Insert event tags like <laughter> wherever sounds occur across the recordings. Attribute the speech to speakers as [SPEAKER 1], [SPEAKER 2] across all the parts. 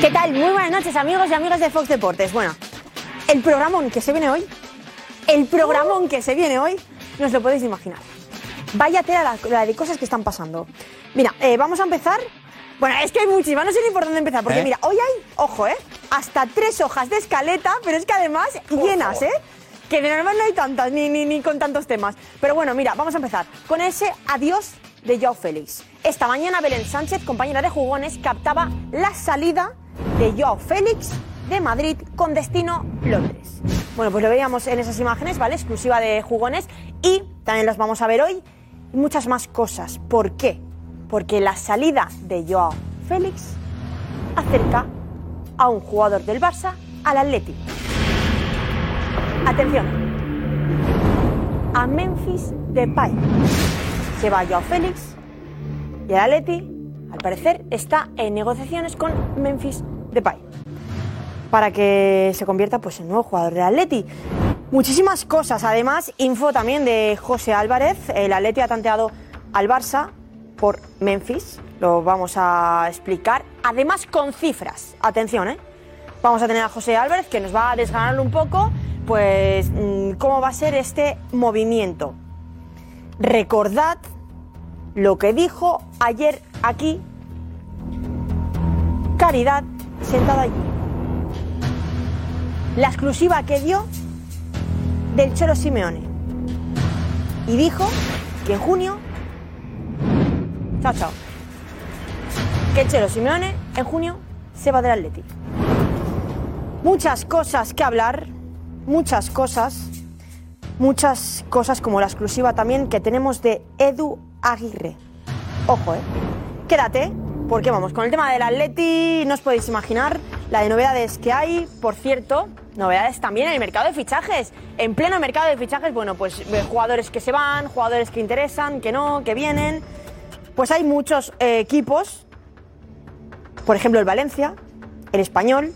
[SPEAKER 1] ¿Qué tal? Muy buenas noches, amigos y amigas de Fox Deportes. Bueno, el programón que se viene hoy, el programón que se viene hoy, no os lo podéis imaginar. Vaya tela la, la de cosas que están pasando. Mira, eh, vamos a empezar. Bueno, es que hay muchísimas, no sé ni por dónde empezar, porque
[SPEAKER 2] ¿Eh?
[SPEAKER 1] mira, hoy hay, ojo, ¿eh? Hasta tres hojas de escaleta, pero es que además llenas, ¿eh? Que de normal no hay tantas, ni, ni, ni con tantos temas. Pero bueno, mira, vamos a empezar con ese adiós de Joao Félix. Esta mañana Belén Sánchez, compañera de jugones, captaba la salida de Joao Félix de Madrid con destino Londres. Bueno, pues lo veíamos en esas imágenes, ¿vale? Exclusiva de jugones y también las vamos a ver hoy y muchas más cosas. ¿Por qué? Porque la salida de Joao Félix acerca a un jugador del Barça al Atleti. Atención. A Memphis Depay. Se va Joao Félix y el Atleti, al parecer, está en negociaciones con Memphis Depay para que se convierta pues en nuevo jugador del Atleti. Muchísimas cosas, además, info también de José Álvarez, el Atleti ha tanteado al Barça por Memphis, lo vamos a explicar, además con cifras, atención, ¿eh? Vamos a tener a José Álvarez que nos va a desgranar un poco, pues, mm, cómo va a ser este movimiento. Recordad lo que dijo ayer aquí Caridad sentada allí la exclusiva que dio del Cholo Simeone. Y dijo que en junio. Chao, chao. Que el Cholo Simeone en junio se va del Atlético. Muchas cosas que hablar, muchas cosas, muchas cosas como la exclusiva también que tenemos de Edu Aguirre. Ojo, eh. Quédate, porque vamos, con el tema del Atleti, no os podéis imaginar la de novedades que hay. Por cierto, novedades también en el mercado de fichajes. En pleno mercado de fichajes, bueno, pues eh, jugadores que se van, jugadores que interesan, que no, que vienen. Pues hay muchos eh, equipos. Por ejemplo, el Valencia, el Español.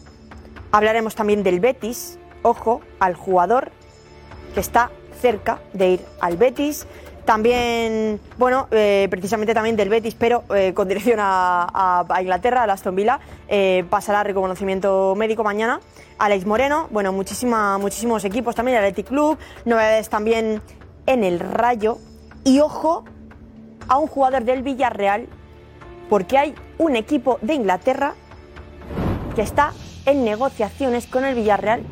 [SPEAKER 1] Hablaremos también del Betis. Ojo al jugador que está cerca de ir al Betis. También, bueno, eh, precisamente también del Betis, pero eh, con dirección a, a- a Inglaterra, al Aston Villa, eh, pasará reconocimiento médico mañana. Alex Moreno, bueno, muchísima, muchísimos equipos también, el Athletic Club, novedades también en el Rayo. Y ojo a un jugador del Villarreal, porque hay un equipo de Inglaterra que está en negociaciones con el Villarreal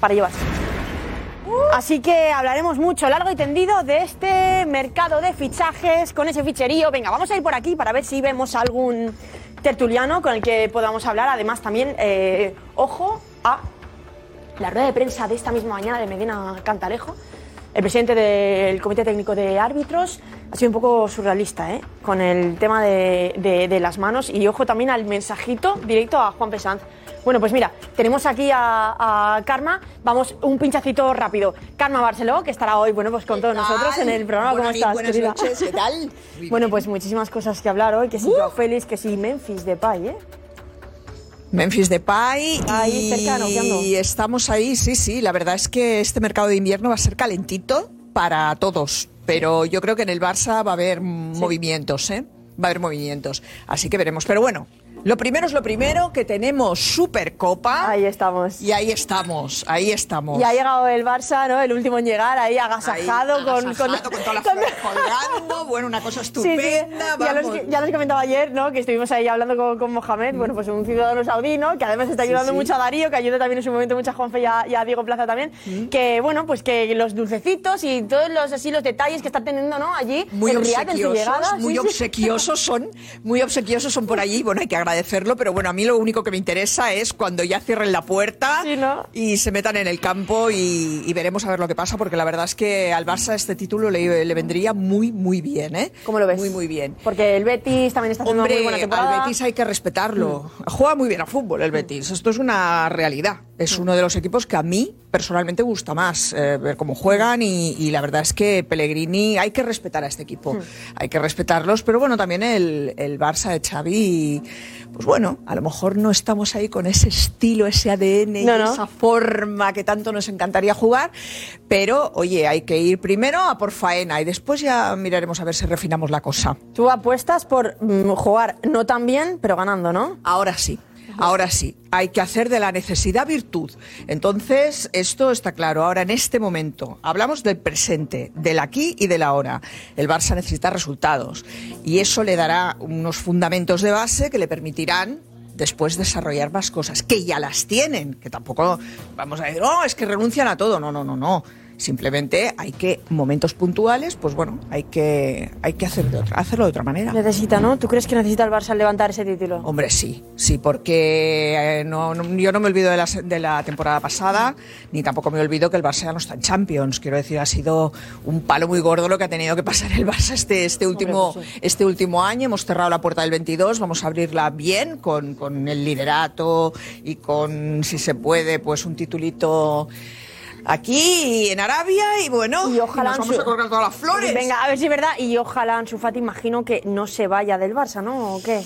[SPEAKER 1] para llevarse. Así que hablaremos mucho, largo y tendido, de este mercado de fichajes con ese ficherío. Venga, vamos a ir por aquí para ver si vemos algún tertuliano con el que podamos hablar. Además, también, eh, ojo a la rueda de prensa de esta misma mañana de Medina Cantalejo, el presidente del Comité Técnico de Árbitros, ha sido un poco surrealista ¿eh? con el tema de, de- de las manos y ojo también al mensajito directo a Juan Pesanz. Bueno, pues mira, tenemos aquí a, a Karma, vamos un pinchacito rápido. Karma Barceló, que estará hoy, bueno, pues con todos nosotros en el programa.
[SPEAKER 3] Buenas
[SPEAKER 1] ¿Cómo estás,
[SPEAKER 3] buenas
[SPEAKER 1] querida?
[SPEAKER 3] noches, ¿qué
[SPEAKER 1] <laughs>
[SPEAKER 3] tal? ¡Uh!
[SPEAKER 1] Bueno, pues muchísimas cosas que hablar hoy, que si Joao Félix, que si Memphis Depay, ¿eh?
[SPEAKER 3] Memphis Depay
[SPEAKER 1] Ahí,
[SPEAKER 3] y,
[SPEAKER 1] cercano, ¿qué ando?
[SPEAKER 3] y estamos ahí, sí, sí, la verdad es que este mercado de invierno va a ser calentito para todos, pero yo creo que en el Barça va a haber mm, movimientos, ¿eh? Va a haber movimientos, así que veremos, pero bueno, lo primero es lo primero, que tenemos Supercopa
[SPEAKER 1] Ahí estamos.
[SPEAKER 3] y ahí estamos, ahí estamos.
[SPEAKER 1] Y ha llegado el Barça, ¿no? El último en llegar, ahí agasajado,
[SPEAKER 3] Ahí,
[SPEAKER 1] con-
[SPEAKER 3] agasajado, con todas las
[SPEAKER 1] con-
[SPEAKER 3] flores colgando, bueno, una cosa
[SPEAKER 1] Sí,
[SPEAKER 3] estupenda,
[SPEAKER 1] sí. Ya,
[SPEAKER 3] vamos.
[SPEAKER 1] los, ya los comentaba ayer, ¿no? Que estuvimos ahí hablando con, con Mohamed, bueno, pues un ciudadano saudí, ¿no? Que además está ayudando
[SPEAKER 3] sí.
[SPEAKER 1] mucho a Darío, que ayuda también en su momento mucho a Juanfe y a, y a Diego Plaza también. Que, bueno, pues que los dulcecitos y todos los así los detalles que está teniendo, ¿no? Allí,
[SPEAKER 3] muy
[SPEAKER 1] en Riyadh, en su
[SPEAKER 3] obsequiosos,
[SPEAKER 1] llegada.
[SPEAKER 3] muy
[SPEAKER 1] sí, sí.
[SPEAKER 3] obsequiosos son, muy obsequiosos son por allí. Bueno, hay que agradecerlo, pero bueno, a mí lo único que me interesa es cuando ya cierren la puerta
[SPEAKER 1] Sí, ¿no?
[SPEAKER 3] y se metan en el campo y, y veremos a ver lo que pasa, porque la verdad es que al Barça este título le, le vendría muy, muy bien, ¿eh?
[SPEAKER 1] ¿Cómo lo ves?
[SPEAKER 3] Muy, muy bien.
[SPEAKER 1] Porque el Betis también está haciendo
[SPEAKER 3] Hombre,
[SPEAKER 1] una muy buena temporada. Mm.
[SPEAKER 3] al Betis hay que respetarlo. Juega muy bien a fútbol el Betis. Esto es una realidad. Es
[SPEAKER 1] Mm.
[SPEAKER 3] uno de los equipos que a mí personalmente gusta más eh, ver cómo juegan y, y la verdad es que Pellegrini hay que respetar a este equipo.
[SPEAKER 1] Mm.
[SPEAKER 3] Hay que respetarlos, pero bueno, también el, el Barça de Xavi, pues bueno, a lo mejor no estamos ahí con ese estilo, ese ADN, y
[SPEAKER 1] No, no.
[SPEAKER 3] esa forma que tanto nos encantaría jugar, pero oye, hay que ir primero a por faena y después ya miraremos a ver si refinamos la cosa.
[SPEAKER 1] Tú apuestas por mm, jugar no tan bien, pero ganando, ¿no?
[SPEAKER 3] Ahora sí. Ahora sí, hay que hacer de la necesidad virtud. Entonces, esto está claro. Ahora, en este momento, hablamos del presente, del aquí y del ahora. El Barça necesita resultados y eso le dará unos fundamentos de base que le permitirán después desarrollar más cosas, que ya las tienen, que tampoco vamos a decir, oh, es que renuncian a todo. No, no, no, no. Simplemente hay que, momentos puntuales, pues bueno, hay que, hay que hacer de otra- hacerlo de otra manera.
[SPEAKER 1] Necesita, ¿no? ¿Tú crees que necesita el Barça al levantar ese título?
[SPEAKER 3] Hombre, sí, sí, porque eh, no, no- yo no me olvido de la, se- de la temporada pasada, ni tampoco me olvido que el Barça ya no está en Champions. Quiero decir, ha sido un palo muy gordo lo que ha tenido que pasar el Barça este, este, último,
[SPEAKER 1] pues sí.
[SPEAKER 3] este último año. Hemos cerrado la puerta del 22, vamos a abrirla bien con, con el liderato y con, si se puede, pues un titulito aquí y en Arabia. Y bueno,
[SPEAKER 1] Y ojalá
[SPEAKER 3] nos
[SPEAKER 1] Ansu-
[SPEAKER 3] vamos a colgar todas las flores.
[SPEAKER 1] Venga, a ver si es verdad. Y ojalá Ansu Fati, imagino que no se vaya del Barça, ¿no? ¿O qué?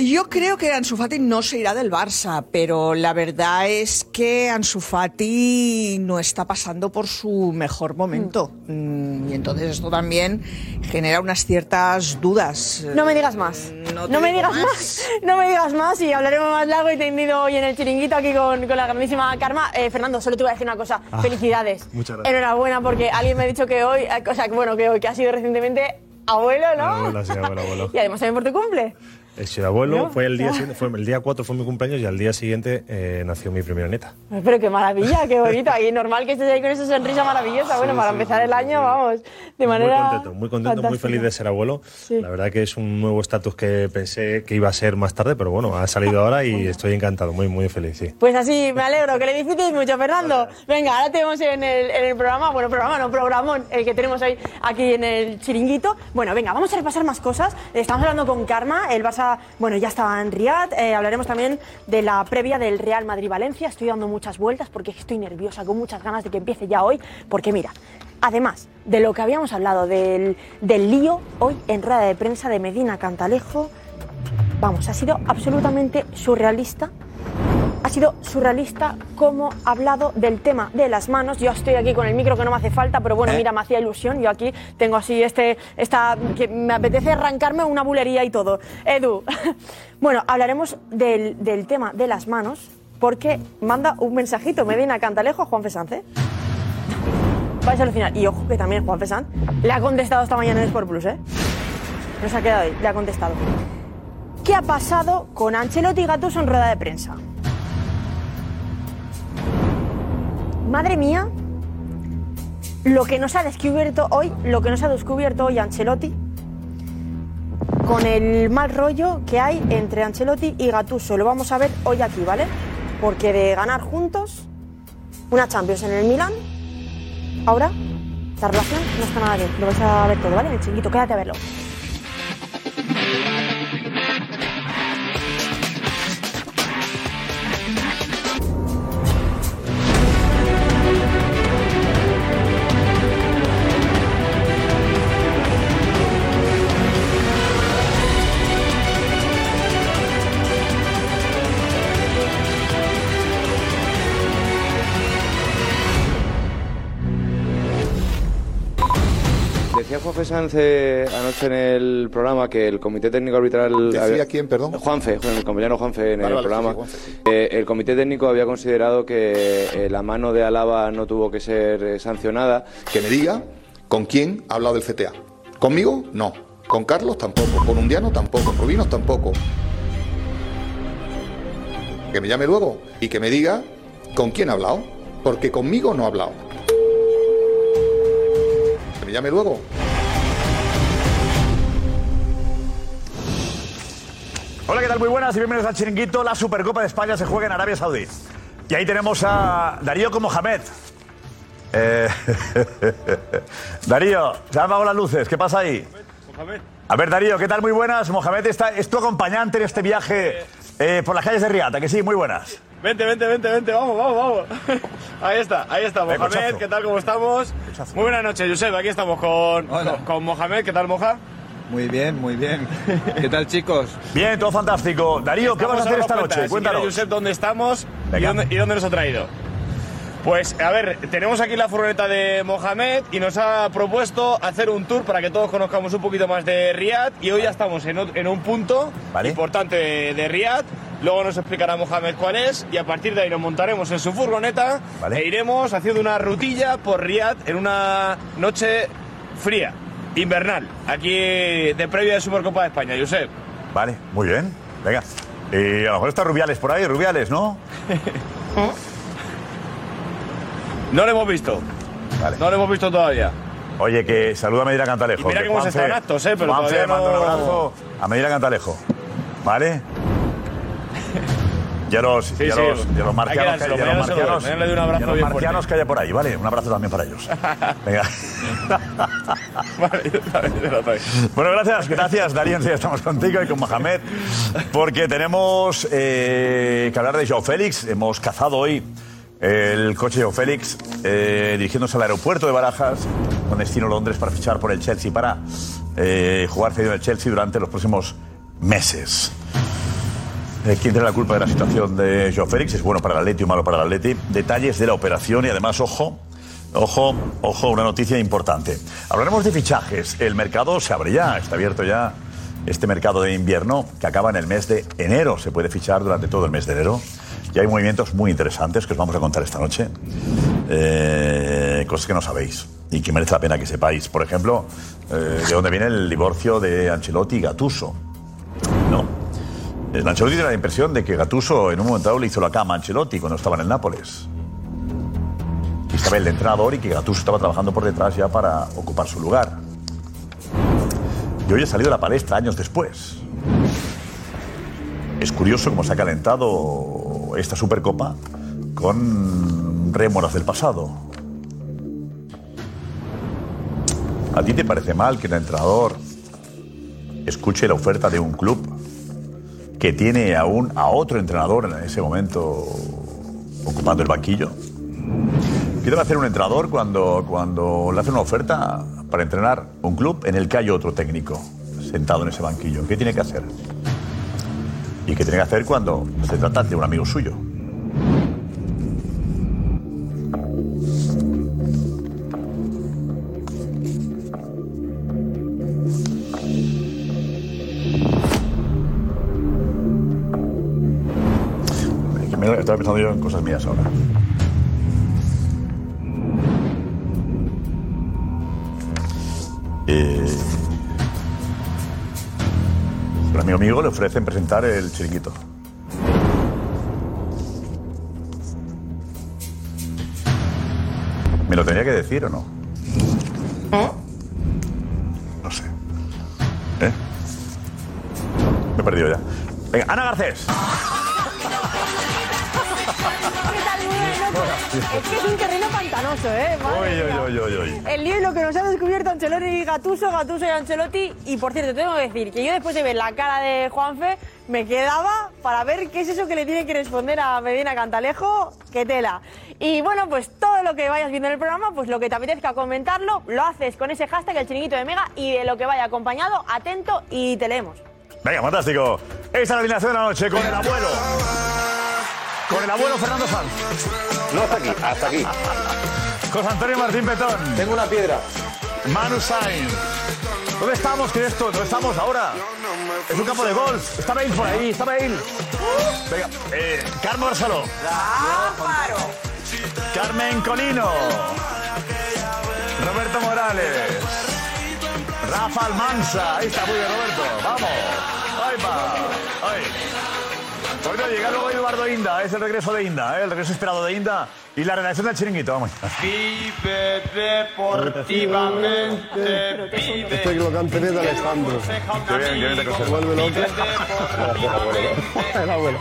[SPEAKER 3] Yo creo que Ansu Fati no se irá del Barça, pero la verdad es que Ansu Fati no está pasando por su mejor momento. Mm, Y entonces esto también genera unas ciertas dudas.
[SPEAKER 1] No me digas más.
[SPEAKER 3] Mm, No
[SPEAKER 1] No,
[SPEAKER 3] te
[SPEAKER 1] me
[SPEAKER 3] digo
[SPEAKER 1] digas más. <laughs>
[SPEAKER 3] más.
[SPEAKER 1] No me digas más y hablaremos más largo y tendido hoy en el chiringuito aquí con, con la grandísima Karma. Eh, Fernando, solo te voy a decir una cosa.
[SPEAKER 2] Ah,
[SPEAKER 1] Felicidades.
[SPEAKER 2] muchas gracias.
[SPEAKER 1] Enhorabuena porque alguien me ha dicho que hoy, eh, o sea, que bueno, que hoy, que ha sido recientemente abuelo, ¿no?
[SPEAKER 2] Abuelo, sí, abuelo,
[SPEAKER 1] <laughs>
[SPEAKER 2] abuelo.
[SPEAKER 1] y además también por tu cumple.
[SPEAKER 2] He sido abuelo,
[SPEAKER 1] ¿No?
[SPEAKER 2] fue el día siguiente- fue el día 4 fue mi cumpleaños y al día siguiente eh, nació mi primera neta.
[SPEAKER 1] Pero qué maravilla, qué bonito. Ahí normal que estés ahí con esa sonrisa maravillosa. Bueno,
[SPEAKER 2] Sí,
[SPEAKER 1] para
[SPEAKER 2] sí,
[SPEAKER 1] empezar
[SPEAKER 2] sí,
[SPEAKER 1] el
[SPEAKER 2] sí,
[SPEAKER 1] año,
[SPEAKER 2] sí.
[SPEAKER 1] vamos, de manera.
[SPEAKER 2] muy contento, muy contento, muy
[SPEAKER 1] fantástica.
[SPEAKER 2] feliz de ser abuelo.
[SPEAKER 1] Sí.
[SPEAKER 2] La verdad que es un nuevo estatus que pensé que iba a ser más tarde, pero bueno, ha salido ahora y estoy encantado, muy muy feliz, sí.
[SPEAKER 1] <laughs> Pues así, me alegro, que le disfrutéis mucho, Fernando. Venga, ahora te vemos en el, en el programa, bueno, programa no, programón, el que tenemos hoy aquí en el chiringuito. Bueno, venga, vamos a repasar más cosas. Estamos hablando con Karma, el Barça, bueno, ya estaba en Riyadh. Eh, hablaremos también de la previa del Real Madrid-Valencia. Estoy dando muchas vueltas porque estoy nerviosa, con muchas ganas de que empiece ya hoy, porque mira, además de lo que habíamos hablado del, del lío, hoy en rueda de prensa de Medina Cantalejo, vamos, ha sido absolutamente surrealista ha sido surrealista cómo ha hablado del tema de las manos. Yo estoy aquí con el micro que no me hace falta, pero bueno, mira, me hacía ilusión. Yo aquí tengo así este, esta, que me apetece arrancarme una bulería y todo. Edu, <laughs> bueno, hablaremos del, del tema de las manos porque manda un mensajito, me viene a Cantalejo a Juan Fesance. Vais a alucinar. Y ojo que también Juan Fesán le ha contestado esta mañana en Sport Plus, ¿eh? Nos ha quedado ahí, le ha contestado. ¿Qué ha pasado con Ancelotti y Gattuso en rueda de prensa? Madre mía, lo que nos ha descubierto hoy, lo que nos ha descubierto hoy Ancelotti, con el mal rollo que hay entre Ancelotti y Gattuso. Lo vamos a ver hoy aquí, ¿vale? Porque de ganar juntos una Champions en el Milan, ahora la relación no está nada bien. Lo vais a ver todo, ¿vale? En el chiquito, quédate a verlo.
[SPEAKER 4] Decía Juanfe Sanz eh, anoche en el programa que el comité técnico arbitral...
[SPEAKER 5] ¿Decía
[SPEAKER 4] había-
[SPEAKER 5] quién, perdón?
[SPEAKER 4] Juanfe, el compañero Juanfe en
[SPEAKER 5] Vale,
[SPEAKER 4] el
[SPEAKER 5] vale,
[SPEAKER 4] programa.
[SPEAKER 5] sí, Juanfe, sí.
[SPEAKER 4] Eh, el comité técnico había considerado que eh, la mano de Alaba no tuvo que ser eh, sancionada.
[SPEAKER 5] que me diga con quién ha hablado del CTA. ¿Conmigo? No. Con Carlos tampoco. Con Undiano tampoco. Con Rubinos tampoco. Que me llame luego y que me diga con quién ha hablado. Porque conmigo no ha hablado. Que me llame luego.
[SPEAKER 6] Hola, ¿qué tal? Muy buenas y bienvenidos a Chiringuito. La Supercopa de España se juega en Arabia Saudí. Y ahí tenemos a Darío con Mohamed. Eh, <laughs> Darío, se han apagado las luces. ¿Qué pasa ahí? A ver, Darío, ¿qué tal? Muy buenas. Mohamed está, es tu acompañante en este viaje eh, por las calles de Riata, que sí, muy buenas.
[SPEAKER 7] Vente, vente, vente, vente, vamos, vamos, vamos. <laughs> Ahí está, ahí está,
[SPEAKER 6] Venga,
[SPEAKER 7] Mohamed,
[SPEAKER 6] cochazo.
[SPEAKER 7] ¿qué tal? ¿Cómo estamos?
[SPEAKER 6] Cochazo.
[SPEAKER 7] Muy buenas noches, Josep, aquí estamos con,
[SPEAKER 8] Hola.
[SPEAKER 7] con, con Mohamed, ¿qué tal, Moja?
[SPEAKER 8] Muy bien, muy
[SPEAKER 7] <laughs>
[SPEAKER 8] bien. ¿Qué tal, chicos?
[SPEAKER 6] Bien, todo fantástico. Darío, ¿qué vas a hacer esta noche?
[SPEAKER 7] Cuéntanos.
[SPEAKER 6] Cuéntanos.
[SPEAKER 7] dónde estamos y
[SPEAKER 6] Venga.
[SPEAKER 7] dónde, y dónde nos ha traído. Pues, a ver, tenemos aquí la furgoneta de Mohamed y nos ha propuesto hacer un tour para que todos conozcamos un poquito más de Riad y hoy ya estamos en, ot- en un punto
[SPEAKER 6] Vale.
[SPEAKER 7] importante de Riad Luego nos explicará Mohamed cuál es y a partir de ahí nos montaremos en su furgoneta e iremos haciendo una rutilla por Riyadh en una noche fría, invernal, aquí de previa de Supercopa de España, Josep.
[SPEAKER 6] Vale, muy bien. Venga. Y a lo mejor está Rubiales por ahí, Rubiales, ¿no?
[SPEAKER 7] <laughs> No lo hemos visto. No lo hemos visto todavía.
[SPEAKER 6] Oye, que saluda a Medina Cantalejo.
[SPEAKER 7] Y mira que
[SPEAKER 6] que
[SPEAKER 7] hemos
[SPEAKER 6] Juanfe-
[SPEAKER 7] estado en actos, ¿eh? Pero
[SPEAKER 6] Juanfe
[SPEAKER 7] todavía
[SPEAKER 6] le manda un
[SPEAKER 7] no-
[SPEAKER 6] abrazo a Medina Cantalejo.
[SPEAKER 7] <laughs>
[SPEAKER 6] ¿Vale? Ya los,
[SPEAKER 7] Sí,
[SPEAKER 6] ya
[SPEAKER 7] sí.
[SPEAKER 6] los, ya los
[SPEAKER 7] Hay que
[SPEAKER 6] marcianos,
[SPEAKER 7] dárselo,
[SPEAKER 6] que, ya
[SPEAKER 7] mañana
[SPEAKER 6] los
[SPEAKER 7] se lo doy,
[SPEAKER 6] marcianos,
[SPEAKER 7] mañana le doy un abrazo
[SPEAKER 6] ya los
[SPEAKER 7] bien
[SPEAKER 6] marcianos que haya por ahí, ¿vale? Un abrazo también para
[SPEAKER 7] <laughs>
[SPEAKER 6] ellos. Venga. <laughs> bueno, gracias, gracias Darío, sí, estamos contigo y con Mohamed, porque tenemos eh, que hablar de Joao Félix. Hemos cazado hoy el coche de Joao Félix eh, dirigiéndose al aeropuerto de Barajas con destino a Londres para fichar por el Chelsea, para eh, jugar cedido en el Chelsea durante los próximos meses. Eh, ¿Quién tiene la culpa de la situación de Joe Félix? ¿Es bueno para el Atleti o malo para el Atleti? Detalles de la operación y además, ojo, ojo, ojo, una noticia importante. Hablaremos de fichajes. El mercado se abre ya, está abierto ya este mercado de invierno que acaba en el mes de enero. Se puede fichar durante todo el mes de enero. Y hay movimientos muy interesantes que os vamos a contar esta noche. Eh, cosas que no sabéis y que merece la pena que sepáis. Por ejemplo, eh, de dónde viene el divorcio de Ancelotti y Gatuso. El Ancelotti tiene la impresión de que Gatuso en un momento dado le hizo la cama a Ancelotti cuando estaba en el Nápoles. Que estaba el entrenador y que Gatuso estaba trabajando por detrás ya para ocupar su lugar. Y hoy ha salido a la palestra años después. Es curioso cómo se ha calentado esta Supercopa con rémoras del pasado. ¿A ti te parece mal que el entrenador escuche la oferta de un club que tiene a, un, a otro entrenador en ese momento ocupando el banquillo. ¿Qué debe hacer un entrenador cuando, cuando le hacen una oferta para entrenar un club en el que hay otro técnico sentado en ese banquillo? ¿Qué tiene que hacer? ¿Y qué tiene que hacer cuando se trata de un amigo suyo? Que me- Estaba pensando yo en cosas mías ahora. Eh, un amigo mío le ofrecen presentar el chiringuito. ¿Me lo tenía que decir o no? No sé. ¿Eh? Me he perdido ya. Venga, Ana Garcés.
[SPEAKER 1] Es que es un terreno pantanoso, ¿eh? Madre
[SPEAKER 6] Uy,
[SPEAKER 1] mía.
[SPEAKER 6] uy, uy, uy, uy.
[SPEAKER 1] El lío y lo que nos ha descubierto Ancelotti y Gatuso, Gatuso y Ancelotti. Y por cierto, tengo que decir que yo después de ver la cara de Juanfe, me quedaba para ver qué es eso que le tiene que responder a Medina Cantalejo, que tela. Y bueno, pues todo lo que vayas viendo en el programa, pues lo que te apetezca comentarlo, lo haces con ese hashtag, el chiringuito de Mega, y de lo que vaya acompañado, atento y te leemos.
[SPEAKER 6] Venga, fantástico. Esta es la alineación de la noche con el abuelo. Con el abuelo Ah, Fernando Sanz.
[SPEAKER 5] No hasta aquí, hasta aquí.
[SPEAKER 6] José Antonio Martín Petón.
[SPEAKER 5] Tengo una piedra.
[SPEAKER 6] Manu Sainz. ¿Dónde estamos, esto? ¿Dónde estamos ahora? Es un campo de golf. Está Bale por ahí, está Bale. Venga, eh, Carmo Barceló. Carmen Colino. Roberto Morales. Rafa Almanza. Ahí está, muy bien, Roberto. Vamos. Ahí va. Ahí. Bueno, llega luego Eduardo Inda. Es el regreso de Inda, ¿eh? el regreso esperado de Inda. Y la redacción del chiringuito. Vamos.
[SPEAKER 9] Vive deportivamente.
[SPEAKER 6] Este
[SPEAKER 9] Vive.
[SPEAKER 10] Esto es lo que han tenido Alejandro.
[SPEAKER 6] Qué bien, qué bien te conservas.
[SPEAKER 10] Vuelve loco. El abuelo.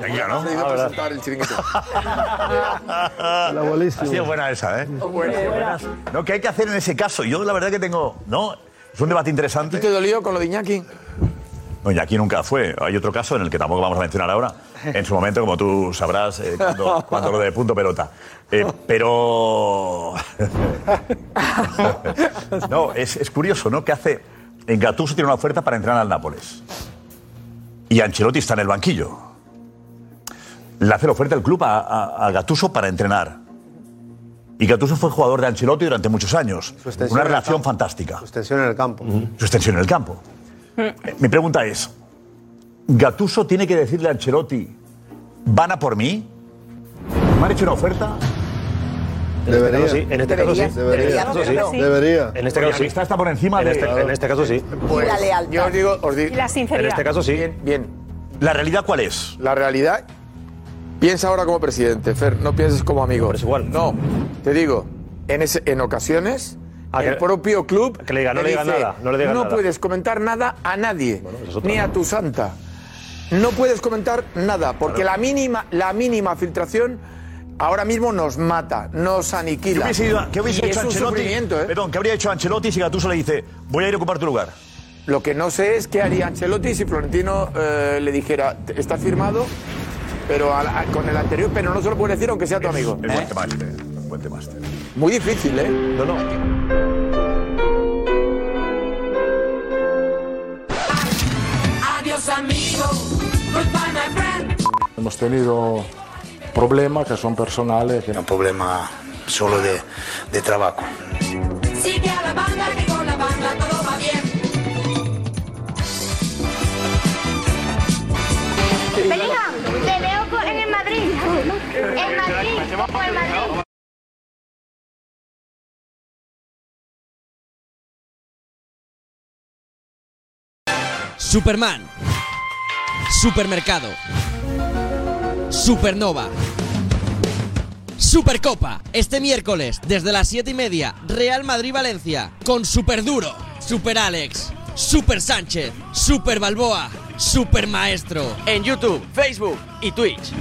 [SPEAKER 6] Venga, ¿no?
[SPEAKER 5] He ido a presentar el chiringuito.
[SPEAKER 6] Ha sido buena esa, ¿eh? No, ¿qué hay que hacer en ese caso? Yo la verdad que tengo... No, es un debate interesante.
[SPEAKER 11] ¿Te dolió con lo de Iñaki?
[SPEAKER 6] No, y aquí nunca fue. Hay otro caso en el que tampoco vamos a mencionar ahora. En su momento, como tú sabrás, eh, cuando, cuando lo de punto pelota. Eh, pero. <laughs> no, es, es curioso, ¿no? ¿Qué hace? En Gattuso tiene una oferta para entrar al Nápoles. Y Ancelotti está en el banquillo. Le hace la oferta el club a, a- a Gattuso para entrenar. Y Gattuso fue jugador de Ancelotti durante muchos años.
[SPEAKER 10] extensión
[SPEAKER 6] Una
[SPEAKER 10] en el
[SPEAKER 6] relación fantástica.
[SPEAKER 10] Extensión en el campo.
[SPEAKER 6] Su extensión en el campo. Mi Eh, pregunta es, Gatuso tiene que decirle a Ancelotti, ¿van a por mí? ¿Me han hecho una oferta?
[SPEAKER 2] En este caso sí. En este caso sí.
[SPEAKER 10] Debería,
[SPEAKER 2] En este caso sí.
[SPEAKER 10] debería.
[SPEAKER 2] En este caso sí.
[SPEAKER 6] Está por encima
[SPEAKER 2] En
[SPEAKER 6] de-
[SPEAKER 2] este, en este caso sí.
[SPEAKER 10] Pues,
[SPEAKER 1] la lealtad.
[SPEAKER 10] Yo os digo, os digo.
[SPEAKER 1] Y la sinceridad.
[SPEAKER 2] En este caso sí.
[SPEAKER 10] Bien, bien.
[SPEAKER 6] ¿La realidad cuál es?
[SPEAKER 10] La realidad. Piensa ahora como presidente, Fer, no pienses como amigo.
[SPEAKER 2] Pero es igual.
[SPEAKER 10] No, te digo, en, ese- en ocasiones,
[SPEAKER 2] Ah,
[SPEAKER 10] el
[SPEAKER 2] que-
[SPEAKER 10] propio club.
[SPEAKER 2] que le diga, no
[SPEAKER 10] te
[SPEAKER 2] le diga
[SPEAKER 10] dice,
[SPEAKER 2] nada, no le diga nada".
[SPEAKER 10] puedes comentar nada a nadie,
[SPEAKER 2] eso es otra,
[SPEAKER 10] ni a
[SPEAKER 2] ¿no?
[SPEAKER 10] tu santa. No puedes comentar nada, porque la, mínima, la mínima filtración ahora mismo nos mata, nos
[SPEAKER 6] ¿Qué
[SPEAKER 10] aniquila.
[SPEAKER 6] hubiese, ido- qué hubiese
[SPEAKER 10] Y
[SPEAKER 6] hecho
[SPEAKER 10] es un
[SPEAKER 6] Ancelotti?
[SPEAKER 10] sufrimiento, ¿eh?
[SPEAKER 6] Perdón, ¿qué habría hecho Ancelotti si Gatuso le dice, voy a ir a ocupar tu lugar?
[SPEAKER 10] Lo que no sé es qué haría Ancelotti si Florentino eh, le dijera, "Te- está firmado, pero a la- a- con el anterior, pero no se lo puede decir aunque sea tu amigo. ¿Eh?
[SPEAKER 6] Es buen temáster, es buen este. temáster.
[SPEAKER 10] Muy difícil, ¿eh?
[SPEAKER 2] eh. No, no.
[SPEAKER 11] Hemos tenido problemas que son personales. Que... Un problema solo de, trabajo.
[SPEAKER 12] Sigue a la banda que con la banda todo va bien.
[SPEAKER 13] Bellingham, te veo co- en el Madrid. En Madrid, como en Madrid.
[SPEAKER 14] Superman. Supermercado. Supernova. Supercopa. Este miércoles, desde las 7 y media, Real Madrid-Valencia. Con Superduro, Super Alex, Super Sánchez, Super Balboa, Super Maestro. En YouTube, Facebook y Twitch.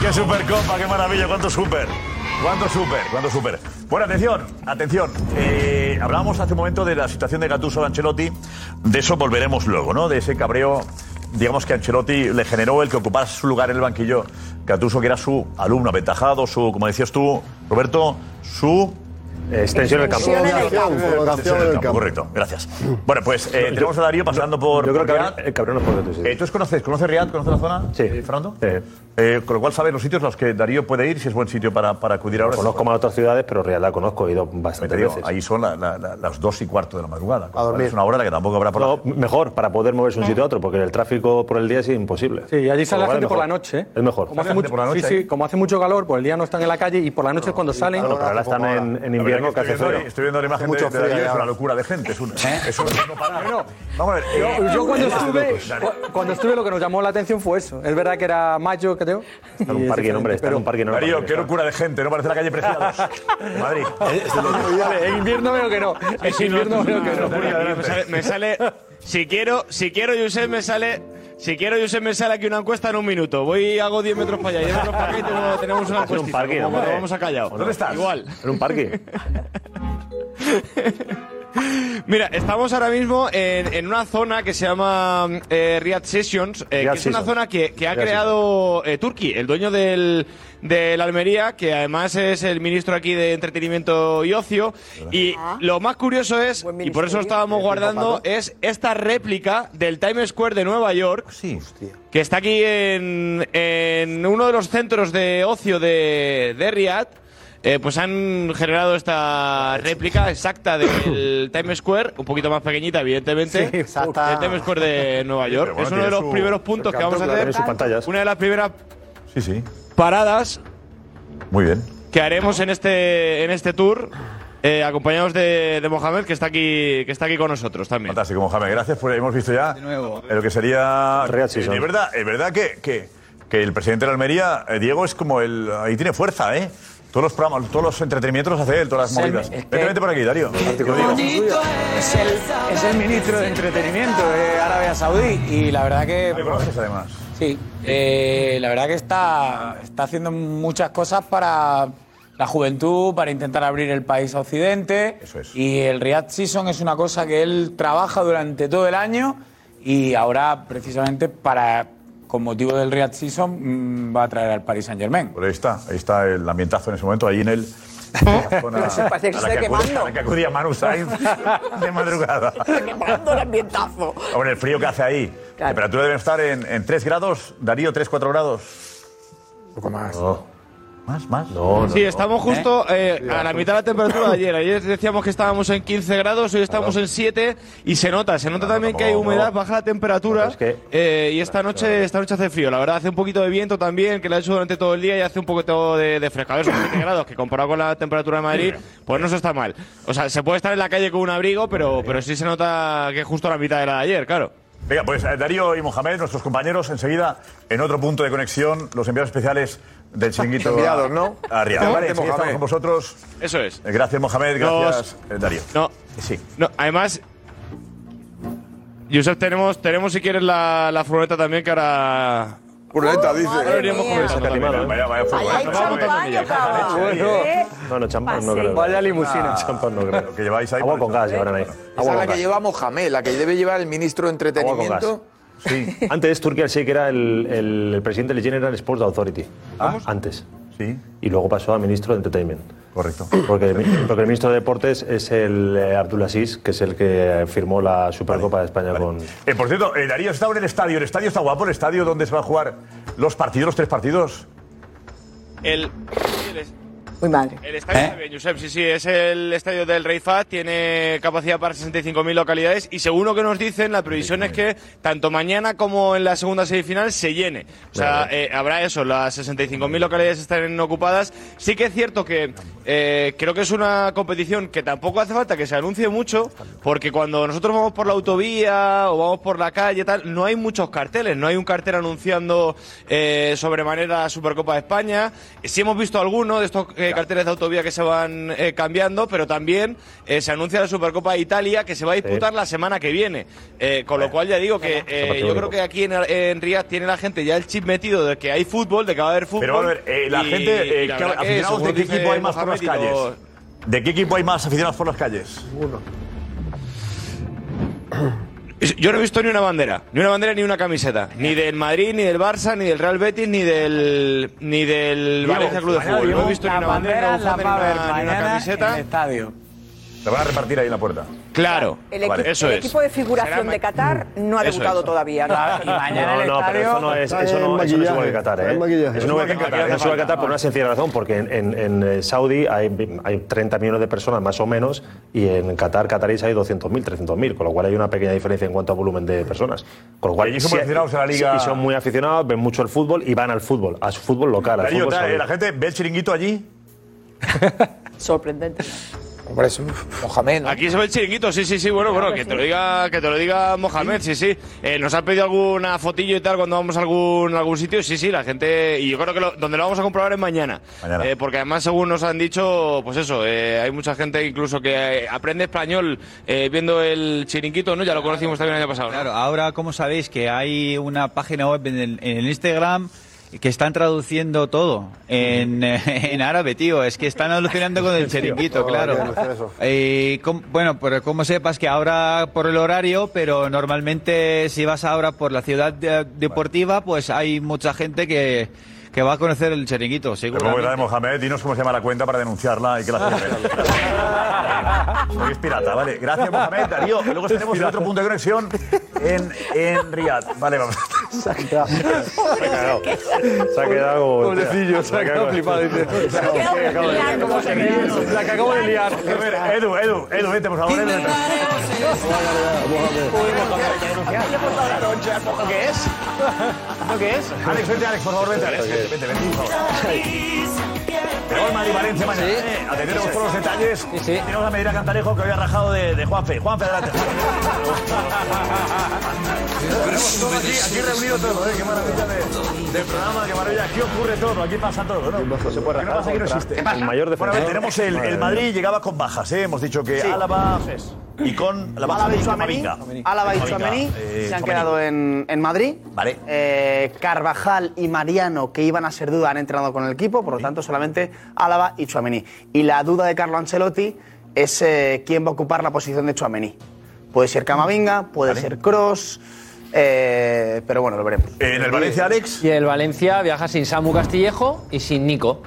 [SPEAKER 6] ¡Qué supercopa! ¡Qué maravilla! ¡Cuánto super! ¡Cuánto super! ¡Cuánto super! Bueno, atención, atención. Eh, hablábamos hace un momento de la situación de Gattuso de Ancelotti. De eso volveremos luego, ¿no? De ese cabreo, digamos que Ancelotti le generó el que ocupara su lugar en el banquillo. Gattuso, que era su alumno aventajado, su, como decías tú, Roberto, su...
[SPEAKER 2] Extensión del campo. Extensión en el campo.
[SPEAKER 6] Extensión en el campo, Correcto, gracias. Bueno, pues eh, tenemos a Darío pasando por...
[SPEAKER 2] Yo creo que
[SPEAKER 6] por
[SPEAKER 2] Cabrera- eh, Cabrera no es por dentro, sí.
[SPEAKER 6] eh, ¿Tú os conoces? ¿Conoces Riad? ¿Conoces la zona? Sí. ¿Fernando? Eh, con lo cual sabes los sitios a los que Darío puede ir, si es buen sitio para, para acudir ahora.
[SPEAKER 2] Conozco más otras ciudades, pero Real la conozco, he ido
[SPEAKER 6] Te
[SPEAKER 2] bastante
[SPEAKER 6] digo,
[SPEAKER 2] veces.
[SPEAKER 6] ahí son la- la- la- las dos y cuarto de la madrugada.
[SPEAKER 2] A dormir.
[SPEAKER 6] Es una hora en la que tampoco habrá por
[SPEAKER 2] No, mejor, para poder
[SPEAKER 1] Ah.
[SPEAKER 2] moverse de un sitio a otro, porque el tráfico por el día es imposible.
[SPEAKER 15] Sí, allí sale la
[SPEAKER 2] Con lo
[SPEAKER 15] gente por
[SPEAKER 2] cual
[SPEAKER 15] la
[SPEAKER 2] es mejor.
[SPEAKER 15] noche. ¿eh?
[SPEAKER 2] Es mejor.
[SPEAKER 15] Como hace, mucho, sí, sí, como hace mucho calor, por el día no están en la calle y por la noche es cuando salen.
[SPEAKER 2] Claro, pero ahora están en, en invierno que
[SPEAKER 6] estoy,
[SPEAKER 2] hace
[SPEAKER 6] viendo,
[SPEAKER 2] frío.
[SPEAKER 6] ahí- estoy viendo la imagen de, de Darío, es una locura de gente. Es un, es un- no parar. Vamos a ver.
[SPEAKER 15] Yo,
[SPEAKER 6] eh,
[SPEAKER 15] yo cuando,
[SPEAKER 6] eh,
[SPEAKER 15] estuve,
[SPEAKER 6] locos, Darío.
[SPEAKER 15] cu- cuando estuve lo que nos llamó la atención fue eso. Es verdad que era mayo, creo.
[SPEAKER 2] Está en un parque, hombre, está Eh, en un parque.
[SPEAKER 6] Darío, qué locura de gente, no parece la
[SPEAKER 2] <laughs>
[SPEAKER 6] calle Preciados. En Madrid.
[SPEAKER 15] En invierno veo que no.
[SPEAKER 7] Eh,
[SPEAKER 15] En invierno veo que no.
[SPEAKER 7] Me sale, me sale- si quiero, si quiero, Josep, me sale. Si quiero, Josep, me sale aquí una encuesta en un minuto. Voy, hago 10 metros para allá, 10 metros para acá y tenemos- tenemos una
[SPEAKER 2] Es un
[SPEAKER 7] encuesta.
[SPEAKER 2] parking,
[SPEAKER 7] Como cuando
[SPEAKER 2] hombre.
[SPEAKER 7] vamos a Callao.
[SPEAKER 2] ¿Dónde estás?
[SPEAKER 7] Igual.
[SPEAKER 2] En
[SPEAKER 15] <laughs>
[SPEAKER 2] un parque.
[SPEAKER 7] Mira, estamos ahora mismo en, en una zona que se llama eh, Riyadh Sessions, eh,
[SPEAKER 2] Riyadh
[SPEAKER 7] que es una
[SPEAKER 2] Sessions.
[SPEAKER 7] zona que, que ha
[SPEAKER 2] Riyadh
[SPEAKER 7] creado eh, Turki, el dueño del, del Almería, que además es el ministro aquí de Entretenimiento y Ocio. Y lo más curioso es, y por eso lo estábamos guardando, es esta réplica del Times Square de Nueva York. Que está aquí en, en uno de los centros de ocio de, de Riyadh. Eh, pues han generado esta réplica
[SPEAKER 2] <coughs>
[SPEAKER 7] exacta del Times Square, un poquito más pequeñita, evidentemente.
[SPEAKER 2] Sí, exacta.
[SPEAKER 7] El Times Square de Nueva York.
[SPEAKER 2] Pero bueno,
[SPEAKER 7] es uno de
[SPEAKER 2] tiene
[SPEAKER 7] los
[SPEAKER 2] su-
[SPEAKER 7] primeros
[SPEAKER 2] su
[SPEAKER 7] puntos que
[SPEAKER 2] cartón,
[SPEAKER 7] vamos a
[SPEAKER 2] claro,
[SPEAKER 7] hacer.
[SPEAKER 2] tiene sus pantallas.
[SPEAKER 7] Una de las primeras
[SPEAKER 6] Sí, sí.
[SPEAKER 7] paradas
[SPEAKER 6] Muy bien.
[SPEAKER 7] que haremos en este, en este tour, eh, acompañados de, de Mohamed, que está aquí, que está aquí con nosotros también.
[SPEAKER 6] Fantástico, Mohamed. Gracias por hemos visto ya eh, lo que sería.
[SPEAKER 2] sí,
[SPEAKER 6] Eh,
[SPEAKER 2] son.
[SPEAKER 6] Es verdad, es verdad que, que, que el presidente de la Almería, eh, Diego, es como el. Ahí tiene fuerza, ¿eh? Todos los programas, todos los entretenimientos los hace él, todas las
[SPEAKER 8] Sí,
[SPEAKER 6] movidas.
[SPEAKER 8] es que-
[SPEAKER 6] Vete, vete por aquí, Darío. Te lo digo.
[SPEAKER 8] Es el, es el ministro de entretenimiento de Arabia Saudí y la verdad que.
[SPEAKER 6] además.
[SPEAKER 8] Sí, eh, la verdad que está, está haciendo muchas cosas para la juventud, para intentar abrir el país a Occidente. Y el Riyadh Season es una cosa que él trabaja durante todo el año y ahora, precisamente, para con motivo del Riyadh Season, mm, va a traer al Paris Saint Germain.
[SPEAKER 6] Pues ahí está, ahí está el ambientazo en ese momento, ahí en el. en la zona
[SPEAKER 8] ¿Eh? Parece que
[SPEAKER 6] a la
[SPEAKER 8] se
[SPEAKER 6] acudía-
[SPEAKER 8] está quemando.
[SPEAKER 6] a la que acudía Manu Sainz de madrugada.
[SPEAKER 1] Quemando el ambientazo.
[SPEAKER 6] Hombre, el frío que hace ahí.
[SPEAKER 1] Claro.
[SPEAKER 6] Oh. Temperatura debe estar en, en 3 grados. Darío, 3, 4 grados. Un poco más. ¿Más, más?
[SPEAKER 7] sí, estamos justo eh, a la mitad de la temperatura de ayer. Ayer decíamos que estábamos en 15 grados, hoy estamos en 7 y se nota, se nota también que hay humedad, baja la temperatura eh, y esta noche esta noche hace frío. La verdad, hace un poquito de viento también, que lo ha hecho durante todo el día y hace un poquito de, de fresco. A ver, son
[SPEAKER 6] <laughs>
[SPEAKER 7] 7 grados, que comparado con la temperatura de Madrid, pues no se está mal. O sea, se puede estar en la calle con un abrigo, pero, pero sí se nota que es justo la mitad de la de ayer, claro.
[SPEAKER 6] Venga, pues eh, Darío y Mohamed, nuestros compañeros, enseguida, en otro punto de conexión, los enviados especiales del chinguito.
[SPEAKER 10] <laughs> Enviados, ¿no?
[SPEAKER 6] A Riad.
[SPEAKER 10] ¿No?
[SPEAKER 6] Vale,
[SPEAKER 10] De
[SPEAKER 6] enseguida estamos
[SPEAKER 10] Mohamed.
[SPEAKER 6] con vosotros.
[SPEAKER 7] Eso es.
[SPEAKER 6] Eh, Gracias, Mohamed, gracias,
[SPEAKER 7] Nos-
[SPEAKER 6] eh, Darío.
[SPEAKER 7] No.
[SPEAKER 6] Sí.
[SPEAKER 7] No, además. Josep, tenemos, tenemos si quieres la, la furgoneta también que ahora.
[SPEAKER 10] Furgoneta, dice.
[SPEAKER 7] Ahora veníamos con eso también.
[SPEAKER 6] Vaya, vaya, furgoneta.
[SPEAKER 2] No, no, champán no creo.
[SPEAKER 10] Vaya limusina.
[SPEAKER 2] Champán no creo.
[SPEAKER 6] Que lleváis ahí.
[SPEAKER 2] Agua con gas llevarán ahí.
[SPEAKER 10] Esa
[SPEAKER 2] Agua
[SPEAKER 10] es
[SPEAKER 2] con
[SPEAKER 10] la que
[SPEAKER 2] gas.
[SPEAKER 10] lleva Mohamed, la que debe llevar el ministro de Entretenimiento.
[SPEAKER 6] Sí.
[SPEAKER 2] Antes Turkey sí que era el, el- el presidente del General Sports Authority. Antes.
[SPEAKER 6] Ah. Sí.
[SPEAKER 2] Y luego pasó a ministro de Entertainment.
[SPEAKER 6] Correcto.
[SPEAKER 2] Porque, el- porque el ministro de Deportes es el eh, Abdulaziz, que es el que firmó la Supercopa de España con.
[SPEAKER 6] Eh, por cierto, eh, Darío, está en el estadio. El estadio está guapo, el estadio donde se van a jugar los partidos, los tres partidos.
[SPEAKER 7] El,
[SPEAKER 3] Muy madre.
[SPEAKER 7] el estadio está bien, Josep. Sí, sí, es el estadio del Rey Fahd, tiene capacidad para 65.000 localidades y según lo que nos dicen, la previsión es que tanto mañana como en la segunda semifinal se llene. O sea, eh, habrá eso, las 65.000 localidades están ocupadas. Sí que es cierto que eh, creo que es una competición que tampoco hace falta que se anuncie mucho, porque cuando nosotros vamos por la autovía o vamos por la calle, tal, no hay muchos carteles, no hay un cartel anunciando eh, sobremanera Supercopa de España. Sí hemos visto algunos de estos eh, carteles de autovía que se van eh, cambiando, pero también eh, se anuncia la Supercopa de Italia que se va a disputar la semana que viene. Eh, con lo cual ya digo que eh, yo creo que aquí en, en Riyadh tiene la gente ya el chip metido de que hay fútbol, de que va a haber fútbol.
[SPEAKER 6] Pero vamos a ver, eh, la
[SPEAKER 7] y-
[SPEAKER 6] gente, eh,
[SPEAKER 7] y la
[SPEAKER 6] ¿qué-
[SPEAKER 7] verdad que,
[SPEAKER 6] aficionados de
[SPEAKER 7] según
[SPEAKER 6] qué
[SPEAKER 7] dice
[SPEAKER 6] equipo hay más por las
[SPEAKER 7] Mohamed, y
[SPEAKER 6] calles?
[SPEAKER 7] lo-
[SPEAKER 6] ¿De qué equipo hay más aficionados por las calles? Uno.
[SPEAKER 7] Yo no he visto ni una bandera, ni una bandera ni una camiseta, ni del Madrid, ni del Barça, ni del Real Betis, ni del ni del
[SPEAKER 8] Diego,
[SPEAKER 7] Valencia Club de
[SPEAKER 8] mañana,
[SPEAKER 7] Fútbol. No
[SPEAKER 8] Diego,
[SPEAKER 7] he visto ni
[SPEAKER 8] la
[SPEAKER 7] una bandera,
[SPEAKER 8] bandera
[SPEAKER 7] ni
[SPEAKER 8] la
[SPEAKER 7] una
[SPEAKER 8] va a ver
[SPEAKER 7] bufanda, ni una- ni una
[SPEAKER 8] mañana
[SPEAKER 7] camiseta.
[SPEAKER 8] en el estadio.
[SPEAKER 6] Te van a repartir ahí en la puerta.
[SPEAKER 7] Claro.
[SPEAKER 16] El, equi-
[SPEAKER 6] Vale.
[SPEAKER 16] el equipo de figuración de Qatar no ha
[SPEAKER 6] Eso
[SPEAKER 16] debutado
[SPEAKER 6] es.
[SPEAKER 16] todavía. ¿no?
[SPEAKER 2] No, no, pero eso no
[SPEAKER 6] Ah,
[SPEAKER 2] es, Pues, eso no, eso no es igual que Qatar, ¿eh? Eso no es igual que Qatar, no es igual que Qatar por una sencilla razón, porque en, en- en, eh, Saudi hay, hay 30 millones de personas más o menos y en Qatar, Qataris hay 200.000, 300.000, con lo cual hay una pequeña diferencia en cuanto a volumen de personas. Con lo cual,
[SPEAKER 6] Y allí son muy aficionados a la liga.
[SPEAKER 2] sí, y son muy aficionados, ven mucho el fútbol y van al fútbol, a su fútbol local, al
[SPEAKER 6] Darío,
[SPEAKER 2] fútbol
[SPEAKER 6] tal,
[SPEAKER 2] saudí.
[SPEAKER 6] eh, la gente ve el chiringuito allí.
[SPEAKER 16] Sorprendente.
[SPEAKER 10] Hombre, es un- Mohamed, ¿no?
[SPEAKER 7] Aquí se ve el chiringuito, sí, sí, sí, bueno, bueno, que te lo diga, que te lo diga Mohamed, sí, sí. Eh, nos han pedido alguna fotillo y tal cuando vamos a algún, algún sitio, sí, sí, la gente, y yo creo que lo- donde lo vamos a comprobar es mañana.
[SPEAKER 6] Mañana.
[SPEAKER 7] Eh, porque además, según nos han dicho, pues eso, eh, hay mucha gente incluso que eh, aprende español eh, viendo el chiringuito, ¿no? Ya lo conocimos también el año pasado. ¿no?
[SPEAKER 17] Claro, ahora como sabéis que hay una página web en el, en el Instagram que están traduciendo todo en, eh, <laughs> en árabe, tío. Es que están alucinando con
[SPEAKER 6] <laughs>
[SPEAKER 17] el
[SPEAKER 10] No,
[SPEAKER 17] cheringuito,
[SPEAKER 10] hay
[SPEAKER 17] claro.
[SPEAKER 10] que denunciar eso.
[SPEAKER 17] Eh, com- bueno, pero como sepas que ahora por el horario, pero normalmente si vas ahora por la ciudad de- deportiva, pues hay mucha gente que, que va a conocer el cheringuito,
[SPEAKER 6] Pero como era de
[SPEAKER 17] seguramente.
[SPEAKER 6] Mohamed, dinos cómo se llama la cuenta para denunciarla y que la gente vea. Hoy es pirata, vale. Gracias, Mohamed, Darío. Luego tenemos el otro punto de conexión en, en Riyadh. Vale, vamos.
[SPEAKER 2] Se ha quedado. <laughs> Se ha quedado.
[SPEAKER 6] Pobrecillo, se ha quedado flipado. Se ha quedado La que acabo de liar. A ver, Edu, Edu, Edu, vete, por favor, Edu. vente.
[SPEAKER 12] ¿Esto qué es? ¿Esto qué es?
[SPEAKER 6] Alex, vente, Alex, por favor, vente, Alex. Vente, vente, vente, por favor. Tenemos Madrid-Valencia mañana, ¿eh? Atenderemos todos los detalles. Tenemos a Medina Cantarejo, que hoy ha rajado de, de Juanfe. Juanfe, adelante. Tenemos todo aquí, aquí reunido todo, ¿eh? Qué maravilla de, de programa, qué maravilla. Aquí ocurre todo, aquí pasa todo, ¿no? Se puede no pasa aquí no existe.
[SPEAKER 2] El mayor
[SPEAKER 6] Bueno, a
[SPEAKER 2] defensor.
[SPEAKER 6] ver, tenemos el, el Madrid llegaba con bajas, ¿eh? Hemos dicho que
[SPEAKER 16] Sí.
[SPEAKER 6] Álava y con la baja
[SPEAKER 16] Álava y
[SPEAKER 6] de
[SPEAKER 16] Tchouaméni,
[SPEAKER 6] Camavinga.
[SPEAKER 16] Álava y
[SPEAKER 6] Camavinga,
[SPEAKER 16] Tchouaméni
[SPEAKER 6] eh,
[SPEAKER 16] se han
[SPEAKER 6] Tchouaméni.
[SPEAKER 16] quedado en, en Madrid.
[SPEAKER 6] Vale.
[SPEAKER 16] Eh, Carvajal y Mariano, que iban a ser duda, han entrenado con el equipo, por lo tanto solamente Álava y Chuamení. Y la duda de Carlo Ancelotti es eh, quién va a ocupar la posición de Chuamení. Puede ser Camavinga, puede ser Cross, pero bueno, lo veremos.
[SPEAKER 6] En el Valencia, Alex.
[SPEAKER 18] Y el Valencia viaja sin Samu Castillejo y sin Nico.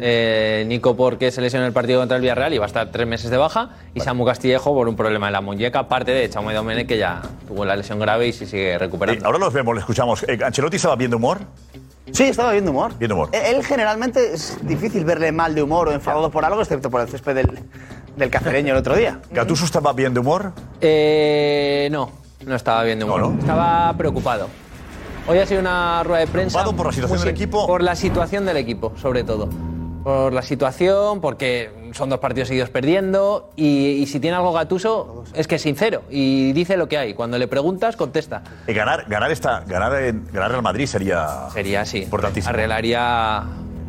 [SPEAKER 18] Eh, Nico porque se lesionó en el partido contra el Villarreal y va a estar tres meses de baja. Y Samu Castillejo por un problema en la muñeca, aparte de Chaume Domene que ya tuvo la lesión grave y se sigue recuperando.
[SPEAKER 6] Ahora los vemos, los escuchamos. Eh, ¿Ancelotti estaba viendo humor?
[SPEAKER 16] Sí, estaba bien de humor.
[SPEAKER 6] Bien de humor.
[SPEAKER 16] Eh, Él él generalmente es difícil verle mal de humor o enfadado por algo, excepto por el césped del, del cacereño el otro día.
[SPEAKER 6] ¿Gatuso estaba bien de humor?
[SPEAKER 18] Eh, no, no estaba bien de humor. Estaba preocupado. Hoy ha sido una rueda de prensa. ¿Preocupado por la situación del equipo? Por la situación del equipo, sobre todo. Por la situación, porque son dos partidos seguidos perdiendo. Y, y si tiene algo Gatuso, es que es sincero y dice lo que hay. Cuando le preguntas, contesta.
[SPEAKER 6] Eh, ganar, ganar, esta, ganar, en- ganar al Madrid sería.
[SPEAKER 18] Sería así. Arreglaría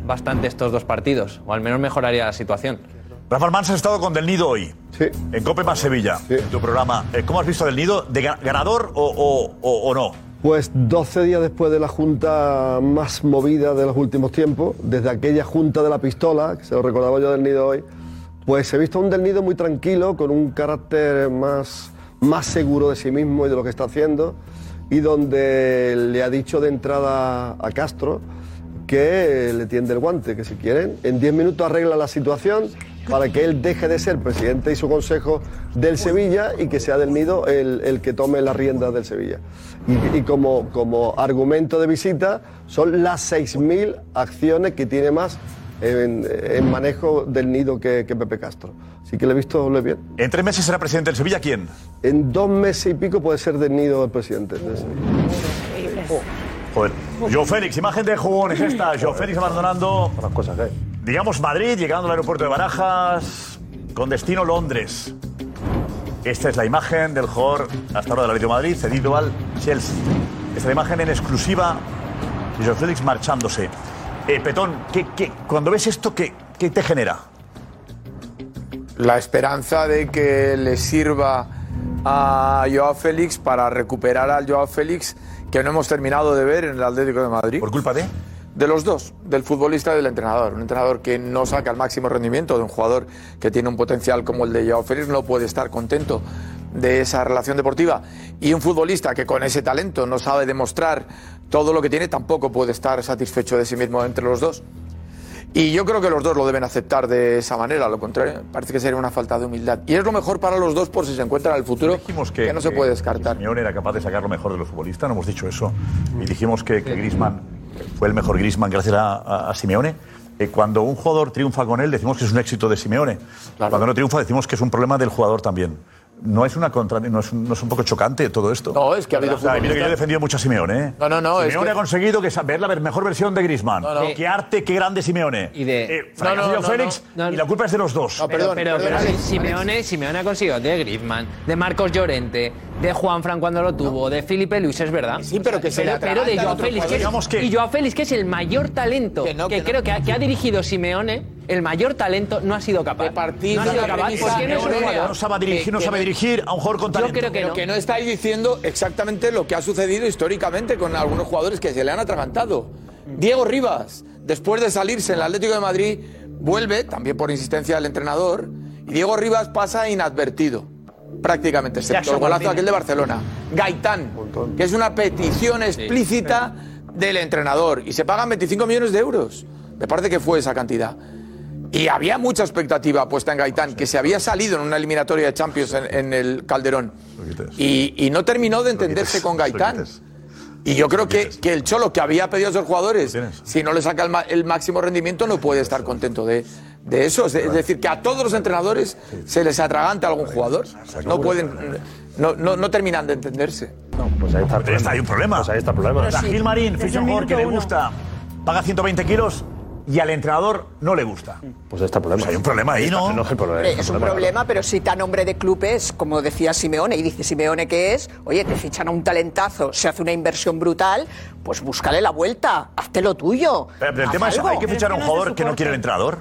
[SPEAKER 18] bastante estos dos partidos, o al menos mejoraría la situación.
[SPEAKER 6] Rafa Armán, has estado con Del Nido hoy. Sí. En Cope más Sevilla, en tu programa. Eh, ¿Cómo has visto a Del Nido? ¿De ga- ganador o, o- o- o no?
[SPEAKER 19] Pues 12 días después de la junta más movida de los últimos tiempos, desde aquella junta de la pistola, que se lo recordaba yo del nido hoy, pues he visto a un del nido muy tranquilo, con un carácter más, más seguro de sí mismo y de lo que está haciendo, y donde le ha dicho de entrada a Castro que le tiende el guante, que si quieren, en 10 minutos arregla la situación para que él deje de ser presidente y su consejo del Sevilla y que sea del nido el, el que tome las riendas del Sevilla. Y, y como, como argumento de visita son las 6.000 acciones que tiene más en, en manejo del nido que, que Pepe Castro. Así que le he visto le bien.
[SPEAKER 6] ¿En tres meses será presidente del Sevilla quién?
[SPEAKER 19] En dos meses y pico puede ser del nido el presidente. del Sevilla.
[SPEAKER 6] Joder. Joe Félix, imagen de jugones esta. Joe Félix abandonando. cosas Digamos Madrid, llegando al aeropuerto de Barajas, con destino Londres. Esta es la imagen del jugador hasta ahora del Atlético de Madrid, cedido al Chelsea. Esta es la imagen en exclusiva de Joe Félix marchándose. Eh, Petón, ¿qué, qué- cuando ves esto, ¿qué, qué te genera?
[SPEAKER 10] la esperanza de que le sirva a Joao Félix para recuperar al Joao Félix que no hemos terminado de ver en el Atlético de Madrid. ¿Por
[SPEAKER 6] culpa de?
[SPEAKER 10] De los dos, del futbolista y del entrenador. Un entrenador que no saca el máximo rendimiento de un jugador que tiene un potencial como el de Joao Félix no puede estar contento de esa relación deportiva. Y un futbolista que con ese talento no sabe demostrar todo lo que tiene tampoco puede estar satisfecho de sí mismo entre los dos. Y yo creo que los dos lo deben aceptar de esa manera, a lo contrario, parece que sería una falta de humildad. Y es lo mejor para los dos por si se encuentran en el futuro, que, no se puede descartar.
[SPEAKER 6] Simeone era capaz de sacar lo mejor de los futbolistas, no hemos dicho eso.
[SPEAKER 10] Mm.
[SPEAKER 6] Y dijimos que, que Griezmann fue el mejor Griezmann gracias a, a- a Simeone. Eh, cuando un jugador triunfa con él, decimos que es un éxito de Simeone. Cuando no triunfa, decimos que es un problema del jugador también. ¿No es, una contra, no es, un, no es un poco chocante todo esto?
[SPEAKER 10] No, es que ha habido
[SPEAKER 6] O sea, mira que yo he
[SPEAKER 10] futbolistas-
[SPEAKER 6] defendido mucho a Simeone. ¿eh?
[SPEAKER 10] No, no, no, es
[SPEAKER 6] Simeone
[SPEAKER 10] que-
[SPEAKER 6] ha conseguido que, sa- ver la ver- mejor versión de Griezmann.
[SPEAKER 10] No, no.
[SPEAKER 6] Qué arte, qué grande Simeone. Y
[SPEAKER 18] de-
[SPEAKER 6] no,
[SPEAKER 18] No, no, no,
[SPEAKER 6] Eh, Félix,
[SPEAKER 18] no.
[SPEAKER 6] y la culpa es de los dos.
[SPEAKER 18] pero, pero, pero si- Simeone, Simeone ha conseguido de Griezmann, de Marcos Llorente, de Juan Fran cuando lo tuvo, de Felipe Luis, es verdad. Sí, pero
[SPEAKER 20] que se le
[SPEAKER 18] Pero de
[SPEAKER 20] atraganta a
[SPEAKER 18] Joao
[SPEAKER 20] otro
[SPEAKER 18] Félix, que
[SPEAKER 20] jugador. Digamos
[SPEAKER 18] es,
[SPEAKER 20] que-
[SPEAKER 18] y Joao Félix, que es el mayor talento que, creo que, ha, que ha dirigido Simeone, el mayor talento, no ha sido capaz. no ha
[SPEAKER 20] de
[SPEAKER 18] sido
[SPEAKER 20] la
[SPEAKER 18] capaz
[SPEAKER 20] premisa
[SPEAKER 18] porque no es un
[SPEAKER 20] de Simeone,
[SPEAKER 18] jugador.
[SPEAKER 20] no sabe dirigir, no
[SPEAKER 18] Que-
[SPEAKER 20] sabe
[SPEAKER 18] que-
[SPEAKER 6] dirigir a un jugador con
[SPEAKER 18] talento. creo que
[SPEAKER 10] Pero
[SPEAKER 18] no.
[SPEAKER 10] que no estáis diciendo exactamente lo que ha sucedido históricamente con algunos jugadores que se le han atragantado. Diego Rivas, después de salirse en el Atlético de Madrid, vuelve, también por insistencia del entrenador, y Diego Rivas pasa inadvertido, prácticamente, excepto
[SPEAKER 16] Jackson
[SPEAKER 10] el golazo
[SPEAKER 16] Martínez.
[SPEAKER 10] aquel de Barcelona. Gaitán, que es una petición explícita del entrenador, y se pagan 25 millones de euros. Me parece que fue esa cantidad. Y había mucha expectativa puesta en Gaitán, que se había salido en una eliminatoria de Champions en, en el Calderón. Y, y no terminó de entenderse con Gaitán. Y yo creo que, que el Cholo, que había pedido a esos jugadores, si no le saca el, ma- el máximo rendimiento, no puede estar contento de, de eso. Es, de- es decir, que a todos los entrenadores se les atraganta algún jugador. No pueden. No, no, no terminan de entenderse.
[SPEAKER 2] Pues ahí está, el
[SPEAKER 6] Está, hay un problema.
[SPEAKER 2] Pues ahí está el problema.
[SPEAKER 6] Pero Gil Marín,
[SPEAKER 10] Desde
[SPEAKER 6] ficha un
[SPEAKER 10] el
[SPEAKER 6] jugador que le
[SPEAKER 10] minuto uno.
[SPEAKER 6] gusta, paga 120 kilos y al entrenador no le gusta.
[SPEAKER 2] Pues ahí está el problema.
[SPEAKER 6] Pues hay un problema ahí, ¿no?
[SPEAKER 2] No es el problema.
[SPEAKER 21] Hombre, es un problema, pero si tan hombre de club es, como decía Simeone, y dice Simeone que es, oye, te fichan a un talentazo, se hace una inversión brutal, pues búscale la vuelta, hazte lo tuyo.
[SPEAKER 6] Pero el
[SPEAKER 21] haz
[SPEAKER 6] tema es,
[SPEAKER 21] algo.
[SPEAKER 6] ¿hay que fichar a un jugador que no quiere el entrenador?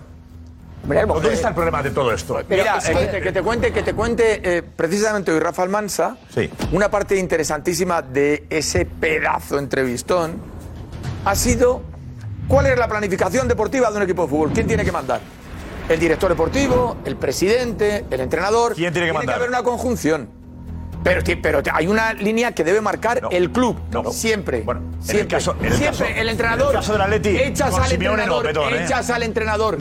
[SPEAKER 6] ¿Dónde está el problema de todo esto?
[SPEAKER 10] Mira,
[SPEAKER 6] es
[SPEAKER 10] eh,
[SPEAKER 6] que-
[SPEAKER 10] que, te cuente, que te cuente eh, precisamente hoy Rafa Almansa una parte interesantísima de ese pedazo entrevistón ha sido cuál es la planificación deportiva de un equipo de fútbol. ¿Quién tiene que mandar? El director deportivo, el presidente, el entrenador. ¿Quién tiene que mandar? Tiene que haber una conjunción. Pero, ti- pero te- hay una línea que debe marcar el club siempre. siempre.
[SPEAKER 6] caso- en el
[SPEAKER 10] siempre
[SPEAKER 6] caso-
[SPEAKER 10] el
[SPEAKER 6] en
[SPEAKER 10] entrenador.
[SPEAKER 6] el caso del Atleti,
[SPEAKER 10] echas
[SPEAKER 6] con
[SPEAKER 10] al
[SPEAKER 6] Simeone no,
[SPEAKER 10] entrenador.
[SPEAKER 6] Betón, ¿eh?
[SPEAKER 10] echas al entrenador.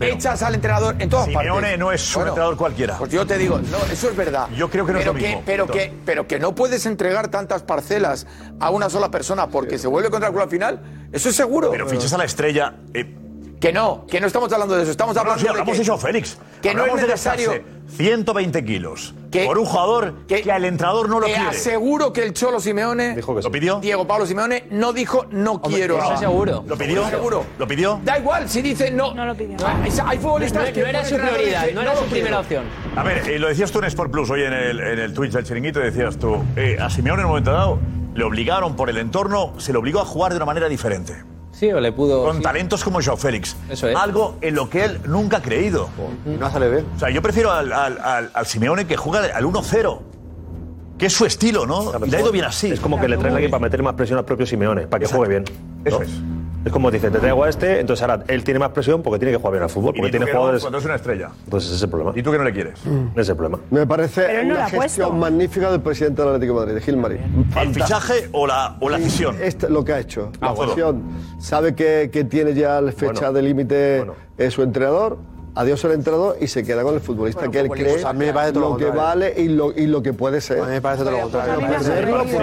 [SPEAKER 10] echas al entrenador en todas
[SPEAKER 6] Simeone
[SPEAKER 10] partes.
[SPEAKER 6] no es un entrenador cualquiera.
[SPEAKER 10] Pues yo te digo, no, eso es verdad.
[SPEAKER 6] Yo creo que no es
[SPEAKER 10] pero
[SPEAKER 6] lo
[SPEAKER 10] que,
[SPEAKER 6] mismo,
[SPEAKER 10] Pero
[SPEAKER 6] entonces.
[SPEAKER 10] que, pero que no puedes entregar tantas parcelas a una sola persona porque se vuelve contra el culo al final, eso es seguro.
[SPEAKER 6] Pero fichas a la estrella. eh,
[SPEAKER 10] que no, que no estamos hablando de eso, estamos
[SPEAKER 6] No, no,
[SPEAKER 10] hablando
[SPEAKER 6] sí,
[SPEAKER 10] de
[SPEAKER 6] hablamos
[SPEAKER 10] que,
[SPEAKER 6] de eso, Félix.
[SPEAKER 10] Que no es
[SPEAKER 6] Hablamos de
[SPEAKER 10] necesario.
[SPEAKER 6] gastarse 120 kilos por un jugador que, al entrenador no lo
[SPEAKER 10] Te
[SPEAKER 6] quiere.
[SPEAKER 10] aseguro que el Cholo Simeone.
[SPEAKER 6] ¿Lo pidió?
[SPEAKER 10] Diego Pablo Simeone no dijo no quiero.
[SPEAKER 6] eso
[SPEAKER 10] a-
[SPEAKER 6] seguro. ¿Lo pidió?
[SPEAKER 10] Seguro.
[SPEAKER 6] ¿Lo pidió?
[SPEAKER 10] Da igual si dice no. No lo pidió. Hay futbolistas
[SPEAKER 18] No- no
[SPEAKER 10] que
[SPEAKER 18] era
[SPEAKER 10] un
[SPEAKER 18] su
[SPEAKER 10] entrenador
[SPEAKER 18] prioridad,
[SPEAKER 10] dice,
[SPEAKER 18] no era su
[SPEAKER 10] lo
[SPEAKER 18] primera
[SPEAKER 10] quiero".
[SPEAKER 6] A ver, eh, lo decías tú en Sport Plus hoy en el, en el Twitch del chiringuito, decías tú, eh, a Simeone en un momento dado le obligaron por el entorno, se le obligó a jugar de una manera diferente.
[SPEAKER 18] Sí, o le pudo.
[SPEAKER 6] Con talentos como Joao Félix.
[SPEAKER 18] Eso es.
[SPEAKER 6] Algo en lo que él nunca ha creído.
[SPEAKER 22] No sale bien.
[SPEAKER 6] O sea, yo prefiero al, al- al- al Simeone que juega al 1-0, que es su estilo, ¿no? Y le ha ido bien así.
[SPEAKER 2] Es como que le traen aquí para meter más presión al propio Simeone, para que juegue bien. Eso es. Es como dicen, te traigo a este, entonces ahora él tiene más presión porque tiene que jugar bien al fútbol,
[SPEAKER 6] Y
[SPEAKER 2] porque
[SPEAKER 6] tú
[SPEAKER 2] tiene
[SPEAKER 6] que no,
[SPEAKER 2] jugadores.
[SPEAKER 6] cuando es Mm. una estrella.
[SPEAKER 2] Entonces ese es el problema. ¿Y
[SPEAKER 6] tú que no le quieres?
[SPEAKER 2] Ese es el problema.
[SPEAKER 19] Me parece
[SPEAKER 2] Pero él no
[SPEAKER 19] una
[SPEAKER 2] la ha puesto.
[SPEAKER 19] gestión magnífica del presidente del Atlético de Madrid, de Gilmarín.
[SPEAKER 6] ¿El fichaje o la, o la cesión?
[SPEAKER 19] Este- lo que ha hecho.
[SPEAKER 6] Ah,
[SPEAKER 19] la
[SPEAKER 6] bueno.
[SPEAKER 19] cesión. Sabe que, que tiene ya la fecha de límite eh, su entrenador. Adiós al entrenador y se queda con el futbolista que él cree
[SPEAKER 22] pues a mí me parece todo
[SPEAKER 19] lo
[SPEAKER 22] lo
[SPEAKER 19] que
[SPEAKER 22] contrario.
[SPEAKER 19] vale y lo, y lo que puede ser. pues, A mí me
[SPEAKER 22] parece todo lo contrario.
[SPEAKER 19] Perderlo porque-
[SPEAKER 6] Roberto, pero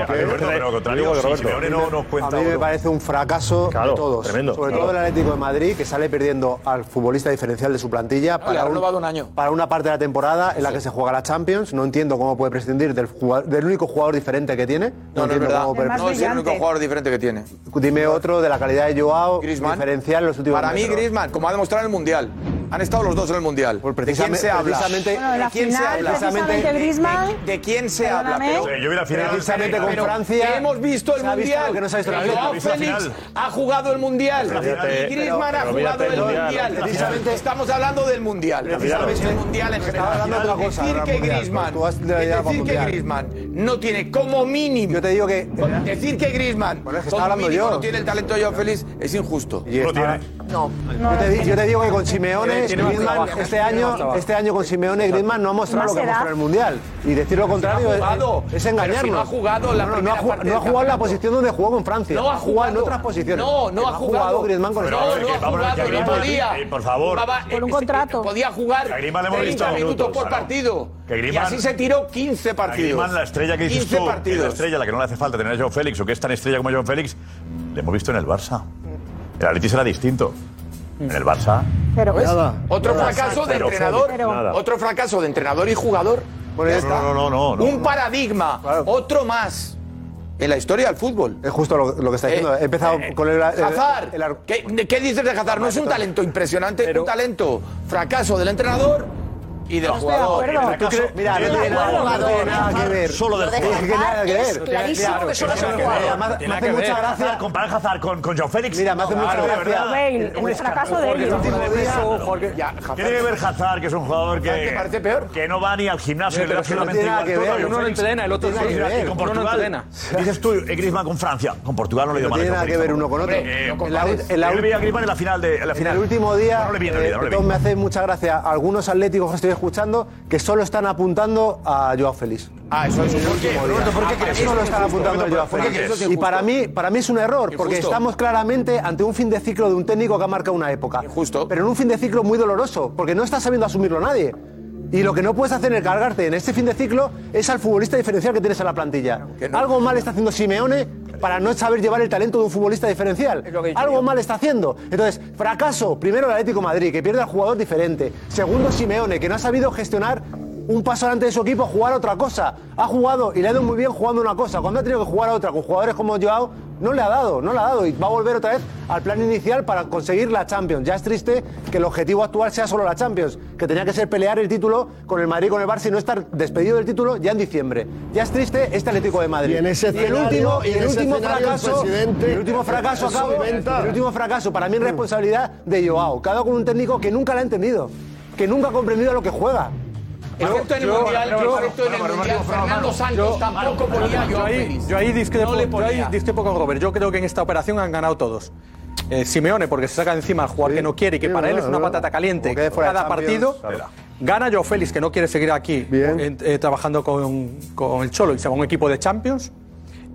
[SPEAKER 6] al contrario,
[SPEAKER 22] Digo,
[SPEAKER 6] si
[SPEAKER 22] Roberto,
[SPEAKER 6] Simeone no nos cuenta
[SPEAKER 22] A mí me
[SPEAKER 6] oro.
[SPEAKER 22] parece un fracaso
[SPEAKER 2] Claro,
[SPEAKER 22] de todos.
[SPEAKER 2] tremendo.
[SPEAKER 22] sobre
[SPEAKER 2] Claro.
[SPEAKER 22] todo el Atlético de Madrid, que sale perdiendo al futbolista diferencial de su plantilla
[SPEAKER 10] Le ha
[SPEAKER 22] para, un-
[SPEAKER 10] renovado un año.
[SPEAKER 22] para una parte de la temporada en la que se juega la Champions. No entiendo cómo puede prescindir del, jugador- del único jugador diferente que tiene.
[SPEAKER 10] No, no es
[SPEAKER 22] entiendo
[SPEAKER 10] verdad.
[SPEAKER 22] cómo puede-
[SPEAKER 10] No es el único jugador diferente que tiene.
[SPEAKER 22] Dime otro de la calidad de Joao, diferencial en los últimos
[SPEAKER 10] Para mí,
[SPEAKER 22] metros.
[SPEAKER 10] Griezmann, como ha demostrado en el Mundial, han estado los dos en el Mundial. ¿De quién se habla?
[SPEAKER 22] precisamente-
[SPEAKER 10] ¿De
[SPEAKER 22] Bueno, la
[SPEAKER 10] quién se
[SPEAKER 22] final,
[SPEAKER 10] habla?
[SPEAKER 22] precisamente
[SPEAKER 10] Precisamente,
[SPEAKER 22] Griezmann-
[SPEAKER 10] ¿De, de quién se habla?
[SPEAKER 22] Perdóname.
[SPEAKER 10] Pero-
[SPEAKER 22] Sí, yo vi la final. Precisamente con
[SPEAKER 10] Pero
[SPEAKER 22] Francia,
[SPEAKER 10] que hemos visto el
[SPEAKER 22] se ha visto
[SPEAKER 10] Mundial.
[SPEAKER 22] lo que no se ha visto en la
[SPEAKER 10] Pero
[SPEAKER 22] vida.
[SPEAKER 10] Joao
[SPEAKER 22] Visto la
[SPEAKER 10] Félix
[SPEAKER 22] final.
[SPEAKER 10] ha jugado el Mundial.
[SPEAKER 22] Pero fíjate-
[SPEAKER 10] Y Griezmann
[SPEAKER 22] pero-
[SPEAKER 10] ha
[SPEAKER 22] pero
[SPEAKER 10] jugado
[SPEAKER 22] fíjate
[SPEAKER 10] el
[SPEAKER 22] el Mundial,
[SPEAKER 10] Mundial.
[SPEAKER 22] la final.
[SPEAKER 10] Precisamente estamos hablando del Mundial.
[SPEAKER 22] La final.
[SPEAKER 10] Precisamente el Mundial en
[SPEAKER 22] Estaba
[SPEAKER 10] general.
[SPEAKER 22] hablando de otra cosa,
[SPEAKER 10] Decir
[SPEAKER 22] del
[SPEAKER 10] que
[SPEAKER 22] Mundial.
[SPEAKER 10] Griezmann,
[SPEAKER 22] Tú has- le
[SPEAKER 10] es
[SPEAKER 22] dabas
[SPEAKER 10] decir que
[SPEAKER 22] Mundial.
[SPEAKER 10] Griezmann no tiene como mínimo... Yo te digo que... Decir que Griezmann
[SPEAKER 22] es que estaba
[SPEAKER 10] como
[SPEAKER 22] hablando
[SPEAKER 10] mínimo
[SPEAKER 22] yo.
[SPEAKER 10] no tiene el talento de Joao Félix es injusto.
[SPEAKER 22] Y No está-
[SPEAKER 10] No.
[SPEAKER 22] Yo te, di- yo te digo que con Simeone,
[SPEAKER 10] Eh, Tiene más
[SPEAKER 22] Griezmann,
[SPEAKER 10] trabajo.
[SPEAKER 22] este
[SPEAKER 10] Tiene
[SPEAKER 22] año,
[SPEAKER 10] más trabajo.
[SPEAKER 22] este año con Simeone, Griezmann no ha mostrado
[SPEAKER 10] Más
[SPEAKER 22] lo que ha
[SPEAKER 10] edad.
[SPEAKER 22] mostrado en el Mundial. Y decir
[SPEAKER 10] Pero si no
[SPEAKER 22] lo
[SPEAKER 10] ha
[SPEAKER 22] contrario es-
[SPEAKER 10] jugado.
[SPEAKER 22] es,
[SPEAKER 10] Pero si no ha
[SPEAKER 22] engañarnos.
[SPEAKER 10] jugado la
[SPEAKER 22] No, no, no
[SPEAKER 10] primera
[SPEAKER 22] ha, ju-
[SPEAKER 10] parte
[SPEAKER 22] no
[SPEAKER 10] del
[SPEAKER 22] ha jugado en la posición donde jugó con Francia.
[SPEAKER 10] No ha jugado.
[SPEAKER 22] en otras posiciones.
[SPEAKER 10] No, no
[SPEAKER 22] Que
[SPEAKER 10] ha jugado.
[SPEAKER 22] Griezmann con
[SPEAKER 10] Pero
[SPEAKER 22] España.
[SPEAKER 10] no, no ha jugado, no podía.
[SPEAKER 6] eh, por favor.
[SPEAKER 10] por un contrato. Podía jugar
[SPEAKER 6] A Griezmann le hemos
[SPEAKER 10] 30
[SPEAKER 6] visto
[SPEAKER 10] minutos
[SPEAKER 6] minutos,
[SPEAKER 10] por
[SPEAKER 6] claro.
[SPEAKER 10] partido.
[SPEAKER 6] Que
[SPEAKER 10] Y
[SPEAKER 6] Griezmann-
[SPEAKER 10] así se tiró 15
[SPEAKER 6] A
[SPEAKER 10] partidos.
[SPEAKER 6] Griezmann, la estrella que dices
[SPEAKER 10] 15
[SPEAKER 6] tú, que es la
[SPEAKER 10] partidos.
[SPEAKER 6] estrella a la que no le hace falta tener a Joao Félix, o que es tan estrella como Joao Félix, le hemos visto en el Barça. El Atleti será distinto. En el Barça...
[SPEAKER 23] Pero
[SPEAKER 6] ¿Ves?
[SPEAKER 10] Otro
[SPEAKER 6] Nada.
[SPEAKER 10] fracaso de
[SPEAKER 6] Pero-
[SPEAKER 10] entrenador.
[SPEAKER 6] Nada.
[SPEAKER 10] Otro fracaso de entrenador y jugador.
[SPEAKER 22] Bueno, ya
[SPEAKER 10] Ya
[SPEAKER 22] está.
[SPEAKER 10] está.
[SPEAKER 22] No, no, no, no,
[SPEAKER 10] Un
[SPEAKER 22] no.
[SPEAKER 10] paradigma. Otro más. En la historia del fútbol.
[SPEAKER 22] Es justo lo, lo que está diciendo.
[SPEAKER 10] Eh,
[SPEAKER 22] He empezado
[SPEAKER 10] eh,
[SPEAKER 22] con Ah, el, el-
[SPEAKER 10] Hazard. ¿Qué, de- qué dices de Hazard? No es un talento impresionante, un talento fracaso del entrenador y del
[SPEAKER 22] No estoy de
[SPEAKER 10] jugador.
[SPEAKER 22] acuerdo.
[SPEAKER 10] El fracaso-
[SPEAKER 22] ¿Tú crees- Mira, no tiene nada- no tiene nada que ver.
[SPEAKER 6] Solo del
[SPEAKER 22] Lo de
[SPEAKER 6] jugador.
[SPEAKER 22] Hazard Tiene nada que ver. es clarísimo
[SPEAKER 6] Claro,
[SPEAKER 22] que solo
[SPEAKER 6] sí,
[SPEAKER 22] es un
[SPEAKER 6] tiene que
[SPEAKER 22] jugador.
[SPEAKER 6] ver.
[SPEAKER 22] Además, me
[SPEAKER 6] Tiene
[SPEAKER 22] hace
[SPEAKER 6] que ver.
[SPEAKER 22] mucha gracia-
[SPEAKER 6] Hazard, Comparar Hazard con, con Joao Félix.
[SPEAKER 22] Mira, me hace mucha
[SPEAKER 6] Claro, de
[SPEAKER 22] gracia-
[SPEAKER 6] verdad.
[SPEAKER 22] Bale, el
[SPEAKER 6] escándalo.
[SPEAKER 22] fracaso de Bale.
[SPEAKER 6] Porque el
[SPEAKER 22] Último día-
[SPEAKER 6] último día- Tiene que ver Hazard, que es un jugador que,
[SPEAKER 10] ¿Te parece peor?
[SPEAKER 6] que no va ni al gimnasio.
[SPEAKER 10] Pero
[SPEAKER 6] le da
[SPEAKER 10] es que no
[SPEAKER 6] absolutamente
[SPEAKER 10] tiene nada
[SPEAKER 6] igual
[SPEAKER 10] que
[SPEAKER 6] todo,
[SPEAKER 10] ver.
[SPEAKER 6] Joao
[SPEAKER 10] Uno no
[SPEAKER 6] Félix.
[SPEAKER 10] entrena, el otro
[SPEAKER 6] Tiene nada
[SPEAKER 10] sí.
[SPEAKER 6] que ver.
[SPEAKER 10] Uno
[SPEAKER 6] Con
[SPEAKER 10] no
[SPEAKER 6] Portugal.
[SPEAKER 10] entrena.
[SPEAKER 6] Dices tú, eh, Griezmann con Francia. Con Portugal no le dio
[SPEAKER 22] No
[SPEAKER 6] mal.
[SPEAKER 22] tiene
[SPEAKER 6] a
[SPEAKER 22] nada que
[SPEAKER 6] Félix,
[SPEAKER 22] ver
[SPEAKER 6] ¿no?
[SPEAKER 22] uno con otro.
[SPEAKER 6] Eh, en
[SPEAKER 22] En la
[SPEAKER 6] la,
[SPEAKER 22] ul- en la ul-
[SPEAKER 6] yo le vi a Griezmann en la final de en la
[SPEAKER 22] En
[SPEAKER 6] final.
[SPEAKER 22] el último día,
[SPEAKER 6] No le vi, no le vi, no le
[SPEAKER 22] eh,
[SPEAKER 6] vi.
[SPEAKER 22] Petón, me hace mucha gracia algunos atléticos que estoy escuchando que solo están apuntando a Joao Félix.
[SPEAKER 10] Ah, eso es un último día.
[SPEAKER 22] ¿por qué
[SPEAKER 10] Ah,
[SPEAKER 22] crees?
[SPEAKER 10] eso
[SPEAKER 22] Solo
[SPEAKER 10] es injusto.
[SPEAKER 22] están apuntando a
[SPEAKER 10] Roberto,
[SPEAKER 22] Joao
[SPEAKER 10] ¿por qué
[SPEAKER 22] Félix.
[SPEAKER 10] crees? Eso es
[SPEAKER 22] Y para mí,
[SPEAKER 10] injusto.
[SPEAKER 22] para mí es un error, porque
[SPEAKER 10] Injusto.
[SPEAKER 22] estamos claramente ante un fin de ciclo de un técnico que ha marcado una época. Pero en un fin de ciclo muy doloroso, porque no está sabiendo asumirlo nadie. Y lo que no puedes hacer en el cargarte en este fin de ciclo es al futbolista diferencial que tienes en la plantilla. Algo mal está haciendo Simeone para no saber llevar el talento de un futbolista diferencial. Algo mal está haciendo. Entonces, fracaso, primero el Atlético de Madrid, que pierde al jugador diferente. Segundo, Simeone, que no ha sabido gestionar un paso adelante de su equipo, jugar a otra cosa. Ha jugado y le ha ido muy bien jugando una cosa. Cuando ha tenido que jugar a otra con jugadores como Joao, no le ha dado, no le ha dado. Y va a volver otra vez al plan inicial para conseguir la Champions. Ya es triste que el objetivo actual sea solo la Champions, que tenía que ser pelear el título con el Madrid, con el Barça y no estar despedido del título ya en diciembre. Ya es triste este Atlético de Madrid.
[SPEAKER 19] Y en ese
[SPEAKER 22] el
[SPEAKER 19] escenario-
[SPEAKER 22] último, y
[SPEAKER 19] y en
[SPEAKER 22] el
[SPEAKER 19] ese
[SPEAKER 22] último
[SPEAKER 19] escenario el
[SPEAKER 22] fracaso,
[SPEAKER 19] presidente-
[SPEAKER 22] el último fracaso,
[SPEAKER 19] Eso
[SPEAKER 22] acabo,
[SPEAKER 19] inventa.
[SPEAKER 22] el último fracaso para mí es responsabilidad de Joao, que ha dado con un técnico que nunca lo ha entendido, que nunca ha comprendido a lo que juega.
[SPEAKER 10] Excepto en el
[SPEAKER 22] Yo-
[SPEAKER 10] Mundial,
[SPEAKER 22] yo-
[SPEAKER 10] excepto en el Mundial, Fernando Santos tampoco ponía a
[SPEAKER 24] Yo
[SPEAKER 10] Joao
[SPEAKER 24] ahí,
[SPEAKER 10] Félix.
[SPEAKER 24] yo ahí discrepo,
[SPEAKER 10] No le
[SPEAKER 24] yo ahí
[SPEAKER 10] ponía.
[SPEAKER 24] discrepo con Robert. Yo creo que en esta operación han ganado todos. Eh, Simeone, porque se saca de encima al jugador que no quiere y que
[SPEAKER 22] sí,
[SPEAKER 24] para él es
[SPEAKER 22] verdad,
[SPEAKER 24] una
[SPEAKER 22] verdad.
[SPEAKER 24] patata caliente
[SPEAKER 22] Como quede fuera de
[SPEAKER 24] cada
[SPEAKER 22] Champions.
[SPEAKER 24] partido. Gana Joe Félix, que no quiere seguir aquí eh, eh, trabajando con, con el Cholo y se va a un equipo de Champions.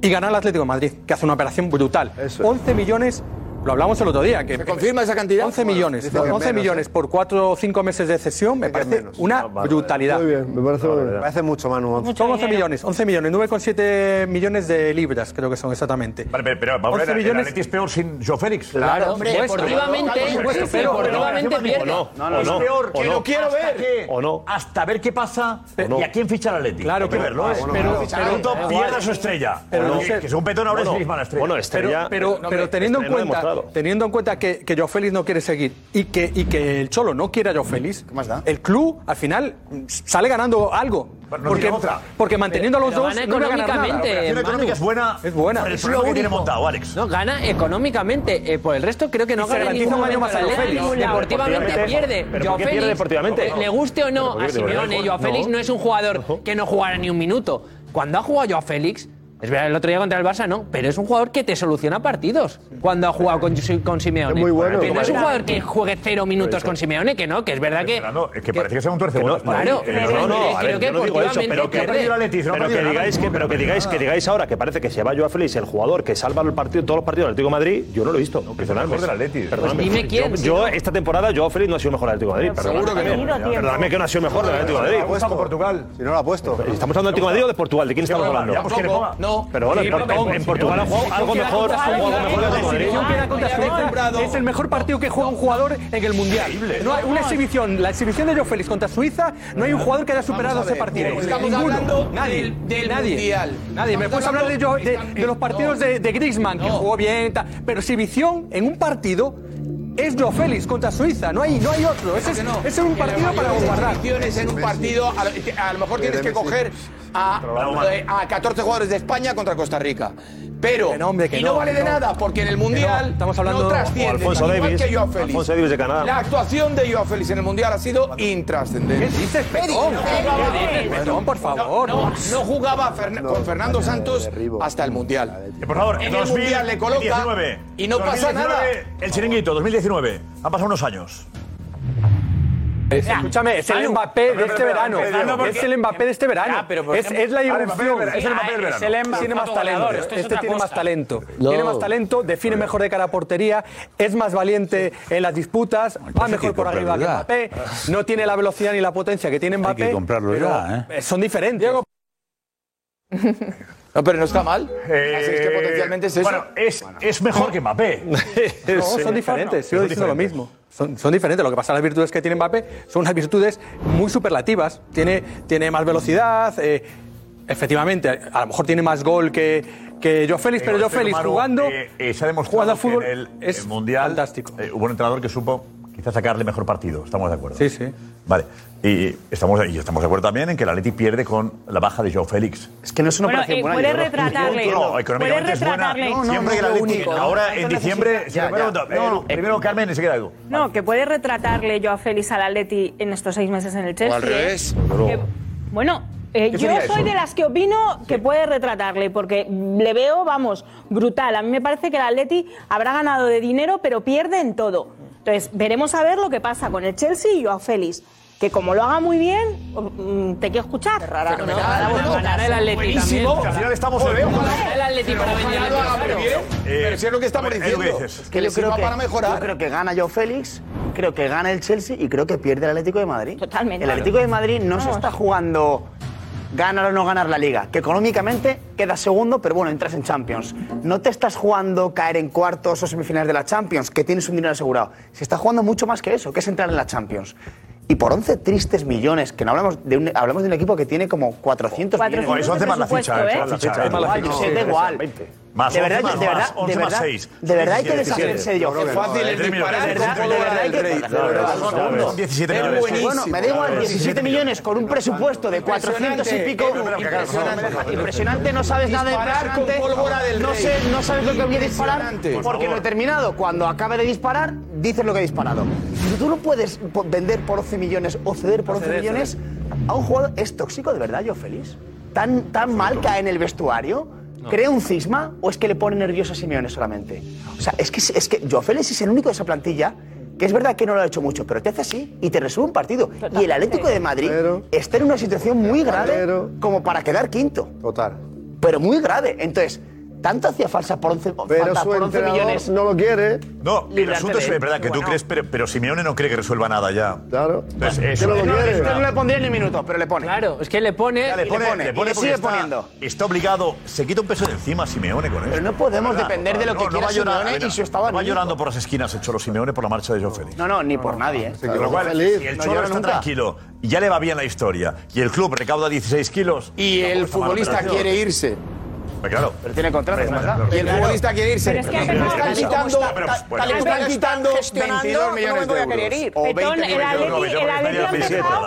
[SPEAKER 24] Y gana el Atlético de Madrid, que hace una operación brutal. 11 millones Lo hablamos el otro día. Que
[SPEAKER 10] ¿Se confirma esa cantidad?
[SPEAKER 24] 11 millones.
[SPEAKER 10] Bueno, dice que
[SPEAKER 24] 11
[SPEAKER 10] menos, ¿eh?
[SPEAKER 24] millones por 4 o 5 meses de cesión me parece
[SPEAKER 10] Ah,
[SPEAKER 24] una brutalidad.
[SPEAKER 25] Muy bien, me parece muy bien.
[SPEAKER 24] Me parece mucho, Manu.
[SPEAKER 25] Mucho
[SPEAKER 24] Son 11
[SPEAKER 25] dinero.
[SPEAKER 24] millones, 11 millones, 9,7 millones de libras creo que son exactamente.
[SPEAKER 6] Vale, pero, pero vamos a
[SPEAKER 24] 11
[SPEAKER 6] ver, el
[SPEAKER 24] millones-
[SPEAKER 6] Atleti es peor sin Joe Félix.
[SPEAKER 24] Claro, hombre,
[SPEAKER 6] Por supuesto.
[SPEAKER 24] deportivamente,
[SPEAKER 6] Por supuesto,
[SPEAKER 24] sí, sí,
[SPEAKER 6] pero-
[SPEAKER 24] deportivamente
[SPEAKER 6] pero-
[SPEAKER 24] pierde.
[SPEAKER 6] o no,
[SPEAKER 24] No, no,
[SPEAKER 6] o
[SPEAKER 24] es peor, que
[SPEAKER 6] o no.
[SPEAKER 24] lo quiero
[SPEAKER 6] Hasta
[SPEAKER 24] ver.
[SPEAKER 6] que- Hasta ver qué pasa y a quién ficha el Atleti. Claro, que verlo.
[SPEAKER 24] pero-
[SPEAKER 6] ¿eh?
[SPEAKER 24] pero-
[SPEAKER 6] Bueno,
[SPEAKER 24] pero-
[SPEAKER 6] Pronto
[SPEAKER 24] pero-
[SPEAKER 6] pierda su estrella.
[SPEAKER 24] Pero
[SPEAKER 6] O no,
[SPEAKER 24] no sé.
[SPEAKER 6] que según Petón ahora es misma la estrella.
[SPEAKER 24] pero, pero, pero teniendo, en cuenta, teniendo en cuenta que, que Joao Félix no quiere seguir y que, y que el Cholo no quiere a Joao Félix, el club al final mm, sale ganando algo.
[SPEAKER 6] no
[SPEAKER 24] porque,
[SPEAKER 6] tiene otra.
[SPEAKER 24] porque manteniendo a los
[SPEAKER 6] Pero
[SPEAKER 24] dos
[SPEAKER 6] gana
[SPEAKER 24] no va a ganar nada.
[SPEAKER 6] La operación
[SPEAKER 18] económicamente.
[SPEAKER 6] económica es buena.
[SPEAKER 24] Es buena.
[SPEAKER 6] El
[SPEAKER 18] Es
[SPEAKER 6] problema
[SPEAKER 18] lo
[SPEAKER 6] que tiene
[SPEAKER 18] único.
[SPEAKER 6] montado, Alex.
[SPEAKER 18] No, gana económicamente. Eh, por el resto, creo que no
[SPEAKER 6] Y se
[SPEAKER 18] gana en
[SPEAKER 6] garantiza
[SPEAKER 18] ningún
[SPEAKER 6] un año más
[SPEAKER 18] momento
[SPEAKER 6] a
[SPEAKER 18] el
[SPEAKER 6] Joao
[SPEAKER 18] Atleti.
[SPEAKER 6] Félix.
[SPEAKER 18] Deportivamente
[SPEAKER 6] Deportivamente,
[SPEAKER 18] pierde.
[SPEAKER 6] ¿pero
[SPEAKER 18] Joao
[SPEAKER 6] por qué pierde
[SPEAKER 18] Félix,
[SPEAKER 6] deportivamente?
[SPEAKER 18] eh, Le guste o
[SPEAKER 6] ¿Pero
[SPEAKER 18] no
[SPEAKER 6] por
[SPEAKER 18] a
[SPEAKER 6] qué pierde?
[SPEAKER 18] Simeone, Joao
[SPEAKER 6] No.
[SPEAKER 18] Félix no es un jugador que no jugará ni un minuto. Cuando ha jugado Joao Félix. Es verdad, el otro día contra el Barça no, pero es un jugador que te soluciona partidos cuando ha jugado con, con Simeone.
[SPEAKER 6] Es muy bueno.
[SPEAKER 18] Que no es un
[SPEAKER 6] Pero-
[SPEAKER 18] jugador que juegue cero minutos con Simeone, que no, que es verdad que.
[SPEAKER 6] Es que parece que sea un tuercebotas. para
[SPEAKER 18] claro,
[SPEAKER 6] él. Eh, no, no, a ver,
[SPEAKER 18] creo que
[SPEAKER 6] yo no digo eso,
[SPEAKER 18] deportivamente
[SPEAKER 6] pero que,
[SPEAKER 18] pierde.
[SPEAKER 6] pero que digáis que, pero que digáis que digáis ahora que parece que se va Joao Félix, el jugador que salva el partido, todos los partidos del Atlético de Madrid, yo no lo he visto. Perdonadme.
[SPEAKER 2] mejor del Atleti.
[SPEAKER 6] Perdonadme.
[SPEAKER 2] Pues dime quién,
[SPEAKER 6] Yo,
[SPEAKER 2] si
[SPEAKER 6] yo
[SPEAKER 2] no.
[SPEAKER 6] esta temporada Joao Félix no ha sido mejor del Atlético de Madrid.
[SPEAKER 2] Pero seguro que
[SPEAKER 6] perdonadme también.
[SPEAKER 2] no. Ha tenido tiempo.
[SPEAKER 6] Perdonadme que no ha sido mejor del Atlético de Madrid.
[SPEAKER 22] Portugal. Si no lo ha puesto.
[SPEAKER 6] Estamos hablando del Atlético de Madrid o de Portugal, ¿de quién estamos hablando?
[SPEAKER 22] Ya, pues que le ponga.
[SPEAKER 6] No. Pero bueno, en, Portu- en Portugal ha jugado algo mejor, ha jugado mejor del Madrid.
[SPEAKER 24] Es el mejor partido que juega un jugador en el Mundial. No hay una exhibición, la exhibición de Joe Félix contra Suiza, no hay un jugador que haya superado
[SPEAKER 10] Vamos a
[SPEAKER 24] ese
[SPEAKER 10] ver,
[SPEAKER 24] partido.
[SPEAKER 10] estamos
[SPEAKER 24] Ninguno.
[SPEAKER 10] hablando
[SPEAKER 24] nadie,
[SPEAKER 10] del- del
[SPEAKER 24] nadie,
[SPEAKER 10] Mundial.
[SPEAKER 24] Nadie. Me
[SPEAKER 10] Estamos
[SPEAKER 24] puedes hablar de,
[SPEAKER 10] hablando-
[SPEAKER 24] Joe- de- de los partidos de, de Griezmann, que jugó bien, tal, pero exhibición en un partido es Joe Félix contra Suiza, no hay, no hay otro. Ese es, ese es un partido para guardar.
[SPEAKER 10] Decisiones en un partido, a lo, a lo mejor tienes que
[SPEAKER 24] Messi.
[SPEAKER 10] coger a, a 14 jugadores de España contra Costa Rica. Pero,
[SPEAKER 24] que
[SPEAKER 10] y no,
[SPEAKER 24] no,
[SPEAKER 10] vale de
[SPEAKER 24] no.
[SPEAKER 10] nada, porque en el
[SPEAKER 24] Que no.
[SPEAKER 10] Mundial
[SPEAKER 24] Estamos hablando-
[SPEAKER 10] no
[SPEAKER 24] O
[SPEAKER 10] trasciende.
[SPEAKER 24] Alfonso
[SPEAKER 10] igual
[SPEAKER 24] Davies.
[SPEAKER 10] que Joao Félix.
[SPEAKER 24] Alfonso Davies de Canadá.
[SPEAKER 10] La actuación de Joao Félix en el Mundial ha sido intrascendente.
[SPEAKER 24] ¿Qué dices,
[SPEAKER 10] Perdón,
[SPEAKER 24] Perdón, por favor.
[SPEAKER 10] No, no jugaba Ferna- con Fernando Santos hasta el Mundial.
[SPEAKER 6] Por favor,
[SPEAKER 10] en el
[SPEAKER 6] 2000,
[SPEAKER 10] Mundial le coloca
[SPEAKER 6] 2019.
[SPEAKER 10] y no pasa nada.
[SPEAKER 6] 2019, El chiringuito, 2019. Han pasado unos años.
[SPEAKER 24] Es- Eh, escúchame, es el
[SPEAKER 6] Manu.
[SPEAKER 24] Mbappé de
[SPEAKER 6] Espera,
[SPEAKER 24] este
[SPEAKER 6] espera,
[SPEAKER 24] verano.
[SPEAKER 6] espera, espera,
[SPEAKER 24] Es
[SPEAKER 6] porque-
[SPEAKER 24] el Mbappé de este verano.
[SPEAKER 6] Ya, pero por
[SPEAKER 24] Es
[SPEAKER 6] ejemplo-
[SPEAKER 24] es la
[SPEAKER 6] Ah, el Mbappé del
[SPEAKER 24] irrupción.
[SPEAKER 6] verano. Es el Mbappé del verano.
[SPEAKER 24] Tiene más
[SPEAKER 6] Tiene más
[SPEAKER 24] talento.
[SPEAKER 6] talento. Esto es
[SPEAKER 24] Este
[SPEAKER 6] otra
[SPEAKER 24] tiene más
[SPEAKER 6] cosa.
[SPEAKER 24] talento.
[SPEAKER 6] No.
[SPEAKER 24] Tiene más talento, define mejor de cara a portería, es más valiente en las disputas, va mejor por arriba que
[SPEAKER 26] comprarlo
[SPEAKER 24] Mbappé, no tiene la velocidad ni la potencia que tiene Mbappé.
[SPEAKER 26] que comprarlo
[SPEAKER 24] pero,
[SPEAKER 26] ya,
[SPEAKER 24] eh, Son diferentes. <laughs>
[SPEAKER 10] No, pero no está mal. Así es que
[SPEAKER 6] Eh,
[SPEAKER 10] potencialmente es eso.
[SPEAKER 6] Bueno, eh, es, es mejor
[SPEAKER 24] <laughs>
[SPEAKER 6] que Mbappé.
[SPEAKER 24] No, son diferentes, sigo diciendo lo mismo. Son, son diferentes. Lo que pasa, las virtudes que tiene Mbappé son unas virtudes muy superlativas. Tiene, tiene más velocidad, eh, efectivamente, a lo mejor tiene más gol que, que Joe Félix, pero Joe Félix jugando.
[SPEAKER 6] se ha
[SPEAKER 24] jugando
[SPEAKER 6] demostrado
[SPEAKER 24] al fútbol
[SPEAKER 6] eh, que en el, el Mundial eh, hubo un entrenador que supo quizás sacarle mejor partido. Estamos de acuerdo.
[SPEAKER 24] Sí, sí.
[SPEAKER 6] Vale. Y estamos, y estamos de acuerdo también en que el Atleti pierde con la baja de Joao Félix. Es que no es
[SPEAKER 1] una Bueno, operación eh, buena, puede yo creo. retratarle.
[SPEAKER 6] No,
[SPEAKER 1] Puede
[SPEAKER 6] económicamente es buena.
[SPEAKER 1] retratarle. No, no,
[SPEAKER 6] Siempre
[SPEAKER 1] no,
[SPEAKER 6] que el
[SPEAKER 1] lo
[SPEAKER 6] Atleti,
[SPEAKER 1] único.
[SPEAKER 6] ahora
[SPEAKER 1] Eso
[SPEAKER 6] en
[SPEAKER 1] necesita-
[SPEAKER 6] diciembre...
[SPEAKER 1] Ya,
[SPEAKER 6] primero, eh,
[SPEAKER 1] ya. No.
[SPEAKER 6] primero, Carmen, y enseguida algo.
[SPEAKER 1] No, que puede retratarle yo a Félix al Atleti en estos seis meses en el Chelsea.
[SPEAKER 6] al revés.
[SPEAKER 1] ¿eh?
[SPEAKER 6] Desde luego.
[SPEAKER 1] Que- bueno, eh,
[SPEAKER 6] ¿Qué
[SPEAKER 1] yo
[SPEAKER 6] sería
[SPEAKER 1] soy
[SPEAKER 6] eso?
[SPEAKER 1] de las que opino que puede retratarle, porque le veo, vamos, brutal. A mí me parece que el Atleti habrá ganado de dinero, pero pierde en todo. Entonces, veremos a ver lo que pasa con el Chelsea y yo a Félix. Que como lo haga muy bien, mm, te quiero escuchar.
[SPEAKER 18] Ganará- ganará el Atleti
[SPEAKER 10] Buenísimo.
[SPEAKER 18] también.
[SPEAKER 10] Que al final estamos en-
[SPEAKER 18] Ganará el Atleti para venir al
[SPEAKER 10] Pero
[SPEAKER 18] Barça.
[SPEAKER 10] bien, pero si es lo que estamos diciendo.
[SPEAKER 16] Es
[SPEAKER 10] Que
[SPEAKER 16] que
[SPEAKER 10] le
[SPEAKER 16] yo creo
[SPEAKER 10] sirva
[SPEAKER 16] que,
[SPEAKER 10] para mejorar.
[SPEAKER 16] yo creo que gana Joe Félix, creo que gana el Chelsea y creo que pierde el Atlético de Madrid.
[SPEAKER 1] Totalmente.
[SPEAKER 16] El Atlético de Madrid no se está jugando ganar o no ganar la liga, que económicamente queda segundo, pero bueno, entras en Champions. No te estás jugando caer en cuartos o semifinales de la Champions, que tienes un dinero asegurado. Se está jugando mucho más que eso, que es entrar en la Champions. Y por 11 tristes millones, que no hablamos de un, hablamos de un equipo que tiene como 400, millones.
[SPEAKER 6] Eso hace más la
[SPEAKER 16] ¿eh?
[SPEAKER 6] ficha. eh. eso hace la ficha.
[SPEAKER 16] Da igual, yo sé, da igual.
[SPEAKER 6] Más,
[SPEAKER 16] de verdad,
[SPEAKER 6] 11 más,
[SPEAKER 16] de verdad,
[SPEAKER 6] 11
[SPEAKER 16] de
[SPEAKER 6] más
[SPEAKER 16] verdad,
[SPEAKER 6] 6.
[SPEAKER 16] de verdad hay que
[SPEAKER 6] 17.
[SPEAKER 16] deshacerse de Joe Félix.
[SPEAKER 6] Fácil es
[SPEAKER 16] De
[SPEAKER 6] disparar
[SPEAKER 16] verdad,
[SPEAKER 6] con
[SPEAKER 16] de
[SPEAKER 6] todo
[SPEAKER 16] verdad
[SPEAKER 6] el
[SPEAKER 16] hay que-
[SPEAKER 6] Rey.
[SPEAKER 16] de
[SPEAKER 6] No,
[SPEAKER 16] verdad,
[SPEAKER 6] no, no,
[SPEAKER 16] segundo.
[SPEAKER 6] no, 17
[SPEAKER 16] Es
[SPEAKER 6] millones.
[SPEAKER 16] buenísimo. Bueno, me da igual, 17 millones con un presupuesto de 400 y pico. Impresionante, impresionante, no sabes nada de
[SPEAKER 10] Disparar con
[SPEAKER 16] impresionante.
[SPEAKER 10] pólvora del
[SPEAKER 16] No
[SPEAKER 10] Rey.
[SPEAKER 16] sé, no sabes lo que voy a disparar
[SPEAKER 10] Impresionante. Por
[SPEAKER 16] porque
[SPEAKER 10] favor.
[SPEAKER 16] lo he terminado. Cuando acabe de disparar, dices lo que he disparado. Tú no puedes po- vender por 11 millones o ceder por 11
[SPEAKER 24] Ceder,
[SPEAKER 16] millones a un jugador. ¿Es tóxico de verdad, yo feliz? ¿Tan, tan mal cae en el vestuario?
[SPEAKER 24] No.
[SPEAKER 16] ¿Crea un cisma o es que le pone nervioso a Simeone solamente? O sea, es que, es que Joao Félix es el único de esa plantilla que es verdad que no lo ha hecho mucho, pero te hace así y te resuelve un partido. Y el Atlético de Madrid está en una situación muy grave como para quedar quinto. Total. Pero muy grave. Entonces, ¿Tanto hacía falsa por 11,
[SPEAKER 19] Pero
[SPEAKER 16] falta
[SPEAKER 19] su
[SPEAKER 16] por 11
[SPEAKER 19] entrenador
[SPEAKER 16] millones?
[SPEAKER 19] no lo quiere.
[SPEAKER 6] No, el
[SPEAKER 16] Librarte
[SPEAKER 6] asunto
[SPEAKER 16] de
[SPEAKER 6] es
[SPEAKER 16] él.
[SPEAKER 6] verdad que tú
[SPEAKER 16] Bueno.
[SPEAKER 6] crees, pero, pero Simeone no cree que resuelva nada ya.
[SPEAKER 19] Claro.
[SPEAKER 6] Entonces,
[SPEAKER 16] Yo
[SPEAKER 6] eso,
[SPEAKER 16] no,
[SPEAKER 6] eso es
[SPEAKER 16] este
[SPEAKER 6] una-
[SPEAKER 16] no le pondría ni minuto, pero le pone.
[SPEAKER 18] Claro, es que le pone.
[SPEAKER 6] Ya le pone,
[SPEAKER 16] y le pone,
[SPEAKER 6] le pone
[SPEAKER 16] y le
[SPEAKER 6] porque
[SPEAKER 16] sigue
[SPEAKER 6] está,
[SPEAKER 16] poniendo.
[SPEAKER 6] Está obligado, se quita un peso de encima Simeone con eso.
[SPEAKER 16] Pero no podemos depender de lo que quiera
[SPEAKER 6] va llorando,
[SPEAKER 16] Simeone
[SPEAKER 6] mira,
[SPEAKER 16] y su estado
[SPEAKER 6] No va
[SPEAKER 16] anímico.
[SPEAKER 6] llorando por las esquinas el Cholo Simeone por la marcha de Joe Félix.
[SPEAKER 16] No, no, ni por nadie. ¿eh?
[SPEAKER 6] Con lo cual, si el
[SPEAKER 16] No
[SPEAKER 6] Cholo
[SPEAKER 16] llora
[SPEAKER 6] está
[SPEAKER 16] nunca.
[SPEAKER 6] tranquilo y ya le va bien la historia y el club recauda 16 kilos...
[SPEAKER 10] Y el futbolista quiere irse.
[SPEAKER 6] Pero Pues claro.
[SPEAKER 10] Pero tiene contrato,
[SPEAKER 6] Hombre,
[SPEAKER 10] ¿verdad? Y el futbolista quiere irse.
[SPEAKER 6] Pero es que
[SPEAKER 10] Le
[SPEAKER 6] Petón-
[SPEAKER 10] están quitando,
[SPEAKER 6] Petón- Pero, bueno.
[SPEAKER 10] le están quitando 22 millones de euros. O 20
[SPEAKER 20] Petón, el
[SPEAKER 10] millones de euros.
[SPEAKER 20] Atleti, el Atleti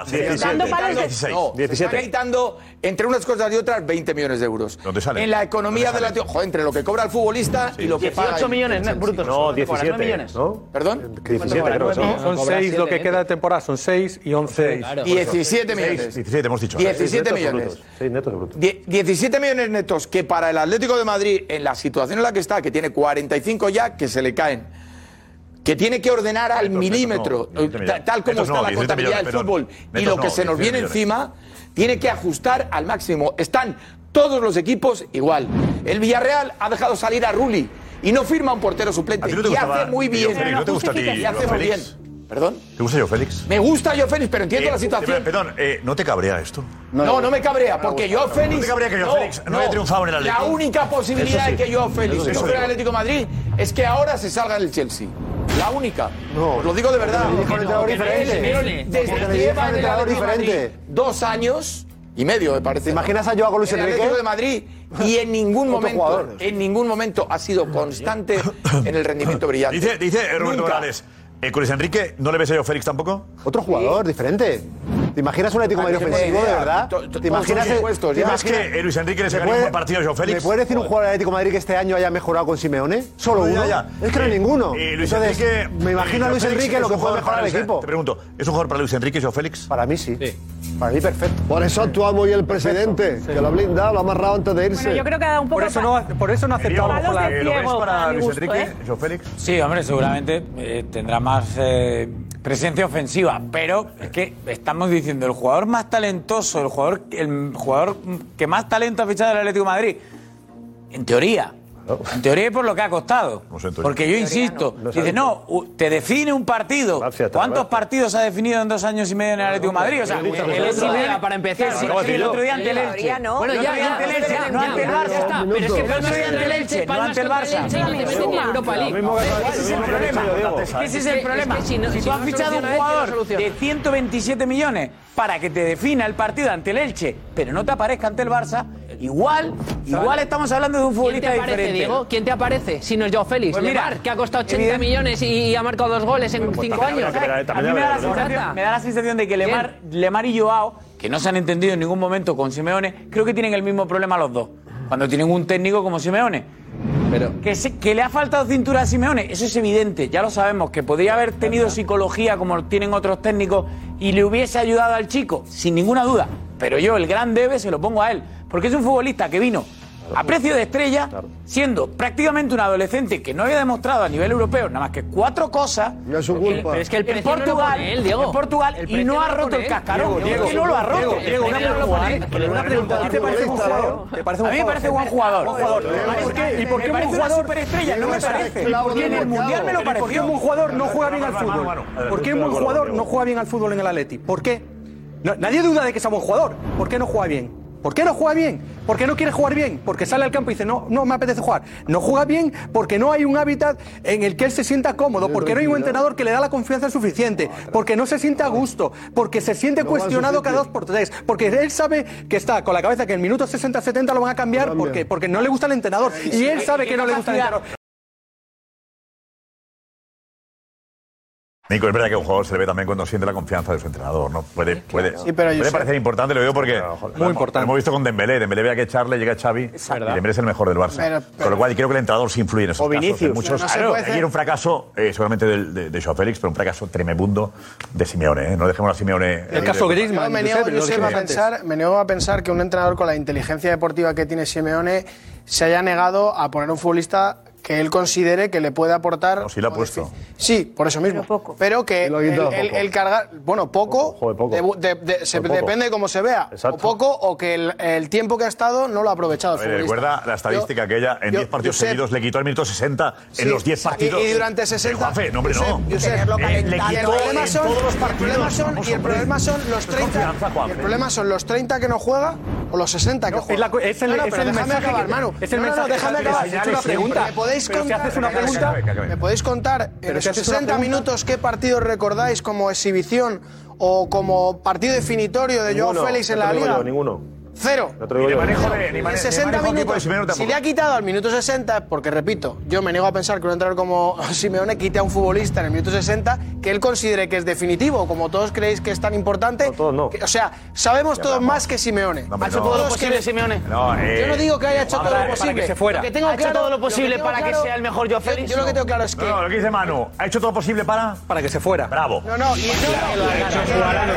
[SPEAKER 20] ha empezado dando palos de...
[SPEAKER 10] No, están quitando, entre unas cosas y otras, 20 millones de euros. En la economía de la... Joder, entre lo que cobra el futbolista y lo que paga...
[SPEAKER 16] 18
[SPEAKER 10] el-
[SPEAKER 16] millones ¿no? brutos.
[SPEAKER 7] No,
[SPEAKER 10] ¿Cuánto cobra?
[SPEAKER 7] 17.
[SPEAKER 10] ¿Nueve millones?
[SPEAKER 7] ¿no?
[SPEAKER 10] ¿Perdón?
[SPEAKER 7] 17 creo que son.
[SPEAKER 24] Son 6 lo que queda de temporada, son 6 y 11.
[SPEAKER 10] ¿eh? Claro. 17 millones.
[SPEAKER 6] 17 hemos dicho.
[SPEAKER 10] 17
[SPEAKER 6] Seis netos
[SPEAKER 10] millones.
[SPEAKER 6] brutos, seis netos brutos.
[SPEAKER 10] Die- 17 millones netos que para el Atlético de Madrid, en la situación en la que está, que tiene 45 ya, que se le caen. Que tiene que ordenar al milímetro,
[SPEAKER 6] no, 17
[SPEAKER 10] eh, ta- tal como
[SPEAKER 6] millones. Netos
[SPEAKER 10] está la
[SPEAKER 6] no,
[SPEAKER 10] contabilidad
[SPEAKER 6] 17
[SPEAKER 10] del
[SPEAKER 6] millones,
[SPEAKER 10] fútbol
[SPEAKER 6] perdón.
[SPEAKER 10] y
[SPEAKER 6] Netos
[SPEAKER 10] lo que
[SPEAKER 6] no,
[SPEAKER 10] se nos
[SPEAKER 6] 17
[SPEAKER 10] viene
[SPEAKER 6] millones.
[SPEAKER 10] encima, tiene que ajustar al máximo. Están todos los equipos igual. El Villarreal ha dejado salir a Rulli y no firma un portero suplente.
[SPEAKER 6] no te
[SPEAKER 10] y
[SPEAKER 6] gustaba
[SPEAKER 10] hace muy
[SPEAKER 6] Joao
[SPEAKER 10] bien.
[SPEAKER 6] Félix? ¿No te gusta a ti,
[SPEAKER 10] Y hace
[SPEAKER 6] Joao
[SPEAKER 10] muy bien.
[SPEAKER 6] Félix?
[SPEAKER 10] ¿Perdón?
[SPEAKER 6] ¿Te gusta yo, Félix?
[SPEAKER 10] Me gusta yo, Félix, pero entiendo
[SPEAKER 6] Eh,
[SPEAKER 10] la situación.
[SPEAKER 6] eh, Perdón, eh, ¿no te cabrea esto?
[SPEAKER 10] No, no, me cabrea, porque yo Félix.
[SPEAKER 6] No te cabrea que Joao Félix no, haya triunfado en el Atlético.
[SPEAKER 10] La única posibilidad
[SPEAKER 6] Eso sí.
[SPEAKER 10] de que yo
[SPEAKER 6] Eso
[SPEAKER 10] Félix
[SPEAKER 6] sí,
[SPEAKER 10] no
[SPEAKER 6] eso
[SPEAKER 10] fuera
[SPEAKER 6] sí.
[SPEAKER 10] el Atlético de Madrid es que ahora se salga del Chelsea. La única. No. Os lo digo de verdad.
[SPEAKER 22] Porque le dijo un
[SPEAKER 10] Porque
[SPEAKER 22] entrenador
[SPEAKER 10] él-
[SPEAKER 22] diferente.
[SPEAKER 10] él-
[SPEAKER 22] Porque
[SPEAKER 10] Desde
[SPEAKER 22] le
[SPEAKER 10] que
[SPEAKER 22] dijo
[SPEAKER 10] lleva
[SPEAKER 22] un
[SPEAKER 10] en el
[SPEAKER 22] entrenador
[SPEAKER 10] Atlético de Madrid
[SPEAKER 22] diferente.
[SPEAKER 10] dos años y medio, me parece. ¿Te
[SPEAKER 22] imaginas a Joao Luis
[SPEAKER 10] el
[SPEAKER 22] Enrique?
[SPEAKER 10] Atlético de Madrid y en ningún
[SPEAKER 22] Otro
[SPEAKER 10] momento,
[SPEAKER 22] jugador.
[SPEAKER 10] en ningún momento ha sido constante en el rendimiento brillante.
[SPEAKER 6] Dice, dice eh, Roberto
[SPEAKER 10] Nunca.
[SPEAKER 6] Morales. Eh, Luis Enrique, ¿no le ves a Joao Félix tampoco?
[SPEAKER 22] Otro jugador diferente. ¿Te imaginas un Atlético de Madrid
[SPEAKER 6] Ay, qué
[SPEAKER 22] ofensivo, de
[SPEAKER 6] idea.
[SPEAKER 22] verdad?
[SPEAKER 6] To- to-
[SPEAKER 22] ¿Te imaginas
[SPEAKER 6] todos opuestos,
[SPEAKER 22] te
[SPEAKER 6] ya.
[SPEAKER 22] imaginas-
[SPEAKER 6] Es que, eh, Luis Enrique le
[SPEAKER 22] ¿Me
[SPEAKER 6] sacaría
[SPEAKER 22] puede-
[SPEAKER 6] un partido a Joao Félix?
[SPEAKER 22] ¿Me puede decir un jugador del Atlético de Madrid que este año haya mejorado con Simeone? Solo
[SPEAKER 6] Ya,
[SPEAKER 22] uno.
[SPEAKER 6] ya.
[SPEAKER 22] Es que no hay
[SPEAKER 6] Eh,
[SPEAKER 22] ninguno.
[SPEAKER 6] eh, Luis
[SPEAKER 22] Entonces,
[SPEAKER 6] Enrique,
[SPEAKER 22] me imagino
[SPEAKER 6] eh,
[SPEAKER 22] a Luis
[SPEAKER 6] Joao Félix
[SPEAKER 22] Enrique
[SPEAKER 6] es
[SPEAKER 22] lo que
[SPEAKER 6] un
[SPEAKER 22] puede
[SPEAKER 6] jugador
[SPEAKER 22] mejorar
[SPEAKER 6] para
[SPEAKER 22] el
[SPEAKER 6] Luis-
[SPEAKER 22] equipo.
[SPEAKER 6] Te pregunto, ¿es un jugador para Luis Enrique, Joao Félix?
[SPEAKER 22] Para mí sí. Para mí perfecto.
[SPEAKER 19] Por eso actuamos y el presidente, que lo ha blindado, lo ha amarrado antes de irse.
[SPEAKER 20] Bueno, yo creo que ha dado un poco...
[SPEAKER 24] Por eso no, ha- por eso no ha aceptado a lo mejor
[SPEAKER 20] Palos de
[SPEAKER 24] la-
[SPEAKER 20] ciego, a mi gusto, ¿eh?
[SPEAKER 6] Joao Félix?
[SPEAKER 8] Sí, hombre, seguramente eh, tendrá más eh, presencia ofensiva, pero es que estamos diciendo el jugador más talentoso, el jugador, el jugador que más talento ha fichado el Atlético de Madrid, en teoría. En teoría y por lo que ha costado. Porque yo insisto, dice, no, u- te define un partido.
[SPEAKER 18] Ah,
[SPEAKER 8] ¿Cuántos partidos ha definido en dos años y medio en el Atlético de Madrid? O sea,
[SPEAKER 18] Pero
[SPEAKER 8] el
[SPEAKER 18] el
[SPEAKER 8] Simeone-
[SPEAKER 18] Simeone, para empezar,
[SPEAKER 8] Sí,
[SPEAKER 18] lo
[SPEAKER 8] sí,
[SPEAKER 18] acabo de
[SPEAKER 8] sí,
[SPEAKER 18] decir
[SPEAKER 8] el
[SPEAKER 18] yo.
[SPEAKER 8] otro día ante el
[SPEAKER 18] Sí,
[SPEAKER 8] Elche.
[SPEAKER 18] María, no.
[SPEAKER 8] Bueno,
[SPEAKER 18] Ya,
[SPEAKER 8] ya,
[SPEAKER 18] ya,
[SPEAKER 8] ante el
[SPEAKER 18] ya,
[SPEAKER 8] Elche,
[SPEAKER 18] ya,
[SPEAKER 8] no
[SPEAKER 18] ya,
[SPEAKER 8] ante el
[SPEAKER 18] ya,
[SPEAKER 8] Barça.
[SPEAKER 18] ya está.
[SPEAKER 8] Pero es que el
[SPEAKER 18] Pero
[SPEAKER 8] otro día ante el Elche, no ante el Barça. Es que Ese es el problema. Si tú has fichado un jugador de 127 millones para que te defina el partido ante el Elche, pero no te aparezca ante el Barça, igual, igual estamos hablando de
[SPEAKER 18] ¿Quién
[SPEAKER 8] un
[SPEAKER 18] te
[SPEAKER 8] futbolista
[SPEAKER 18] aparece,
[SPEAKER 8] diferente.
[SPEAKER 18] Diego? ¿Quién te aparece? Si no es Joao Félix.
[SPEAKER 8] Pues mira,
[SPEAKER 18] Lemar, que ha costado 80
[SPEAKER 8] evidente-
[SPEAKER 18] millones y, y ha marcado dos goles en cinco
[SPEAKER 8] también
[SPEAKER 18] años.
[SPEAKER 8] habrá que ver, también A mí me habrá da que la ver, ¿no? sensación- me da la sensación de que Lemar, Lemar y Joao, que no se han entendido en ningún momento con Simeone, creo que tienen el mismo problema los dos. Cuando tienen un técnico como Simeone. Pero... Que, se- que le ha faltado cintura a Simeone, eso es evidente, ya lo sabemos, que podría haber tenido psicología como tienen otros técnicos y le hubiese ayudado al chico, sin ninguna duda. Pero yo el gran debe se lo pongo a él, porque es un futbolista que vino a precio de estrella, siendo prácticamente un adolescente que no había demostrado a nivel europeo nada más que cuatro cosas. No es su
[SPEAKER 18] culpa. Pero es que el
[SPEAKER 8] en
[SPEAKER 18] precio no lo
[SPEAKER 8] Portugal,
[SPEAKER 18] pone él, Diego.
[SPEAKER 8] en Portugal
[SPEAKER 18] El
[SPEAKER 8] y
[SPEAKER 18] precio
[SPEAKER 8] no
[SPEAKER 18] no
[SPEAKER 8] ha
[SPEAKER 18] lo
[SPEAKER 8] roto
[SPEAKER 18] pone
[SPEAKER 8] el
[SPEAKER 18] él.
[SPEAKER 8] cascarón.
[SPEAKER 18] Diego,
[SPEAKER 8] es que no lo ha
[SPEAKER 18] Diego,
[SPEAKER 8] roto.
[SPEAKER 18] Diego, Diego, una pregunta, Diego, una pregunta.
[SPEAKER 8] ¿A ti te parece un jugador?
[SPEAKER 24] ¿Te parece un
[SPEAKER 8] A mí me
[SPEAKER 24] jugador?
[SPEAKER 8] parece buen jugador.
[SPEAKER 24] Buen jugador.
[SPEAKER 8] ¿Por qué? ¿Y por qué
[SPEAKER 24] Me parece
[SPEAKER 8] un
[SPEAKER 24] una
[SPEAKER 8] jugador superestrella? No me
[SPEAKER 24] superestrella.
[SPEAKER 8] parece.
[SPEAKER 24] Y por
[SPEAKER 8] Porque
[SPEAKER 24] qué
[SPEAKER 8] en el Mundial me lo
[SPEAKER 24] ¿Por qué
[SPEAKER 8] pareció.
[SPEAKER 24] un buen jugador no juega bien al fútbol? ¿Por qué un buen jugador no juega bien al fútbol en el Atleti? ¿Por qué? No- nadie duda de que sea buen jugador. ¿Por qué no juega bien? ¿Por qué no juega bien? ¿Por qué no quiere jugar bien? Porque sale al campo y dice, no, no me apetece jugar. No juega bien porque no hay un hábitat en el que él se sienta cómodo, porque no hay un entrenador que le da la confianza suficiente, porque no se siente a gusto, porque se siente
[SPEAKER 19] No va a su
[SPEAKER 24] cuestionado cada
[SPEAKER 19] sitio.
[SPEAKER 24] dos por tres, porque él sabe que está con la cabeza que en minutos 60-70 lo van a cambiar porque, porque no le gusta el entrenador. Y él sabe que no le gusta el entrenador.
[SPEAKER 6] Nico, es verdad que a un jugador se le ve también cuando siente la confianza de su entrenador, ¿no? Puede, puede,
[SPEAKER 22] Sí, pero
[SPEAKER 6] puede
[SPEAKER 22] Josep-
[SPEAKER 6] parecer importante, lo digo porque muy importante. hemos visto con Dembélé, Dembélé ve a que echarle, llega Xavi, y Dembélé es el mejor del Barça.
[SPEAKER 22] Pero-
[SPEAKER 6] Con lo cual creo que el entrenador sí influye en esos
[SPEAKER 22] O
[SPEAKER 6] casos.
[SPEAKER 22] Vinicius.
[SPEAKER 6] En muchos,
[SPEAKER 22] No, no se
[SPEAKER 6] Claro,
[SPEAKER 22] puede hacer-
[SPEAKER 6] ayer un fracaso, eh, seguramente del- de, de Joao Félix, pero un fracaso tremebundo de Simeone, ¿eh? No dejemos a Simeone...
[SPEAKER 24] El caso Griezmann,
[SPEAKER 6] Grisman.
[SPEAKER 24] Yo
[SPEAKER 4] me niego, Josep, a pensar, me niego a pensar que un entrenador con la inteligencia deportiva que tiene Simeone se haya negado a poner un futbolista que él considere que le puede aportar.
[SPEAKER 6] si Pues la ha puesto.
[SPEAKER 4] Sí, por eso mismo. Pero, que
[SPEAKER 6] lo ha quitado.
[SPEAKER 4] el, el- el cargar, bueno, poco, de- de- de- se-
[SPEAKER 6] Joder, poco.
[SPEAKER 4] depende de cómo se vea.
[SPEAKER 6] Exacto.
[SPEAKER 4] O poco o que el, el tiempo que ha estado no lo ha aprovechado.
[SPEAKER 6] A
[SPEAKER 4] el
[SPEAKER 6] ver,
[SPEAKER 4] futbolista.
[SPEAKER 6] recuerda la estadística
[SPEAKER 4] Yo-
[SPEAKER 6] que ella en
[SPEAKER 4] yo-
[SPEAKER 6] 10 partidos
[SPEAKER 4] Josep,
[SPEAKER 6] seguidos le quitó al minuto 60
[SPEAKER 4] Sí.
[SPEAKER 6] en los 10 partidos.
[SPEAKER 4] Y, y durante
[SPEAKER 6] Pero,
[SPEAKER 4] 60.
[SPEAKER 6] Juanfe, no, hombre,
[SPEAKER 4] Josep,
[SPEAKER 6] no.
[SPEAKER 4] Josep,
[SPEAKER 6] Eh, le
[SPEAKER 4] y el
[SPEAKER 6] quitó
[SPEAKER 4] problema
[SPEAKER 6] en
[SPEAKER 4] son,
[SPEAKER 6] todos los
[SPEAKER 4] y el problema
[SPEAKER 6] partidos.
[SPEAKER 4] son-
[SPEAKER 6] Vamos,
[SPEAKER 4] y el
[SPEAKER 6] hombre.
[SPEAKER 4] problema son los 30.
[SPEAKER 6] confianza, Juanfe.
[SPEAKER 4] El problema son los 30 que no juega o los 60 que
[SPEAKER 24] No,
[SPEAKER 4] juega.
[SPEAKER 24] es la cu- es el-
[SPEAKER 4] No, no,
[SPEAKER 24] es
[SPEAKER 4] pero
[SPEAKER 24] el
[SPEAKER 4] déjame
[SPEAKER 24] mensaje
[SPEAKER 4] acabar,
[SPEAKER 24] que-
[SPEAKER 4] Manu.
[SPEAKER 24] es el
[SPEAKER 4] No, no, no,
[SPEAKER 24] mensaje
[SPEAKER 4] déjame
[SPEAKER 24] que-
[SPEAKER 4] acabar.
[SPEAKER 24] que
[SPEAKER 4] He hecho una
[SPEAKER 24] señales
[SPEAKER 4] pregunta.
[SPEAKER 24] siempre.
[SPEAKER 4] ¿Me podéis
[SPEAKER 24] Pero si
[SPEAKER 4] contar-
[SPEAKER 24] haces una
[SPEAKER 4] me podéis-
[SPEAKER 24] pregunta- que acabe.
[SPEAKER 4] ¿Me podéis contar en
[SPEAKER 24] Pero si
[SPEAKER 4] esos
[SPEAKER 24] haces una
[SPEAKER 4] 60
[SPEAKER 24] pregunta-
[SPEAKER 4] minutos qué partido recordáis como exhibición o como partido definitorio de Joao
[SPEAKER 2] Ninguno,
[SPEAKER 4] Félix en
[SPEAKER 2] no te
[SPEAKER 4] la
[SPEAKER 2] digo
[SPEAKER 4] liga?
[SPEAKER 2] yo, ninguno.
[SPEAKER 4] Cero.
[SPEAKER 2] No te digo Ni de yo. manejo de- ni
[SPEAKER 4] En
[SPEAKER 2] mane- ni
[SPEAKER 4] 60
[SPEAKER 2] manejo de equipo de
[SPEAKER 4] minutos.
[SPEAKER 2] Simeone
[SPEAKER 4] si
[SPEAKER 2] tampoco.
[SPEAKER 4] le ha quitado al minuto 60, es porque repito, yo me niego a pensar que un entrenador como Simeone quite a un futbolista en el minuto 60 que él considere que es definitivo, como todos creéis que es tan importante. Que- o sea, sabemos todos más que Simeone.
[SPEAKER 6] hombre,
[SPEAKER 4] Ha hecho
[SPEAKER 6] no.
[SPEAKER 4] todo lo
[SPEAKER 6] Porque-
[SPEAKER 4] posible
[SPEAKER 5] Simeone.
[SPEAKER 6] No, eh,
[SPEAKER 4] Yo no digo que haya hecho
[SPEAKER 6] Juanfe,
[SPEAKER 4] todo lo
[SPEAKER 6] para que
[SPEAKER 4] posible.
[SPEAKER 6] se fuera.
[SPEAKER 4] Lo que tengo
[SPEAKER 5] Ha hecho
[SPEAKER 4] claro-
[SPEAKER 5] todo lo
[SPEAKER 4] que
[SPEAKER 5] posible
[SPEAKER 4] tengo
[SPEAKER 5] para que sea el mejor Joao
[SPEAKER 4] Yo-
[SPEAKER 5] Félix,
[SPEAKER 4] Yo, lo que
[SPEAKER 5] ¿no?
[SPEAKER 4] tengo claro es que.
[SPEAKER 6] No, no, lo que dice Manu. Ha hecho todo lo posible para.
[SPEAKER 24] Para que se fuera.
[SPEAKER 6] Bravo.
[SPEAKER 4] No, no, y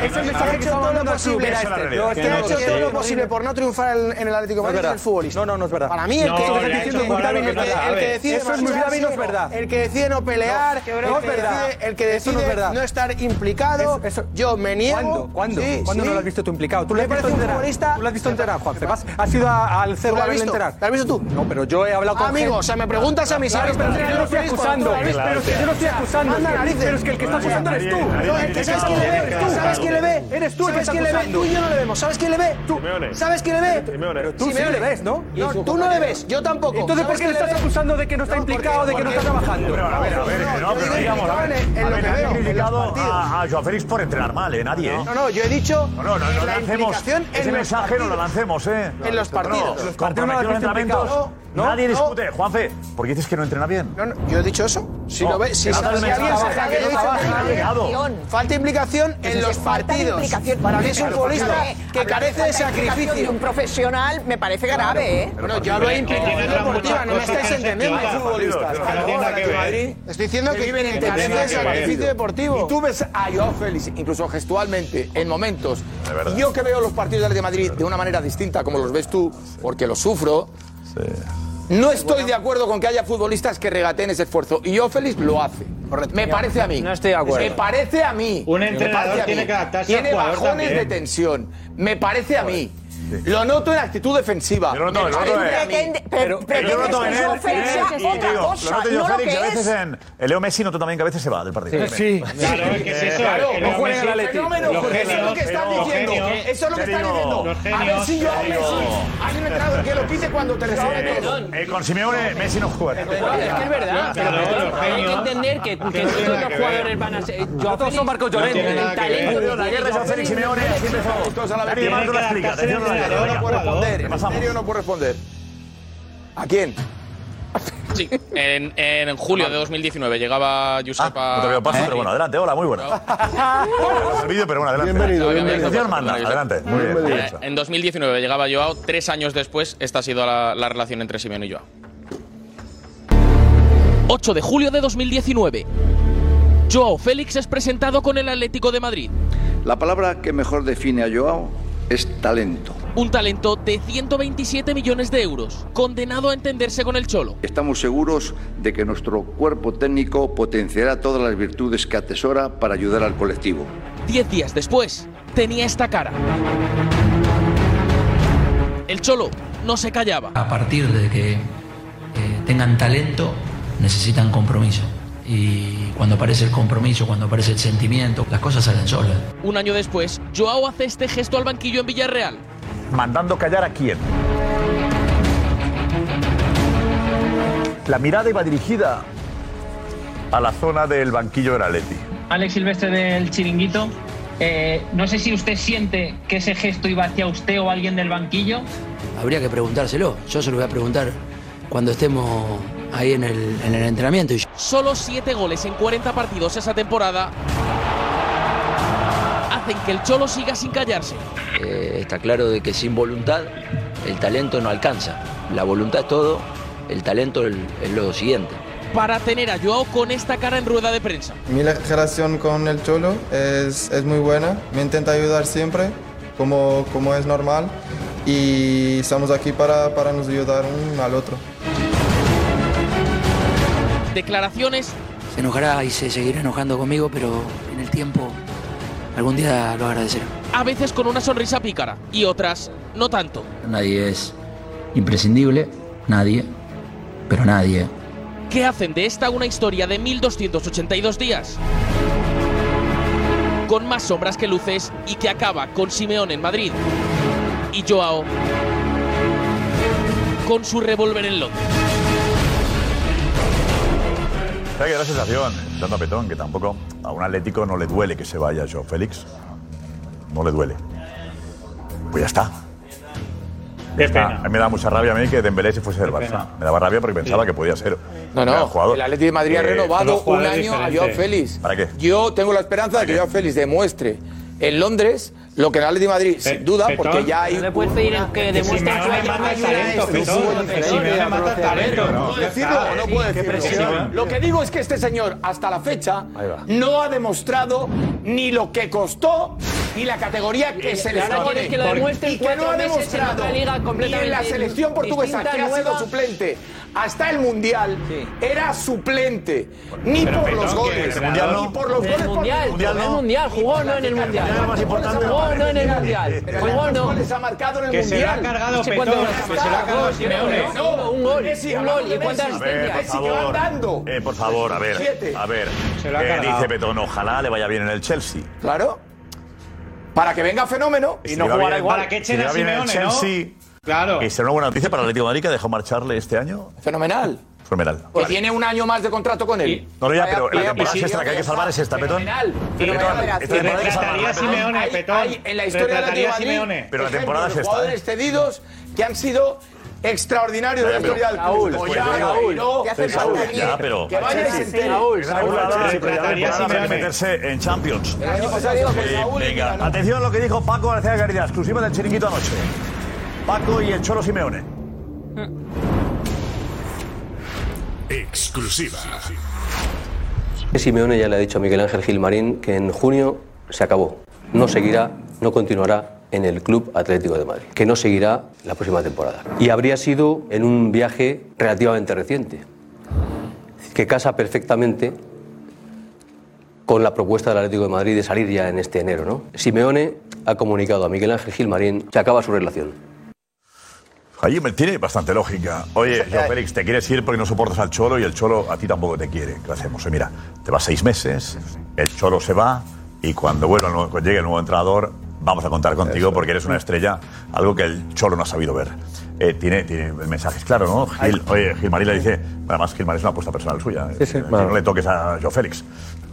[SPEAKER 4] es el mensaje que estamos dando al club.
[SPEAKER 6] Esa es la realidad.
[SPEAKER 4] Que ha hecho todo lo posible por no triunfar en, en el Atlético de
[SPEAKER 24] No es
[SPEAKER 4] Madrid es
[SPEAKER 24] verdad.
[SPEAKER 4] el futbolista.
[SPEAKER 24] No, no, no es verdad.
[SPEAKER 4] Para mí el
[SPEAKER 24] No,
[SPEAKER 4] que
[SPEAKER 24] le ha hecho
[SPEAKER 4] el que-
[SPEAKER 24] jugar a lo que
[SPEAKER 4] el que-
[SPEAKER 24] pasa.
[SPEAKER 4] el que
[SPEAKER 24] A ver,
[SPEAKER 4] decide
[SPEAKER 24] eso es
[SPEAKER 4] marcharse,
[SPEAKER 24] Mustafi no es verdad.
[SPEAKER 4] El que decide no pelear,
[SPEAKER 24] No, no
[SPEAKER 4] el
[SPEAKER 24] es
[SPEAKER 4] que
[SPEAKER 24] verdad.
[SPEAKER 4] decide- el que
[SPEAKER 24] Eso no es
[SPEAKER 4] decide
[SPEAKER 24] verdad.
[SPEAKER 4] no estar implicado, yo me niego.
[SPEAKER 24] ¿Cuándo? ¿Cuándo?
[SPEAKER 4] Sí,
[SPEAKER 24] ¿Cuándo
[SPEAKER 4] sí.
[SPEAKER 24] no lo has visto tú implicado? ¿Tú lo
[SPEAKER 4] Me
[SPEAKER 24] has visto
[SPEAKER 4] parece un
[SPEAKER 24] enterar?
[SPEAKER 4] futbolista-
[SPEAKER 24] ¿Tú lo has visto enterar, Juan? ¿Te vas- ¿Has ido a- al cerro
[SPEAKER 4] ¿Tú lo
[SPEAKER 24] a
[SPEAKER 4] has
[SPEAKER 24] verle
[SPEAKER 4] visto?
[SPEAKER 24] enterar?
[SPEAKER 4] ¿Lo has visto tú?
[SPEAKER 24] No, pero yo he hablado con
[SPEAKER 4] Amigo,
[SPEAKER 24] gente-
[SPEAKER 4] o sea, me preguntas a mí si
[SPEAKER 24] Claro,
[SPEAKER 4] has
[SPEAKER 24] pero
[SPEAKER 4] visto
[SPEAKER 24] yo
[SPEAKER 4] el
[SPEAKER 24] no estoy
[SPEAKER 4] futbolista,
[SPEAKER 24] acusando.
[SPEAKER 4] ¿tú lo has visto?
[SPEAKER 24] Pero que yo no estoy acusando.
[SPEAKER 4] Anda, narices.
[SPEAKER 24] Pero es que el que está acusando eres tú.
[SPEAKER 4] No, el que sabes quién le ve,
[SPEAKER 24] Eres tú.
[SPEAKER 4] sabes quién le ve,
[SPEAKER 24] Eres tú el que
[SPEAKER 4] sabes
[SPEAKER 24] está
[SPEAKER 4] quién le ve,
[SPEAKER 24] acusando.
[SPEAKER 4] tú y yo no le vemos, sabes quién le ve, tú, sabes quién le ve,
[SPEAKER 24] Pero tú sí
[SPEAKER 4] Simeone.
[SPEAKER 24] le ves, ¿no?
[SPEAKER 4] No, tú no le ves, yo tampoco.
[SPEAKER 24] Entonces, ¿por
[SPEAKER 4] ¿Sabes
[SPEAKER 24] qué le
[SPEAKER 4] quién
[SPEAKER 24] estás
[SPEAKER 4] ve?
[SPEAKER 24] acusando de que no está implicado, de que no está trabajando?
[SPEAKER 6] Pero, a ver, a ver, que no, pero no digamos. A ver, a ver, nadie ha criticado
[SPEAKER 4] partidos.
[SPEAKER 6] a, a Joao Félix por entrenar mal, ¿eh? Nadie. ¿eh?
[SPEAKER 4] No, no, yo he dicho
[SPEAKER 6] No, no, no, no
[SPEAKER 4] la
[SPEAKER 6] lancemos.
[SPEAKER 4] implicación en
[SPEAKER 6] Ese
[SPEAKER 4] los
[SPEAKER 6] mensaje no lo
[SPEAKER 4] partidos.
[SPEAKER 6] lancemos, ¿eh?
[SPEAKER 4] En los partidos.
[SPEAKER 6] No,
[SPEAKER 4] Los partidos
[SPEAKER 6] comprometió
[SPEAKER 4] no lo
[SPEAKER 6] los
[SPEAKER 4] has visto
[SPEAKER 6] entrenamientos.
[SPEAKER 4] implicado. No, no,
[SPEAKER 6] Nadie
[SPEAKER 4] no.
[SPEAKER 6] discute. Juanfe, ¿por qué dices que no entrena bien?
[SPEAKER 4] No, no, yo he dicho eso. Si
[SPEAKER 6] No,
[SPEAKER 4] lo ves, si
[SPEAKER 6] que no
[SPEAKER 4] sabes
[SPEAKER 6] trabaja,
[SPEAKER 4] que alguien
[SPEAKER 6] que
[SPEAKER 4] sabe-
[SPEAKER 6] no
[SPEAKER 4] yo he dicho
[SPEAKER 6] trabaja,
[SPEAKER 4] que
[SPEAKER 6] no ha
[SPEAKER 4] falta
[SPEAKER 6] llegado.
[SPEAKER 4] implicación. Falta implicación en los partidos. Para mí es un futbolista que carece de
[SPEAKER 3] De
[SPEAKER 4] sacrificio.
[SPEAKER 3] un profesional me parece grave, ¿eh?
[SPEAKER 4] No, yo hablo de implicación deportiva, no me estáis entendiendo.
[SPEAKER 10] Hay futbolistas,
[SPEAKER 4] Por favor, Atlético de Madrid. Estoy diciendo que
[SPEAKER 10] viven en
[SPEAKER 4] carece de sacrificio deportivo.
[SPEAKER 10] Y tú ves a Joao Félix, incluso gestualmente, en momentos.
[SPEAKER 27] De verdad.
[SPEAKER 10] Y yo que veo los partidos del Atlético de Madrid de una manera distinta, como los ves tú, porque los sufro. No estoy de acuerdo con que haya futbolistas que regateen ese esfuerzo. Y Joao Félix lo hace. Me parece a mí.
[SPEAKER 11] No estoy de acuerdo.
[SPEAKER 10] Me parece a mí.
[SPEAKER 11] Un
[SPEAKER 10] Me
[SPEAKER 11] entrenador
[SPEAKER 10] parece a mí.
[SPEAKER 11] tiene que adaptarse
[SPEAKER 10] Tiene
[SPEAKER 11] al jugador
[SPEAKER 10] bajones
[SPEAKER 11] también.
[SPEAKER 10] de tensión. Me parece a mí. Lo noto en actitud defensiva.
[SPEAKER 6] Yo lo noto,
[SPEAKER 10] Me
[SPEAKER 6] lo noto
[SPEAKER 10] parece
[SPEAKER 6] en-
[SPEAKER 10] a mí.
[SPEAKER 6] Pretende-
[SPEAKER 10] Pero-
[SPEAKER 6] Pero yo
[SPEAKER 10] pero
[SPEAKER 6] noto en
[SPEAKER 10] crees que
[SPEAKER 6] él.
[SPEAKER 10] Joao Félix sea
[SPEAKER 6] y te
[SPEAKER 10] otra
[SPEAKER 6] digo,
[SPEAKER 10] cosa,
[SPEAKER 6] Lo noto yo,
[SPEAKER 10] no lo
[SPEAKER 6] Félix,
[SPEAKER 10] que
[SPEAKER 6] a veces
[SPEAKER 10] es.
[SPEAKER 6] en. El Leo Messi noto también que a veces se va del partido.
[SPEAKER 10] Sí. Claro, es que es eso, Claro, que no Leo jueguen Messi- al Atleti.
[SPEAKER 6] Fenómeno,
[SPEAKER 10] Los
[SPEAKER 6] porque
[SPEAKER 10] genios, pero- genios. Te digo, los genios, te digo.
[SPEAKER 6] hay
[SPEAKER 10] un entrenador que lo quite cuando te resuelve todo.
[SPEAKER 6] Eh, con Simeone, Messi no juega.
[SPEAKER 10] Es que es verdad.
[SPEAKER 11] Hay que
[SPEAKER 6] Ah,
[SPEAKER 11] entender que, que todos los jugadores van a ser. Joao Félix-
[SPEAKER 10] Marco
[SPEAKER 11] no
[SPEAKER 10] Llorente.
[SPEAKER 11] tiene nada que
[SPEAKER 10] Eh,
[SPEAKER 11] ver.
[SPEAKER 6] La guerra de Joao Félix Simeone, así empezamos. Nadie más no lo explica. Atención, no lo explica.
[SPEAKER 10] no puedo responder. En serio no puedo responder. ¿A quién?
[SPEAKER 26] Sí, en, en julio de 2019 llegaba Josep
[SPEAKER 6] Ah,
[SPEAKER 26] ¿Eh?
[SPEAKER 6] No te
[SPEAKER 26] a...
[SPEAKER 6] veo paso, pero bueno, adelante. Hola, muy buenas. Bueno, <laughs> el vídeo, pero bueno, adelante.
[SPEAKER 26] Bienvenido, bienvenido.
[SPEAKER 6] Atención, manda. Adelante. Muy bien.
[SPEAKER 26] Eh, en 2019 llegaba Joao, tres años después, esta ha sido la, la relación entre Simeone y Joao.
[SPEAKER 5] 8 de julio de 2019. Joao Félix es presentado con el Atlético de Madrid.
[SPEAKER 15] La palabra que mejor define a Joao es talento.
[SPEAKER 5] Un talento de 127 millones de euros, condenado a entenderse con el Cholo.
[SPEAKER 15] Estamos seguros de que nuestro cuerpo técnico potenciará todas las virtudes que atesora para ayudar al colectivo.
[SPEAKER 5] Diez días después, tenía esta cara. El Cholo no se callaba.
[SPEAKER 18] A partir de que eh, tengan talento, necesitan compromiso. Y cuando aparece el compromiso, cuando aparece el sentimiento, las cosas salen solas.
[SPEAKER 5] Un año después, Joao hace este gesto al banquillo en Villarreal.
[SPEAKER 6] Mandando callar a quién. La mirada iba dirigida a la zona del banquillo del Atleti.
[SPEAKER 28] Alex Silvestre del Chiringuito. eh, no sé si usted siente que ese gesto iba hacia usted o alguien del banquillo.
[SPEAKER 18] Habría que preguntárselo. Yo se lo voy a preguntar cuando estemos ahí en el, en el entrenamiento. Y yo-
[SPEAKER 5] Solo 7 goles en 40 partidos esa temporada hacen que el Cholo siga sin callarse.
[SPEAKER 18] Eh, está claro de que sin voluntad el talento no alcanza. La voluntad es todo, el talento es- es lo siguiente.
[SPEAKER 5] Para tener a Joao con esta cara en rueda de prensa.
[SPEAKER 29] Mi la- relación con el Cholo es, es muy buena, me intenta ayudar siempre, como, como es normal, y estamos aquí para, para nos ayudar un al otro.
[SPEAKER 5] declaraciones
[SPEAKER 24] Se enojará y se seguirá enojando conmigo, pero en el tiempo algún día lo agradecerá.
[SPEAKER 5] a veces con una sonrisa pícara y otras no tanto.
[SPEAKER 24] Nadie es imprescindible, nadie, pero nadie.
[SPEAKER 5] ¿Qué hacen de esta una historia de 1282 días? Con más sombras que luces y que acaba con Simeón en Madrid y Joao con su revólver en Londres.
[SPEAKER 6] ¿Sabes qué da la sensación, tanto a Petón, que tampoco a un Atlético no le duele que se vaya Joao Félix? No le duele. Pues ya está. Ya está. A mí me da mucha rabia a mí que Dembélé se fuese del Barça. Me daba rabia porque pensaba que podía ser
[SPEAKER 10] No,
[SPEAKER 6] un gran
[SPEAKER 10] no.
[SPEAKER 6] jugador.
[SPEAKER 10] El Atlético de Madrid ha
[SPEAKER 6] Eh,
[SPEAKER 10] renovado un año a Joao Félix.
[SPEAKER 6] Félix. ¿Para qué?
[SPEAKER 10] Yo tengo la esperanza de que Joao Félix demuestre en Londres lo que el Atlético de
[SPEAKER 18] Eh,
[SPEAKER 10] Madrid, sin duda,
[SPEAKER 24] Petón,
[SPEAKER 10] porque ya hay.
[SPEAKER 24] no le puedes pedir que demuestre
[SPEAKER 10] Simeone
[SPEAKER 24] su talento,
[SPEAKER 10] mata el
[SPEAKER 24] Petón, Petón,
[SPEAKER 10] talento, Petón,
[SPEAKER 24] Petón,
[SPEAKER 10] Simeone
[SPEAKER 24] Petón,
[SPEAKER 10] mata el talento.
[SPEAKER 24] no, ya
[SPEAKER 10] ¿Decirlo
[SPEAKER 24] está,
[SPEAKER 10] o no
[SPEAKER 24] sí,
[SPEAKER 10] puedo
[SPEAKER 24] qué
[SPEAKER 10] decirlo?
[SPEAKER 24] presión.
[SPEAKER 10] Lo que digo es que este señor, hasta la fecha,
[SPEAKER 24] Ahí va.
[SPEAKER 10] no ha demostrado ni lo que costó. ni la categoría que
[SPEAKER 24] Y
[SPEAKER 10] se le
[SPEAKER 24] ahora
[SPEAKER 10] pone
[SPEAKER 24] quieres que lo demuestre en
[SPEAKER 10] y que no
[SPEAKER 24] cuatro
[SPEAKER 10] ha
[SPEAKER 24] meses en
[SPEAKER 10] demostrado
[SPEAKER 24] otra liga
[SPEAKER 10] ni en la
[SPEAKER 24] completamente
[SPEAKER 10] selección portuguesa
[SPEAKER 24] distinta,
[SPEAKER 10] que ha sido
[SPEAKER 24] nueva.
[SPEAKER 10] suplente hasta el mundial era suplente ni
[SPEAKER 24] Pero
[SPEAKER 10] por
[SPEAKER 24] Petón,
[SPEAKER 10] los
[SPEAKER 24] que
[SPEAKER 10] goles
[SPEAKER 24] el Mundial
[SPEAKER 10] ni
[SPEAKER 24] no.
[SPEAKER 10] por los
[SPEAKER 24] En el
[SPEAKER 10] goles por-
[SPEAKER 24] Mundial, en el Mundial, jugó no en el Mundial. Jugó no en el Mundial.
[SPEAKER 10] Pero
[SPEAKER 24] Jugó
[SPEAKER 10] ¿cuántos
[SPEAKER 24] no.
[SPEAKER 10] goles ha marcado en el
[SPEAKER 24] Que se
[SPEAKER 10] mundial
[SPEAKER 24] la ha cargado No sé cuántos Petón, goles ha que se la ha marcado. cargado Simeone.
[SPEAKER 10] No,
[SPEAKER 24] Un gol,
[SPEAKER 10] Messi,
[SPEAKER 24] un
[SPEAKER 10] hablamos
[SPEAKER 24] gol,
[SPEAKER 10] de
[SPEAKER 24] ¿y cuántas
[SPEAKER 10] Messi.
[SPEAKER 6] A ver, por
[SPEAKER 10] Messi que va
[SPEAKER 6] favor.
[SPEAKER 10] andando
[SPEAKER 6] Eh, por favor, a ver.
[SPEAKER 10] Siete.
[SPEAKER 6] A ver.
[SPEAKER 10] Se lo ha
[SPEAKER 6] Eh,
[SPEAKER 10] cargado.
[SPEAKER 6] dice Betón, ojalá le vaya bien en el Chelsea.
[SPEAKER 10] claro para que venga fenómeno y
[SPEAKER 6] Si
[SPEAKER 10] no
[SPEAKER 6] le va
[SPEAKER 10] jugará
[SPEAKER 6] bien-
[SPEAKER 10] igual
[SPEAKER 6] si le va bien en el Chelsea,
[SPEAKER 10] claro
[SPEAKER 6] ¿Y será una buena noticia para el Atlético de Madrid que dejó marcharle este año?
[SPEAKER 10] Fenomenal. Pues
[SPEAKER 6] Fenomenal.
[SPEAKER 10] que tiene un año más de contrato con él
[SPEAKER 6] No, no, ya, pero la
[SPEAKER 10] Vaya-
[SPEAKER 6] temporada
[SPEAKER 10] vaya-
[SPEAKER 6] extra que hay que salvar es esta, Petón.
[SPEAKER 10] Fenomenal. Fenomenal.
[SPEAKER 6] Esta temporada hay que salvarla, Petón.
[SPEAKER 10] Hay- hay en la historia del Atlético de Madrid,
[SPEAKER 6] Pero la
[SPEAKER 10] ejemplos
[SPEAKER 6] temporada
[SPEAKER 10] de
[SPEAKER 6] es esta. ¿eh?
[SPEAKER 10] jugadores cedidos que han sido extraordinarios en la
[SPEAKER 6] Ya, pero- pues,
[SPEAKER 10] historia del club.
[SPEAKER 6] Raúl,
[SPEAKER 10] Ya,
[SPEAKER 6] después,
[SPEAKER 10] Raúl,
[SPEAKER 6] Raúl.
[SPEAKER 10] que hace
[SPEAKER 6] Raúl,
[SPEAKER 10] falta
[SPEAKER 6] ya,
[SPEAKER 10] aquí,
[SPEAKER 6] pero-
[SPEAKER 10] que vaya y se entere.
[SPEAKER 6] Raúl Alaba se
[SPEAKER 10] Raúl,
[SPEAKER 6] prepara
[SPEAKER 10] Raúl,
[SPEAKER 6] para
[SPEAKER 10] Raúl,
[SPEAKER 6] meterse en Champions.
[SPEAKER 10] El año pasado con
[SPEAKER 6] Eh,
[SPEAKER 10] Raúl y
[SPEAKER 6] venga,
[SPEAKER 10] Milán.
[SPEAKER 6] atención a lo que dijo Paco García García, exclusiva del Chiringuito anoche. Paco y el Cholo Simeone.
[SPEAKER 3] Exclusiva.
[SPEAKER 7] Que Simeone ya le ha dicho a Miguel Ángel Gilmarín que en junio se acabó. No seguirá, no continuará en el Club Atlético de Madrid. Que no seguirá la próxima temporada. Y habría sido en un viaje relativamente reciente. Que casa perfectamente con la propuesta del Atlético de Madrid de salir ya en este enero. ¿no? Simeone ha comunicado a Miguel Ángel Gilmarín que acaba su relación.
[SPEAKER 6] Allí me tiene bastante lógica. Oye, Joao Félix, te quieres ir porque no soportas al Cholo y el Cholo a ti tampoco te quiere. ¿Qué hacemos? Eh, Mira, te vas seis meses, el Cholo se va y cuando vuelva el nuevo- cuando llegue el nuevo entrenador vamos a contar contigo porque eres una estrella, algo que el Cholo no ha sabido ver. Eh, tiene, tiene el mensaje, es claro, ¿no? Gil, oye, Gilmarín le dice, además Gilmarín es una apuesta personal suya. eh, que No le toques a Joao Félix.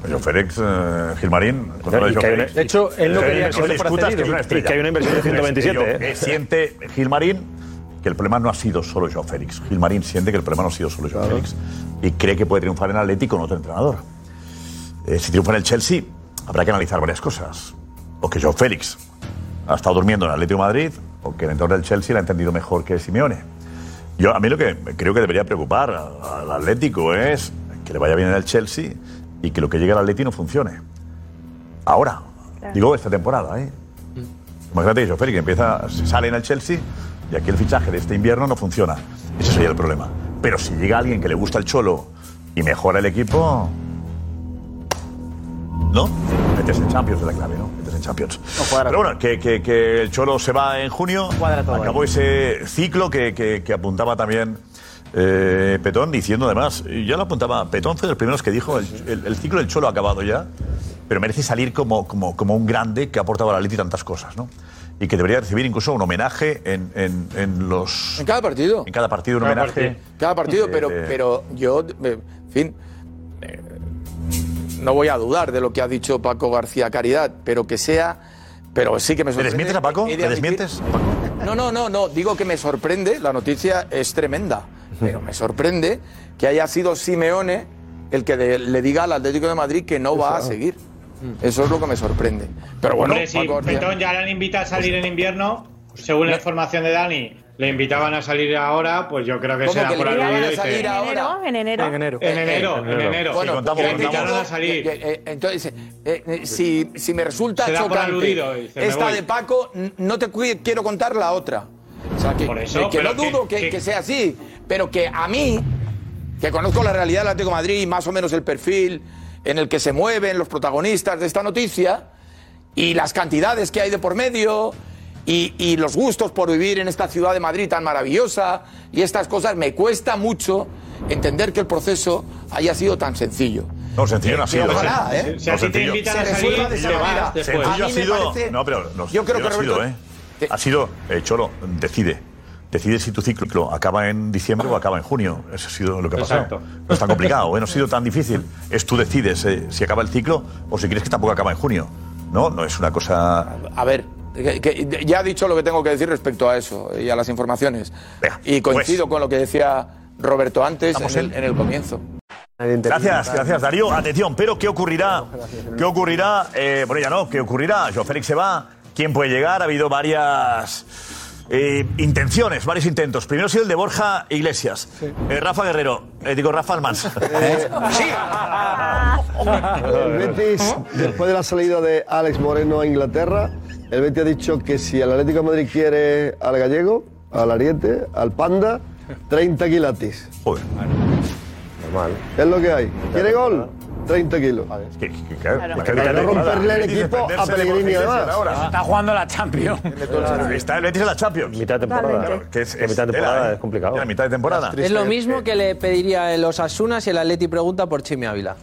[SPEAKER 6] Joao Félix, eh, Gilmarín, contra
[SPEAKER 2] Y
[SPEAKER 6] Joao
[SPEAKER 2] que hay una-
[SPEAKER 6] Félix.
[SPEAKER 2] de hecho, él no quería
[SPEAKER 6] Eh,
[SPEAKER 2] que
[SPEAKER 6] le
[SPEAKER 2] Cholo fuera
[SPEAKER 6] discutas que es
[SPEAKER 2] cedido.
[SPEAKER 6] una
[SPEAKER 2] Y que hay una inversión de
[SPEAKER 6] estrella. Es decir,
[SPEAKER 2] 127,
[SPEAKER 6] yo-
[SPEAKER 2] ¿eh?
[SPEAKER 6] eh, siente Gilmarín que el problema no ha sido solo Joao Félix. Gilmarín siente que el problema no ha sido solo Joao Félix y cree que puede triunfar en Atleti con otro entrenador. Eh, si triunfa en el Chelsea, habrá que analizar varias cosas. O que Joao Félix ha estado durmiendo en el Atlético de Madrid, o que el entrenador del Chelsea la ha entendido mejor que Simeone. Yo, a mí lo que creo que debería preocupar a- al Atlético es que le vaya bien en el Chelsea y que lo que llegue al Atlético no funcione. Ahora, digo esta temporada, ¿eh? Imagínate que Joao Félix empieza, se sale en el Chelsea y aquí el fichaje de este invierno no funciona. Ese sería el problema. Pero si llega alguien que le gusta el cholo y mejora el equipo, ¿no? Metes en Champions es la clave, ¿no? Metes en Champions. Pero bueno, que, que- que el cholo se va en junio. Acabó ese ciclo que, que- que apuntaba también. eh, Petón diciendo además, ya lo apuntaba, Petón fue de los primeros que dijo, el, el- el ciclo del Cholo ha acabado ya, pero merece salir como, como, como un grande que ha aportado a la Leti tantas cosas, ¿no? Y que debería recibir incluso un homenaje en, en- en los... En
[SPEAKER 10] cada partido.
[SPEAKER 6] En cada partido un homenaje.
[SPEAKER 10] Cada partido,
[SPEAKER 6] Eh,
[SPEAKER 10] pero,
[SPEAKER 6] eh,
[SPEAKER 10] pero yo, eh, en fin, eh, no voy a dudar de lo que ha dicho Paco García Caridad, pero que sea. Pero sí que me
[SPEAKER 6] ¿Le
[SPEAKER 10] sorprende.
[SPEAKER 6] desmientes a Paco?
[SPEAKER 10] He de
[SPEAKER 6] ¿Le
[SPEAKER 10] admitir-
[SPEAKER 6] desmientes,
[SPEAKER 10] No, no, no, no. Digo que me sorprende, la noticia es tremenda, pero me sorprende que haya sido Simeone el que de- le diga al Atlético de Madrid que no va a seguir. Eso es lo que me sorprende. Pero bueno,
[SPEAKER 11] Hombre, si
[SPEAKER 10] Pues Paco García- Pues
[SPEAKER 11] Petón ya le han invitado a salir en invierno, según la información de Dani, le invitaban a salir ahora, pues yo creo que
[SPEAKER 10] ¿Cómo
[SPEAKER 11] será
[SPEAKER 10] que
[SPEAKER 11] por
[SPEAKER 10] le iban
[SPEAKER 11] aludido.
[SPEAKER 10] a
[SPEAKER 11] y
[SPEAKER 10] salir
[SPEAKER 11] te-
[SPEAKER 10] ahora?
[SPEAKER 22] En enero.
[SPEAKER 11] En enero, en enero.
[SPEAKER 10] Bueno, que
[SPEAKER 11] Sí, contamos, contamos.
[SPEAKER 10] invitaron
[SPEAKER 11] a salir.
[SPEAKER 10] que- que- eh, entonces, eh, eh, si, si me resulta
[SPEAKER 11] Se da por
[SPEAKER 10] chocante
[SPEAKER 11] aludido y se me
[SPEAKER 10] esta
[SPEAKER 11] voy.
[SPEAKER 10] de Paco, n- no te cu- quiero contar la otra. O sea, que,
[SPEAKER 11] Por eso,
[SPEAKER 10] que no
[SPEAKER 11] pero que-
[SPEAKER 10] dudo que,
[SPEAKER 11] que-
[SPEAKER 10] que sea así, pero que a mí que conozco la realidad del Atlético de Madrid, más o menos el perfil en el que se mueven los protagonistas de esta noticia y las cantidades que hay de por medio y, y los gustos por vivir en esta ciudad de Madrid tan maravillosa y estas cosas, me cuesta mucho entender que el proceso haya sido tan sencillo.
[SPEAKER 6] No, sencillo no ha sido.
[SPEAKER 10] Ojalá,
[SPEAKER 6] ¿eh?
[SPEAKER 10] ¿eh?
[SPEAKER 6] No, sencillo.
[SPEAKER 10] Se resuelva de esa
[SPEAKER 6] le
[SPEAKER 10] manera.
[SPEAKER 6] vas después. Sencillo
[SPEAKER 10] A
[SPEAKER 6] ha
[SPEAKER 10] mí me
[SPEAKER 6] sido.
[SPEAKER 10] parece-
[SPEAKER 6] No, pero no, sencillo
[SPEAKER 10] Yo creo que
[SPEAKER 6] ha sido,
[SPEAKER 10] Roberto-
[SPEAKER 6] ¿eh? Ha sido, eh, Cholo, decide. Decide si tu ciclo acaba en diciembre o acaba en junio. Eso ha sido lo que ha pasado.
[SPEAKER 11] Exacto.
[SPEAKER 6] No es tan complicado, ¿eh? no ha sido tan difícil. Es tú decides eh, si acaba el ciclo o si crees que tampoco acaba en junio. No, no es una cosa.
[SPEAKER 10] A ver, que- que ya he dicho lo que tengo que decir respecto a eso y a las informaciones. y
[SPEAKER 6] pues.
[SPEAKER 10] coincido con lo que decía Roberto antes en el, en el comienzo.
[SPEAKER 6] ¿eh? Gracias, gracias Darío. Atención, pero ¿qué ocurrirá? ¿Qué ocurrirá? Eh, bueno, ya no, ¿qué ocurrirá? Joe Félix se va, ¿quién puede llegar? Ha habido varias eh, intenciones, varios intentos. Primero ha sido el de Borja Iglesias. Eh, Rafa Guerrero, eh, digo Rafa Almansa.
[SPEAKER 19] El Betis,
[SPEAKER 6] ¿Eh?
[SPEAKER 19] después de la salida de Alex Moreno a Inglaterra, el Betis ha dicho que si el Atlético de Madrid quiere al gallego, al ariete, al panda, 30 kilatis.
[SPEAKER 6] Joder.
[SPEAKER 19] Normal. Es lo que hay. ¿Quiere gol? 30 kilos.
[SPEAKER 6] Claro.
[SPEAKER 19] Para no romperle el equipo a Pellegrini además.
[SPEAKER 8] Está jugando la Champions.
[SPEAKER 6] Está el Betis en la Champions. Mitad
[SPEAKER 8] de temporada. Totalmente.
[SPEAKER 6] Que es,
[SPEAKER 2] La mitad de temporada
[SPEAKER 6] tela, ¿eh?
[SPEAKER 2] es complicado.
[SPEAKER 6] La mitad de temporada.
[SPEAKER 18] Es lo mismo que le pediría el Osasuna si el Atleti pregunta por Chimi Ávila.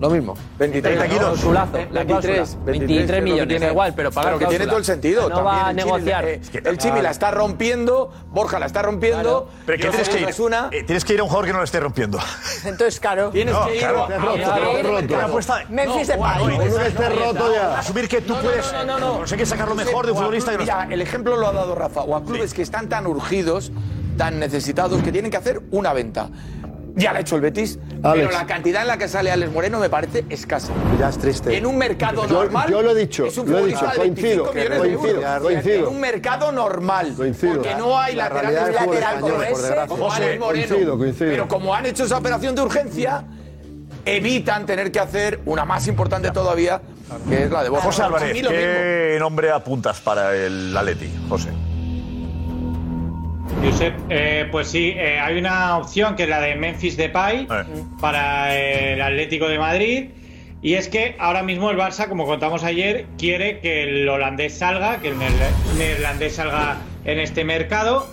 [SPEAKER 18] Lo mismo.
[SPEAKER 10] 23
[SPEAKER 18] La
[SPEAKER 10] kilos.
[SPEAKER 18] clausulazo, la
[SPEAKER 10] 23,
[SPEAKER 18] cláusula.
[SPEAKER 10] 23, que
[SPEAKER 18] 23
[SPEAKER 10] es lo que
[SPEAKER 18] millones,
[SPEAKER 10] tiene-
[SPEAKER 18] da igual, pero pagar
[SPEAKER 10] que tiene
[SPEAKER 18] cláusula.
[SPEAKER 10] todo el
[SPEAKER 24] Ah,
[SPEAKER 10] sentido.
[SPEAKER 18] No va a
[SPEAKER 10] también el Chimi,
[SPEAKER 18] negociar.
[SPEAKER 10] eh, el Chimi la está rompiendo, Borja la está rompiendo.
[SPEAKER 6] Pero ¿qué
[SPEAKER 10] yo
[SPEAKER 6] tienes
[SPEAKER 10] soy
[SPEAKER 6] que ir?
[SPEAKER 10] Osasuna.
[SPEAKER 6] Eh, tienes que ir a un jugador que no lo esté rompiendo.
[SPEAKER 21] Entonces, claro.
[SPEAKER 10] Tienes
[SPEAKER 6] No,
[SPEAKER 10] que ir
[SPEAKER 6] claro.
[SPEAKER 10] a-
[SPEAKER 6] Roto,
[SPEAKER 10] a- a-
[SPEAKER 6] roto,
[SPEAKER 10] a-
[SPEAKER 6] roto.
[SPEAKER 10] a-
[SPEAKER 6] La apuesta-
[SPEAKER 21] Memphis de Pai.
[SPEAKER 10] este
[SPEAKER 6] Asumir que tú puedes conseguir sacar lo mejor de un futbolista que no
[SPEAKER 10] Mira, el ejemplo lo ha dado Rafa. O a clubes que están tan urgidos, tan necesitados, que tienen que hacer una venta. Ya la ha hecho el Betis, pero la cantidad en la que sale Alex Moreno me parece escasa.
[SPEAKER 19] Ya es triste.
[SPEAKER 10] En un mercado
[SPEAKER 19] Yo-
[SPEAKER 10] normal.
[SPEAKER 19] yo lo he dicho,
[SPEAKER 10] es un
[SPEAKER 19] lo he
[SPEAKER 10] futbolista
[SPEAKER 19] dicho,
[SPEAKER 10] de 25
[SPEAKER 19] coincido,
[SPEAKER 10] millones de
[SPEAKER 19] coincido,
[SPEAKER 10] euros.
[SPEAKER 19] coincido.
[SPEAKER 10] En un mercado normal. Porque no hay
[SPEAKER 19] La
[SPEAKER 10] lateral,
[SPEAKER 19] realidad
[SPEAKER 10] un
[SPEAKER 19] del fútbol
[SPEAKER 10] lateral como
[SPEAKER 19] español, por
[SPEAKER 10] ese,
[SPEAKER 19] desgracia.
[SPEAKER 10] como Alex Moreno.
[SPEAKER 19] Coincido, coincido.
[SPEAKER 10] Pero como han hecho esa operación de urgencia, evitan tener que hacer una más importante todavía, que es la de Borja.
[SPEAKER 6] José Álvarez,
[SPEAKER 10] A mí lo
[SPEAKER 6] ¿qué nombre apuntas para el Atleti, José?
[SPEAKER 11] Josep, eh, pues sí, eh, hay una opción que es la de Memphis Depay para eh, el Atlético de Madrid. Y es que ahora mismo el Barça, como contamos ayer, quiere que el holandés salga, que el neerla- neerlandés salga en este mercado.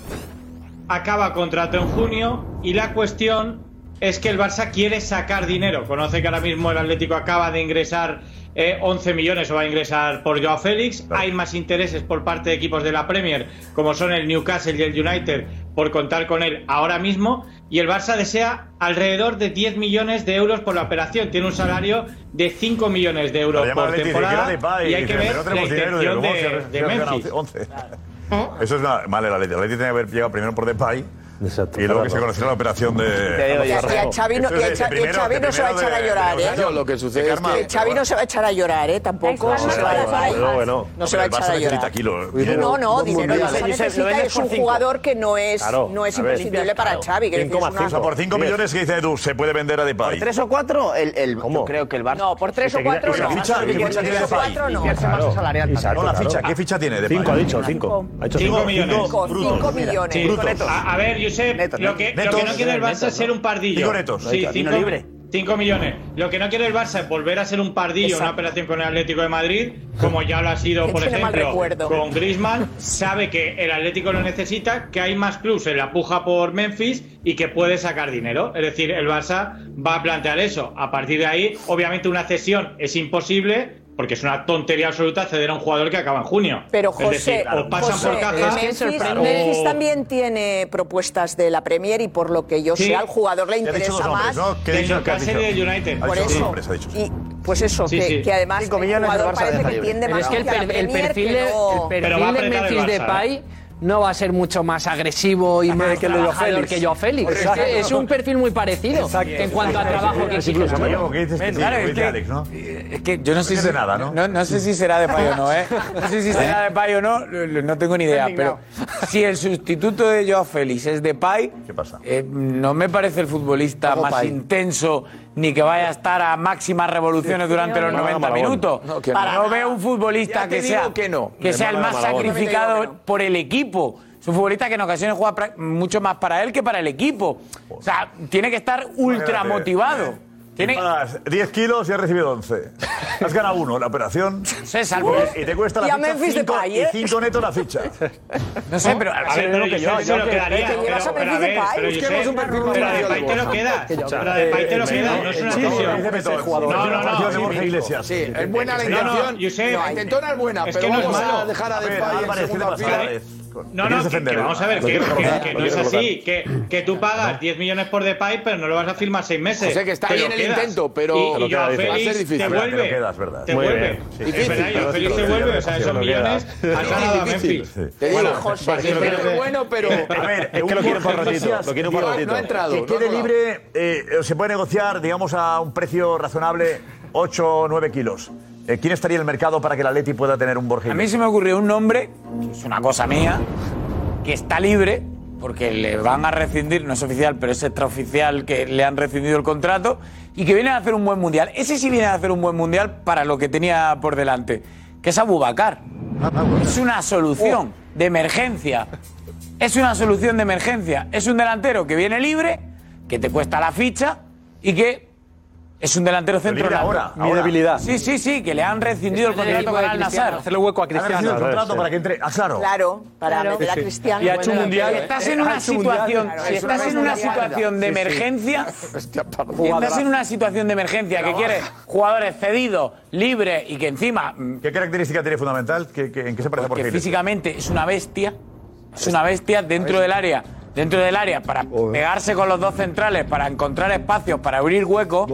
[SPEAKER 11] Acaba contrato en junio y la cuestión es que el Barça quiere sacar dinero. Conoce que ahora mismo el Atlético acaba de ingresar eh, 11 millones o va a ingresar por Joao Félix. Hay más intereses por parte de equipos de la Premier, como son el Newcastle y el United, por contar con él ahora mismo. Y el Barça desea alrededor de 10 millones de euros por la operación. Tiene un salario de 5 millones de euros
[SPEAKER 6] Le llama
[SPEAKER 11] por
[SPEAKER 6] Atleti y dice,
[SPEAKER 11] temporada.
[SPEAKER 6] "Quiero a Depay",
[SPEAKER 11] Y hay
[SPEAKER 6] y
[SPEAKER 11] que
[SPEAKER 6] dice,
[SPEAKER 11] ver
[SPEAKER 6] "Pero no
[SPEAKER 11] la
[SPEAKER 6] tenemos dinero", y digo,
[SPEAKER 11] intención de,
[SPEAKER 6] "Hostia,
[SPEAKER 11] de
[SPEAKER 6] hostia,
[SPEAKER 11] Memphis.
[SPEAKER 6] ganado 11. Eso es una, mal el Atleti. El Atleti tenía que haber llegado primero por Depay. Y luego que se conociera la operación de.
[SPEAKER 21] Y a- y a Xavi no-
[SPEAKER 6] Eso
[SPEAKER 21] y a
[SPEAKER 6] es de
[SPEAKER 21] Xa- y a
[SPEAKER 6] primero-
[SPEAKER 21] Xavi no
[SPEAKER 6] de
[SPEAKER 21] se va a
[SPEAKER 6] primero
[SPEAKER 21] echar a
[SPEAKER 6] de-
[SPEAKER 21] llorar,
[SPEAKER 6] de-
[SPEAKER 21] ¿eh?
[SPEAKER 6] de-
[SPEAKER 21] Yo lo
[SPEAKER 10] que
[SPEAKER 21] Es que el Xavi no se va a echar a llorar, ¿eh? Tampoco. No se va a echar a llorar. No se va a echar a llorar.
[SPEAKER 6] kilos.
[SPEAKER 21] No, no, dinero
[SPEAKER 6] Mundiales.
[SPEAKER 21] no se
[SPEAKER 6] Josep, lo
[SPEAKER 21] necesita.
[SPEAKER 6] vendes
[SPEAKER 21] Es
[SPEAKER 6] por
[SPEAKER 21] un
[SPEAKER 6] cinco.
[SPEAKER 21] jugador que no es,
[SPEAKER 6] Claro,
[SPEAKER 21] no es
[SPEAKER 6] a ver.
[SPEAKER 21] imprescindible para Xavi. que decir, es una-
[SPEAKER 6] O sea, por 5 millones que dice Edu, se puede vender a Depay.
[SPEAKER 16] ¿Tres o cuatro? El, el, yo creo que el Barça. No, por
[SPEAKER 21] tres o cuatro
[SPEAKER 6] no. Y por tres o cuatro no. Claro. Y salto, No, la claro. ficha, ¿qué ficha tiene Depay?
[SPEAKER 2] Ah, Cinco ha dicho, cinco. Ha hecho
[SPEAKER 11] Cinco
[SPEAKER 2] cinco
[SPEAKER 11] millones.
[SPEAKER 2] Cinco,
[SPEAKER 11] Brutos.
[SPEAKER 2] cinco millones.
[SPEAKER 11] Sí.
[SPEAKER 2] Brutos.
[SPEAKER 11] Netos. A, a ver, Josep,
[SPEAKER 2] Netos,
[SPEAKER 11] lo, que,
[SPEAKER 2] netos.
[SPEAKER 11] lo que no quiere el Barça
[SPEAKER 2] Netos,
[SPEAKER 11] es ser un pardillo.
[SPEAKER 2] Digo netos.
[SPEAKER 11] Sí,
[SPEAKER 2] Netos.
[SPEAKER 11] cinco,
[SPEAKER 2] Vino libre.
[SPEAKER 11] cinco millones. Lo que no quiere el Barça es volver a ser un pardillo en una operación con el Atlético de Madrid, como ya lo ha sido,
[SPEAKER 21] Que
[SPEAKER 11] por
[SPEAKER 21] tiene mal
[SPEAKER 11] ejemplo,
[SPEAKER 21] recuerdo.
[SPEAKER 11] con Griezmann. Sabe que el Atlético lo necesita, que hay más clubes en la puja por Memphis y que puede sacar dinero. Es decir, el Barça va a plantear eso. A partir de ahí, obviamente una cesión es imposible. Porque es una tontería absoluta ceder a un jugador que acaba en junio.
[SPEAKER 21] Pero
[SPEAKER 11] Es
[SPEAKER 21] José,
[SPEAKER 11] decir, o pasan
[SPEAKER 21] José,
[SPEAKER 11] por caja
[SPEAKER 21] Memphis,
[SPEAKER 11] o-
[SPEAKER 21] Memphis también tiene propuestas de la Premier y por lo que yo
[SPEAKER 11] Sí.
[SPEAKER 21] sé al jugador le
[SPEAKER 11] Ya ha dicho
[SPEAKER 21] interesa
[SPEAKER 11] dos
[SPEAKER 21] más.
[SPEAKER 11] nombres, ¿no? ¿Qué ha dicho? ¿Qué ha dicho? Newcastle y el United. Ha
[SPEAKER 21] Por
[SPEAKER 11] dicho dos
[SPEAKER 21] eso.
[SPEAKER 11] nombres, ha dicho.
[SPEAKER 21] Y pues eso,
[SPEAKER 11] Sí,
[SPEAKER 21] que,
[SPEAKER 11] sí.
[SPEAKER 21] que además el el jugador jugador parece que libre. tiende
[SPEAKER 18] Pero
[SPEAKER 21] más
[SPEAKER 18] es que el,
[SPEAKER 21] hacia la
[SPEAKER 18] per- el
[SPEAKER 21] Premier
[SPEAKER 18] perfil,
[SPEAKER 21] que
[SPEAKER 18] de-
[SPEAKER 21] no-
[SPEAKER 18] el perfil de Memphis
[SPEAKER 11] ¿eh?
[SPEAKER 18] Depay no va a ser mucho más agresivo y más
[SPEAKER 6] que
[SPEAKER 18] que
[SPEAKER 6] el de Joao
[SPEAKER 18] trabajador
[SPEAKER 6] Félix.
[SPEAKER 18] que yo Félix. Es,
[SPEAKER 6] Exacto.
[SPEAKER 18] que es un perfil muy parecido
[SPEAKER 6] Exacto.
[SPEAKER 18] en cuanto a trabajo que
[SPEAKER 6] Es incluso
[SPEAKER 18] exige.
[SPEAKER 6] mayor. ¿Qué dices que sí?
[SPEAKER 8] Claro,
[SPEAKER 6] Lo
[SPEAKER 8] es
[SPEAKER 6] dice
[SPEAKER 8] que-
[SPEAKER 6] Alex, ¿no?
[SPEAKER 8] Es que eh, yo no sé
[SPEAKER 6] No
[SPEAKER 8] si
[SPEAKER 6] sé nada, ¿no?
[SPEAKER 8] no sé si será de Payo o no, ¿eh? No sé si será de Payo o no, lo- lo- no tengo ni idea. Pero si el sustituto de Joao Félix es de Pay, no me parece el futbolista
[SPEAKER 10] Hago
[SPEAKER 8] más
[SPEAKER 10] Pay.
[SPEAKER 8] intenso ni que vaya a estar a máximas revoluciones durante los
[SPEAKER 10] No,
[SPEAKER 8] 90
[SPEAKER 10] Malagón.
[SPEAKER 8] minutos.
[SPEAKER 10] No,
[SPEAKER 8] No,
[SPEAKER 10] que no.
[SPEAKER 8] veo un futbolista
[SPEAKER 10] Ya te
[SPEAKER 8] que sea,
[SPEAKER 10] digo que no.
[SPEAKER 8] que sea el más
[SPEAKER 10] Malagón.
[SPEAKER 8] sacrificado por el equipo. Es un futbolista que en ocasiones juega pra- mucho más para él que para el equipo. O sea, tiene que estar ultra
[SPEAKER 6] Imagínate.
[SPEAKER 8] motivado. Tiene...
[SPEAKER 6] Pagas 10 kilos y has recibido 11. Has ganado uno la operación.
[SPEAKER 8] César,
[SPEAKER 6] Y-
[SPEAKER 8] pues-
[SPEAKER 6] y te cuesta
[SPEAKER 8] Y
[SPEAKER 6] la
[SPEAKER 8] a Memphis
[SPEAKER 6] ficha 5
[SPEAKER 8] Depay,
[SPEAKER 6] y
[SPEAKER 8] ¿eh?
[SPEAKER 6] 5 netos la ficha.
[SPEAKER 8] No sé, pero
[SPEAKER 20] A ver, pero yo se lo quedaría. Pero pero a ver, pero Josep, pero de Pay te lo quedas. Pero
[SPEAKER 6] eh,
[SPEAKER 20] de Pay te lo quedas, no es una cesión. No, no, no.
[SPEAKER 6] de Borja Iglesias.
[SPEAKER 10] Sí, es buena la
[SPEAKER 20] No, no,
[SPEAKER 10] intención.
[SPEAKER 20] Josep,
[SPEAKER 10] la intención es buena,
[SPEAKER 20] es
[SPEAKER 10] pero
[SPEAKER 20] que no es
[SPEAKER 10] vamos a
[SPEAKER 20] malo.
[SPEAKER 10] dejar a
[SPEAKER 20] A ver,
[SPEAKER 10] Depay en
[SPEAKER 20] Álvarez,
[SPEAKER 10] segunda
[SPEAKER 20] ¿qué te pasa,
[SPEAKER 10] fila.
[SPEAKER 20] Álvarez? No, no, que, que vamos a ver, que, que- que no es así, que, que tú pagas 10 millones por Depay, pero no lo vas a firmar 6 meses.
[SPEAKER 10] O sea, que está
[SPEAKER 20] Te
[SPEAKER 10] ahí
[SPEAKER 20] lo
[SPEAKER 10] en el
[SPEAKER 20] quedas.
[SPEAKER 10] intento, pero- Te
[SPEAKER 20] Y,
[SPEAKER 10] lo
[SPEAKER 20] y Joao
[SPEAKER 10] quedas,
[SPEAKER 20] Félix
[SPEAKER 10] es difícil.
[SPEAKER 20] te
[SPEAKER 10] Es verdad que
[SPEAKER 20] vuelve.
[SPEAKER 10] lo quedas, verdad.
[SPEAKER 20] Te
[SPEAKER 10] Muy
[SPEAKER 20] vuelve.
[SPEAKER 10] bien.
[SPEAKER 20] Es
[SPEAKER 10] Difícil,
[SPEAKER 20] verdad,
[SPEAKER 10] pero
[SPEAKER 20] Joao
[SPEAKER 10] sí,
[SPEAKER 20] Félix te
[SPEAKER 10] te lo
[SPEAKER 20] vuelve, o
[SPEAKER 10] quedas,
[SPEAKER 20] sea,
[SPEAKER 10] sí,
[SPEAKER 20] esos
[SPEAKER 10] lo
[SPEAKER 20] millones
[SPEAKER 10] quedas.
[SPEAKER 20] has
[SPEAKER 10] Sí,
[SPEAKER 20] ganado a
[SPEAKER 10] difícil.
[SPEAKER 20] Memphis.
[SPEAKER 10] Sí. Te digo, José,
[SPEAKER 20] vale,
[SPEAKER 10] que
[SPEAKER 20] lo
[SPEAKER 10] es
[SPEAKER 20] quiero ver.
[SPEAKER 10] bueno, pero-
[SPEAKER 6] <laughs> A ver,
[SPEAKER 10] Es que
[SPEAKER 6] un
[SPEAKER 10] lo quieren
[SPEAKER 6] Borja
[SPEAKER 10] para ratito,
[SPEAKER 6] Iglesias
[SPEAKER 10] lo quieren para
[SPEAKER 6] que-
[SPEAKER 10] ratito. No ha entrado,
[SPEAKER 6] Que
[SPEAKER 10] no ha
[SPEAKER 6] quede
[SPEAKER 10] colado.
[SPEAKER 6] libre, eh, se puede negociar, digamos, a un precio razonable, 8 o 9 kilos. Eh, ¿Quién estaría en el mercado para que el Atleti pueda tener un Borja
[SPEAKER 8] A mí se me ocurrió un nombre, que es una cosa mía, que está libre, porque le van a rescindir, no es oficial, pero es extraoficial que le han rescindido el contrato, y que viene a hacer un buen mundial. Ese sí viene a hacer un buen mundial para lo que tenía por delante, que es Abubacar. Es una solución de emergencia. Es una solución de emergencia. Es un delantero que viene libre, que te cuesta la ficha y que es un delantero
[SPEAKER 6] Pero
[SPEAKER 8] centro.
[SPEAKER 6] libre
[SPEAKER 8] nato.
[SPEAKER 6] ahora, Mi ahora. debilidad.
[SPEAKER 8] Sí, sí, sí, que le han rescindido el
[SPEAKER 6] Está en el
[SPEAKER 8] contrato
[SPEAKER 6] equipo
[SPEAKER 8] con
[SPEAKER 6] de
[SPEAKER 8] Al Nazar.
[SPEAKER 6] Cristiano. Hacerle hueco a Cristiano. Han rescindido el contrato para que entre- ah, claro.
[SPEAKER 3] Claro, para
[SPEAKER 8] Claro.
[SPEAKER 3] meter a
[SPEAKER 8] Sí, sí.
[SPEAKER 3] Cristiano.
[SPEAKER 8] Y ha hecho un mundial.
[SPEAKER 3] Bueno,
[SPEAKER 6] eh,
[SPEAKER 8] Estás en una situación,
[SPEAKER 3] Claro,
[SPEAKER 8] si
[SPEAKER 3] es
[SPEAKER 8] estás en una
[SPEAKER 3] mierda.
[SPEAKER 8] situación de
[SPEAKER 3] Sí,
[SPEAKER 10] <laughs>
[SPEAKER 3] sí.
[SPEAKER 8] emergencia, si estás
[SPEAKER 3] Jugadorazo.
[SPEAKER 8] en una situación de emergencia que quieres jugadores cedidos, libres y que encima mm,
[SPEAKER 6] ¿Qué característica tiene fundamental? ¿Qué- qué- ¿En qué se parece a Borja
[SPEAKER 8] que
[SPEAKER 6] Iglesias?
[SPEAKER 8] físicamente es una bestia, es una bestia dentro del área, dentro del área para pegarse con los dos centrales, para encontrar espacios, para abrir huecos.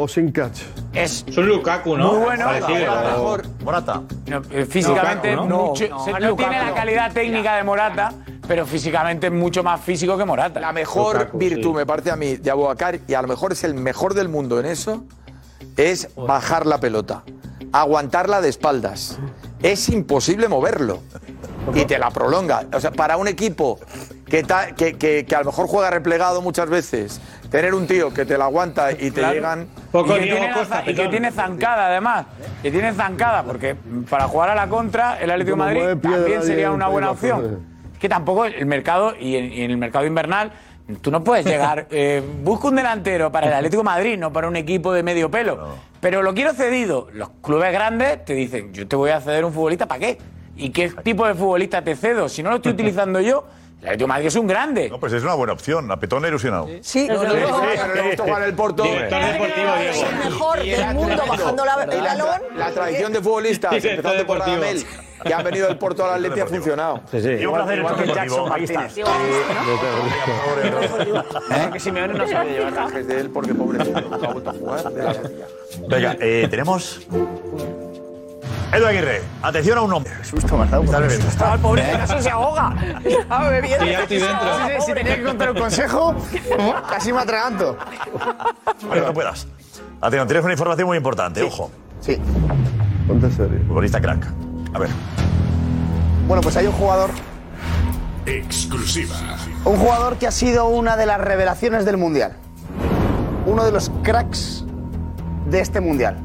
[SPEAKER 8] Es,
[SPEAKER 20] un Lukaku, ¿no?
[SPEAKER 8] Muy bueno.
[SPEAKER 20] Parecido.
[SPEAKER 8] A lo mejor
[SPEAKER 6] Morata.
[SPEAKER 8] No, eh, físicamente
[SPEAKER 20] Lukaku, ¿no?
[SPEAKER 8] mucho-
[SPEAKER 20] No,
[SPEAKER 8] se- no,
[SPEAKER 20] Lukaku,
[SPEAKER 8] tiene la
[SPEAKER 20] no.
[SPEAKER 8] calidad técnica de Morata, pero físicamente es mucho más físico que Morata.
[SPEAKER 10] La mejor virtud, me parece a mí, de Aboacar, y a lo mejor es el mejor del mundo en eso, es bajar la pelota, aguantarla de espaldas. Es imposible moverlo. Y te la prolonga. O sea, para un equipo que, ta- que, que- que a lo mejor juega replegado muchas veces, tener un tío que te la aguanta y te
[SPEAKER 8] Claro.
[SPEAKER 10] llegan.
[SPEAKER 8] y que, tiene la za- y que tiene zancada, además. Que tiene zancada, porque para jugar a la contra, el Atlético de
[SPEAKER 10] Como
[SPEAKER 8] Madrid
[SPEAKER 10] mueve piedra
[SPEAKER 8] también
[SPEAKER 10] ahí
[SPEAKER 8] sería
[SPEAKER 10] en
[SPEAKER 8] una buena
[SPEAKER 10] País Vasco,
[SPEAKER 8] opción. Que tampoco el mercado, y en, y en el mercado invernal, tú no
[SPEAKER 6] <laughs>
[SPEAKER 8] puedes llegar. eh, busca un delantero para el Atlético de Madrid, no para un equipo de medio pelo. Pero lo quiero cedido. Los clubes grandes te dicen, yo te voy a ceder un futbolista, ¿para qué? ¿Y qué tipo de futbolista te cedo? Si no lo
[SPEAKER 6] <laughs>
[SPEAKER 8] estoy utilizando yo, el Atlético de Madrid es un grande.
[SPEAKER 6] No, pues es una buena opción. A Petón le ha ilusionado.
[SPEAKER 3] Sí, no, no, no.
[SPEAKER 10] Director
[SPEAKER 6] deportivo,
[SPEAKER 3] Es el mejor del mundo bajando la, el balón.
[SPEAKER 10] La tradición de futbolistas,
[SPEAKER 6] Sí,
[SPEAKER 10] empezando
[SPEAKER 6] todo
[SPEAKER 10] por
[SPEAKER 6] deportivo.
[SPEAKER 10] Radamel, que han venido del Porto al Atleti, ha funcionado.
[SPEAKER 30] Sí, sí. Y un
[SPEAKER 10] Igual-
[SPEAKER 30] placer, Director
[SPEAKER 10] igual que
[SPEAKER 30] Deportivo.
[SPEAKER 10] Jackson
[SPEAKER 30] Ahí está.
[SPEAKER 10] Martínez.
[SPEAKER 6] <laughs> Porque
[SPEAKER 10] Simeone no sabe llevar mensajes de él porque pobrecito no ha vuelto a jugar. de la Liga.
[SPEAKER 6] Venga, eh, tenemos. Edu Aguirre, atención a un hombre. Susto, Marzado.
[SPEAKER 16] Estaba el
[SPEAKER 6] pobre,
[SPEAKER 16] <laughs> casi se ahoga. Estaba bebiendo.
[SPEAKER 6] Sí, ya estoy dentro.
[SPEAKER 16] Sí, sí, si tenía que contar un consejo, casi me atraganto.
[SPEAKER 6] Vale, no puedas. Atención, tienes una información muy importante, ojo.
[SPEAKER 16] Sí.
[SPEAKER 6] Ponte serio. Futbolista crack. A ver.
[SPEAKER 16] Bueno, pues hay un jugador
[SPEAKER 31] Exclusiva.
[SPEAKER 16] Un jugador que ha sido una de las revelaciones del Mundial. Uno de los cracks de este Mundial.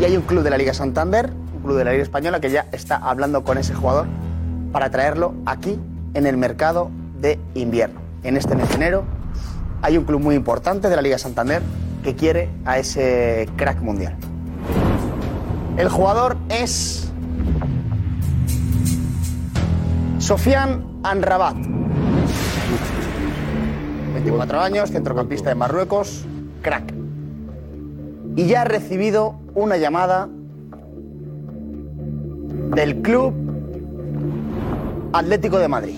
[SPEAKER 16] Y hay un club de la Liga Santander, un club de la Liga Española, que ya está hablando con ese jugador para traerlo aquí en el mercado de invierno. En este mes de enero hay un club muy importante de la Liga Santander que quiere a ese crack mundial. El jugador es Sofian Anrabat. 24 años, centrocampista de Marruecos, crack. Y ya ha recibido una llamada del club Atlético de Madrid.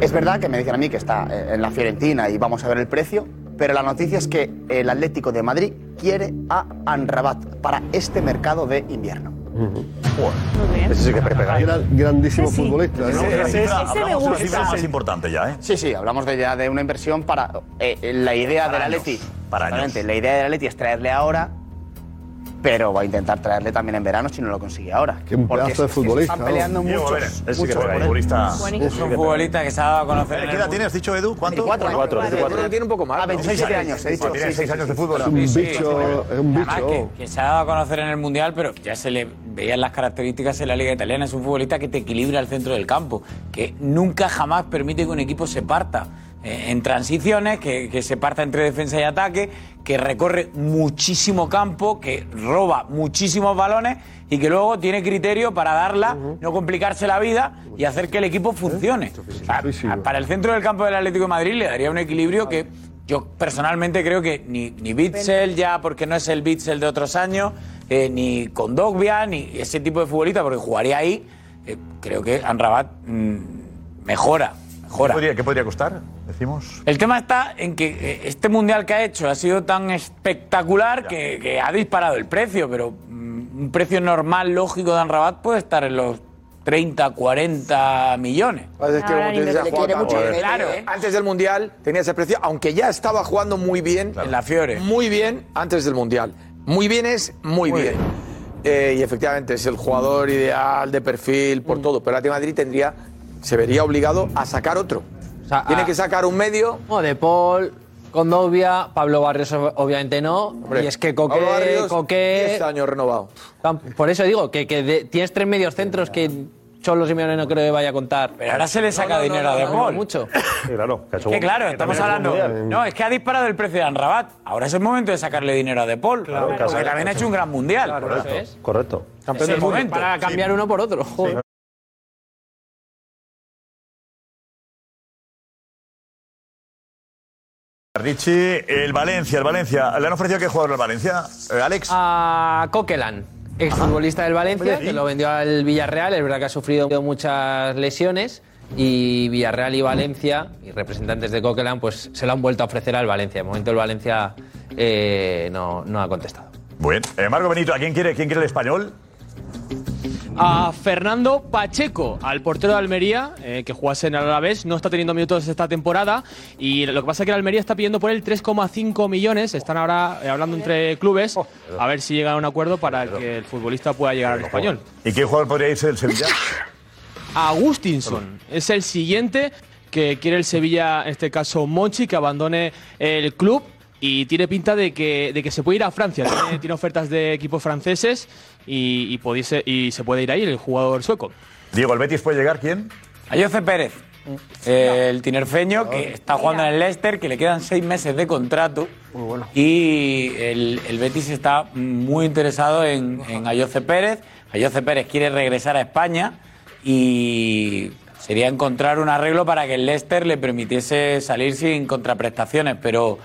[SPEAKER 16] Es verdad que me dicen a mí que está eh, en la Fiorentina y vamos a ver el precio, pero la noticia es que el Atlético de Madrid quiere a Anrabat para este mercado de invierno.
[SPEAKER 19] ¿Eh? Ese sí que grandísimo futbolista. ¿no?
[SPEAKER 6] más importante ya, ¿eh?
[SPEAKER 16] Sí, sí, hablamos de ya de una inversión para eh, eh, la idea
[SPEAKER 6] Para
[SPEAKER 16] del
[SPEAKER 6] años,
[SPEAKER 16] Atleti.
[SPEAKER 6] para años.
[SPEAKER 16] Exactamente, La idea del Atleti es traerle ahora pero va a intentar traerle también en verano si no lo consigue ahora.
[SPEAKER 19] Qué un
[SPEAKER 16] Porque
[SPEAKER 19] pedazo de
[SPEAKER 16] es- es que se
[SPEAKER 19] futbolista.
[SPEAKER 16] Están peleando
[SPEAKER 6] Diego,
[SPEAKER 16] muchos,
[SPEAKER 6] a ver, ese sí que
[SPEAKER 16] muchos
[SPEAKER 6] fue
[SPEAKER 16] por él.
[SPEAKER 6] futbolista.
[SPEAKER 8] Es un futbolista que se ha dado a conocer.
[SPEAKER 6] ¿Qué edad tienes, dicho, Edu? ¿Cuánto?
[SPEAKER 16] 24, ¿no?
[SPEAKER 6] Cuatro,
[SPEAKER 16] Vale,
[SPEAKER 6] veinticuatro.
[SPEAKER 16] yo creo que tiene un poco más,
[SPEAKER 6] Ah,
[SPEAKER 16] ¿no?
[SPEAKER 6] 27
[SPEAKER 16] años, he dicho,
[SPEAKER 6] Bueno, Tiene
[SPEAKER 16] sí,
[SPEAKER 6] 6
[SPEAKER 16] sí,
[SPEAKER 6] años
[SPEAKER 16] sí,
[SPEAKER 6] de fútbol.
[SPEAKER 16] sí. Es un
[SPEAKER 6] Sí, sí,
[SPEAKER 16] bicho,
[SPEAKER 6] sí.
[SPEAKER 19] es un
[SPEAKER 8] Además, que, que se ha dado a conocer en el Mundial, pero ya se le veían las características en la Liga Italiana. Es un futbolista que te equilibra al centro del campo, que nunca jamás permite que un equipo se parta eh, en transiciones, que, que se parta entre defensa y ataque, que recorre muchísimo campo, que roba muchísimos balones y que luego tiene criterio para darla, no complicarse la vida y hacer que el equipo funcione. Pa-
[SPEAKER 6] Ah,
[SPEAKER 8] para el centro del campo del Atlético de Madrid le daría un equilibrio que yo personalmente creo que ni, ni Bitzel ya, porque no es el Bitzel de otros años, eh, ni Kondogbia, ni ese tipo de futbolista, porque jugaría ahí, eh, creo que Anrabat mm, mejora, mejora.
[SPEAKER 6] ¿Qué podría- ¿Qué podría costar? Decimos.
[SPEAKER 8] El tema está en que eh, este mundial que ha hecho ha sido tan espectacular que, que ha disparado el precio, pero mm, un precio normal, lógico de Anrabat puede estar en los 30, 40 millones.
[SPEAKER 10] Es que, como tú dices, ha
[SPEAKER 8] Le
[SPEAKER 10] jugado
[SPEAKER 8] quiere
[SPEAKER 10] tan
[SPEAKER 8] mucho
[SPEAKER 10] bien.
[SPEAKER 8] dinero, ¿eh?
[SPEAKER 10] Claro,
[SPEAKER 3] eh.
[SPEAKER 10] Antes del Mundial tenía ese precio, aunque ya estaba jugando muy bien. En
[SPEAKER 8] la Fiore.
[SPEAKER 10] Muy bien antes del Mundial. Muy bien es muy, bien. Eh, y efectivamente es el jugador ideal de perfil por todo. Pero el Atlético de Madrid tendría, se vería obligado a sacar otro. Tiene
[SPEAKER 18] ah.
[SPEAKER 10] que sacar un medio.
[SPEAKER 18] No, de Paul, Condovia, Pablo Barrios ob- obviamente no.
[SPEAKER 10] Hombre,
[SPEAKER 18] y es que
[SPEAKER 10] Pablo
[SPEAKER 18] Coque...
[SPEAKER 10] Barrios,
[SPEAKER 18] Coque
[SPEAKER 10] 10 años renovado.
[SPEAKER 18] Tam- Por eso digo que, que de- tienes tres medios centros que Cholo Simeone no creo que vaya a contar.
[SPEAKER 8] Pero ahora se le saca dinero a De Paul.
[SPEAKER 18] Mucho.
[SPEAKER 2] claro,
[SPEAKER 8] Es que claro, estamos hablando. No, es que ha disparado el precio de Anrabat. Ahora es el momento de sacarle dinero a De Paul.
[SPEAKER 2] Claro,
[SPEAKER 8] porque
[SPEAKER 2] claro.
[SPEAKER 8] también ha hecho un gran mundial.
[SPEAKER 2] Correcto. Correcto.
[SPEAKER 8] Campeón del momento.
[SPEAKER 18] Para cambiar uno por otro. joder.
[SPEAKER 6] Richie, el Valencia, el Valencia. ¿Le han ofrecido a qué jugador el Valencia? Eh, Alex.
[SPEAKER 18] A Coquelan, exfutbolista del Valencia,
[SPEAKER 6] Hombre,
[SPEAKER 18] que lo vendió al Villarreal. Es verdad que ha sufrido muchas lesiones. Y Villarreal y Valencia, y representantes de Coquelan, pues se lo han vuelto a ofrecer al Valencia. De momento el Valencia eh, no, no ha contestado.
[SPEAKER 6] Bueno, eh, Marco Benito, ¿a quién quiere, quién quiere el español?
[SPEAKER 26] a Fernando Pacheco, al portero de Almería, eh, que jugase en el Alavés, no está teniendo minutos esta temporada y lo que pasa es que el Almería está pidiendo por él 3,5 millones, están ahora eh, hablando entre clubes,
[SPEAKER 20] Oh,
[SPEAKER 26] a ver si llegan a un acuerdo para que el futbolista pueda llegar al español.
[SPEAKER 6] ¿Y qué jugador podría irse del
[SPEAKER 16] <laughs>
[SPEAKER 6] Sevilla?
[SPEAKER 26] Agustinson es el siguiente que quiere el Sevilla, en este caso Monchi, que abandone el club y tiene pinta de que, de que se puede ir a Francia.
[SPEAKER 6] <coughs>
[SPEAKER 26] Tiene, tiene ofertas de equipos franceses y, y, pudiese- y se puede ir ahí el
[SPEAKER 6] <laughs>
[SPEAKER 26] jugador sueco.
[SPEAKER 6] Diego, ¿el Betis puede llegar quién?
[SPEAKER 8] A Jose Pérez, eh, el tinerfeño que está jugando en el Leicester, que le quedan seis meses de contrato. Y el, el Betis está muy interesado en, en Ayoce Pérez. Ayoce Pérez quiere regresar a España y sería encontrar un arreglo para que el Leicester le permitiese salir sin contraprestaciones. Pero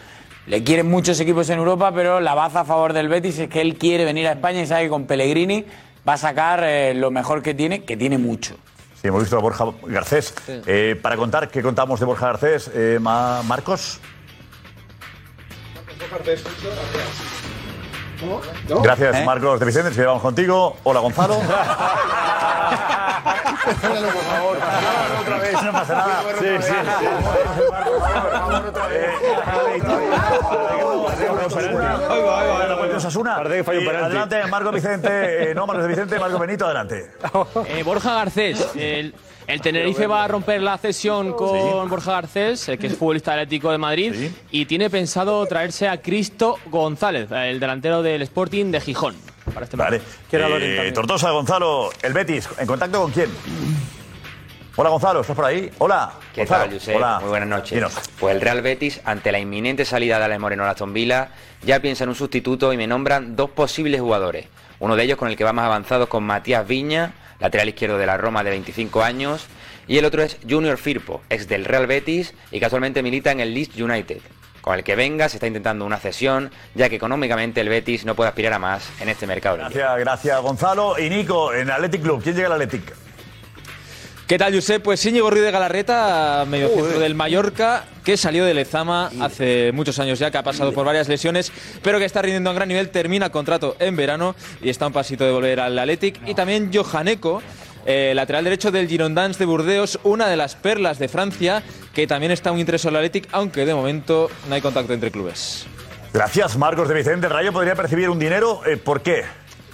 [SPEAKER 8] le quieren muchos equipos en Europa, pero la baza a favor del Betis es que él quiere venir a España y sabe que con Pellegrini va a sacar eh, lo mejor que tiene, que tiene mucho.
[SPEAKER 6] Sí, hemos visto a Borja Garcés. Eh, para contar, ¿qué contamos de Borja Garcés? Eh, Ma- Marcos. Gracias,
[SPEAKER 32] ¿Eh?
[SPEAKER 6] Marcos de Vicente, que vamos contigo. Hola, <laughs> Gonzalo. No pasa nada. Sí, sí, sí. Parece que falló un penalti. Adelante, Marco Vicente. eh, no, Marcos de Vicente, Marco Benito, adelante.
[SPEAKER 26] Eh, Borja Garcés, el, el Tenerife va a romper la cesión con Borja Garcés, eh, que es futbolista atlético de Madrid, y tiene pensado traerse a Cristo González, eh, el delantero del Sporting de Gijón. Para este
[SPEAKER 6] Vale.
[SPEAKER 26] Quiero
[SPEAKER 6] Eh,
[SPEAKER 26] Loren también.
[SPEAKER 6] Tortosa, Gonzalo, el Betis, ¿en contacto con quién? Hola, Gonzalo, ¿estás por ahí? Hola.
[SPEAKER 33] ¿Qué
[SPEAKER 6] Gonzalo.
[SPEAKER 33] tal, Josep?
[SPEAKER 6] Hola.
[SPEAKER 33] Muy buenas noches.
[SPEAKER 6] Dinos.
[SPEAKER 33] Pues el Real Betis, ante la inminente salida de Alex Moreno a Aston Villa, ya piensa en un sustituto y me nombran dos posibles jugadores. Uno de ellos con el que va más avanzado con Matías Viña, lateral izquierdo de la Roma de 25 años, y el otro es Junior Firpo, ex del Real Betis y que actualmente milita en el Leeds United. Con el que venga se está intentando una cesión, ya que económicamente el Betis no puede aspirar a más en este mercado. libre.
[SPEAKER 6] Gracias, gracias, Gonzalo. Y Nico, en Athletic Club, ¿quién llega al Athletic?
[SPEAKER 34] ¿Qué tal, Josep? Pues Íñigo Ruiz de Galarreta, mediocentro del Mallorca, que salió de Lezama hace muchos años ya, que ha pasado por varias lesiones, pero que está rindiendo a un gran nivel, termina contrato en verano y está a un pasito de volver al Athletic. Y también Johaneco, eh, lateral derecho del Girondins de Burdeos, una de las perlas de Francia, que también está muy interesado en el Athletic, aunque de momento no hay contacto entre clubes.
[SPEAKER 6] Gracias, Marcos de Vicente. El Rayo podría percibir un dinero. eh, ¿Por qué?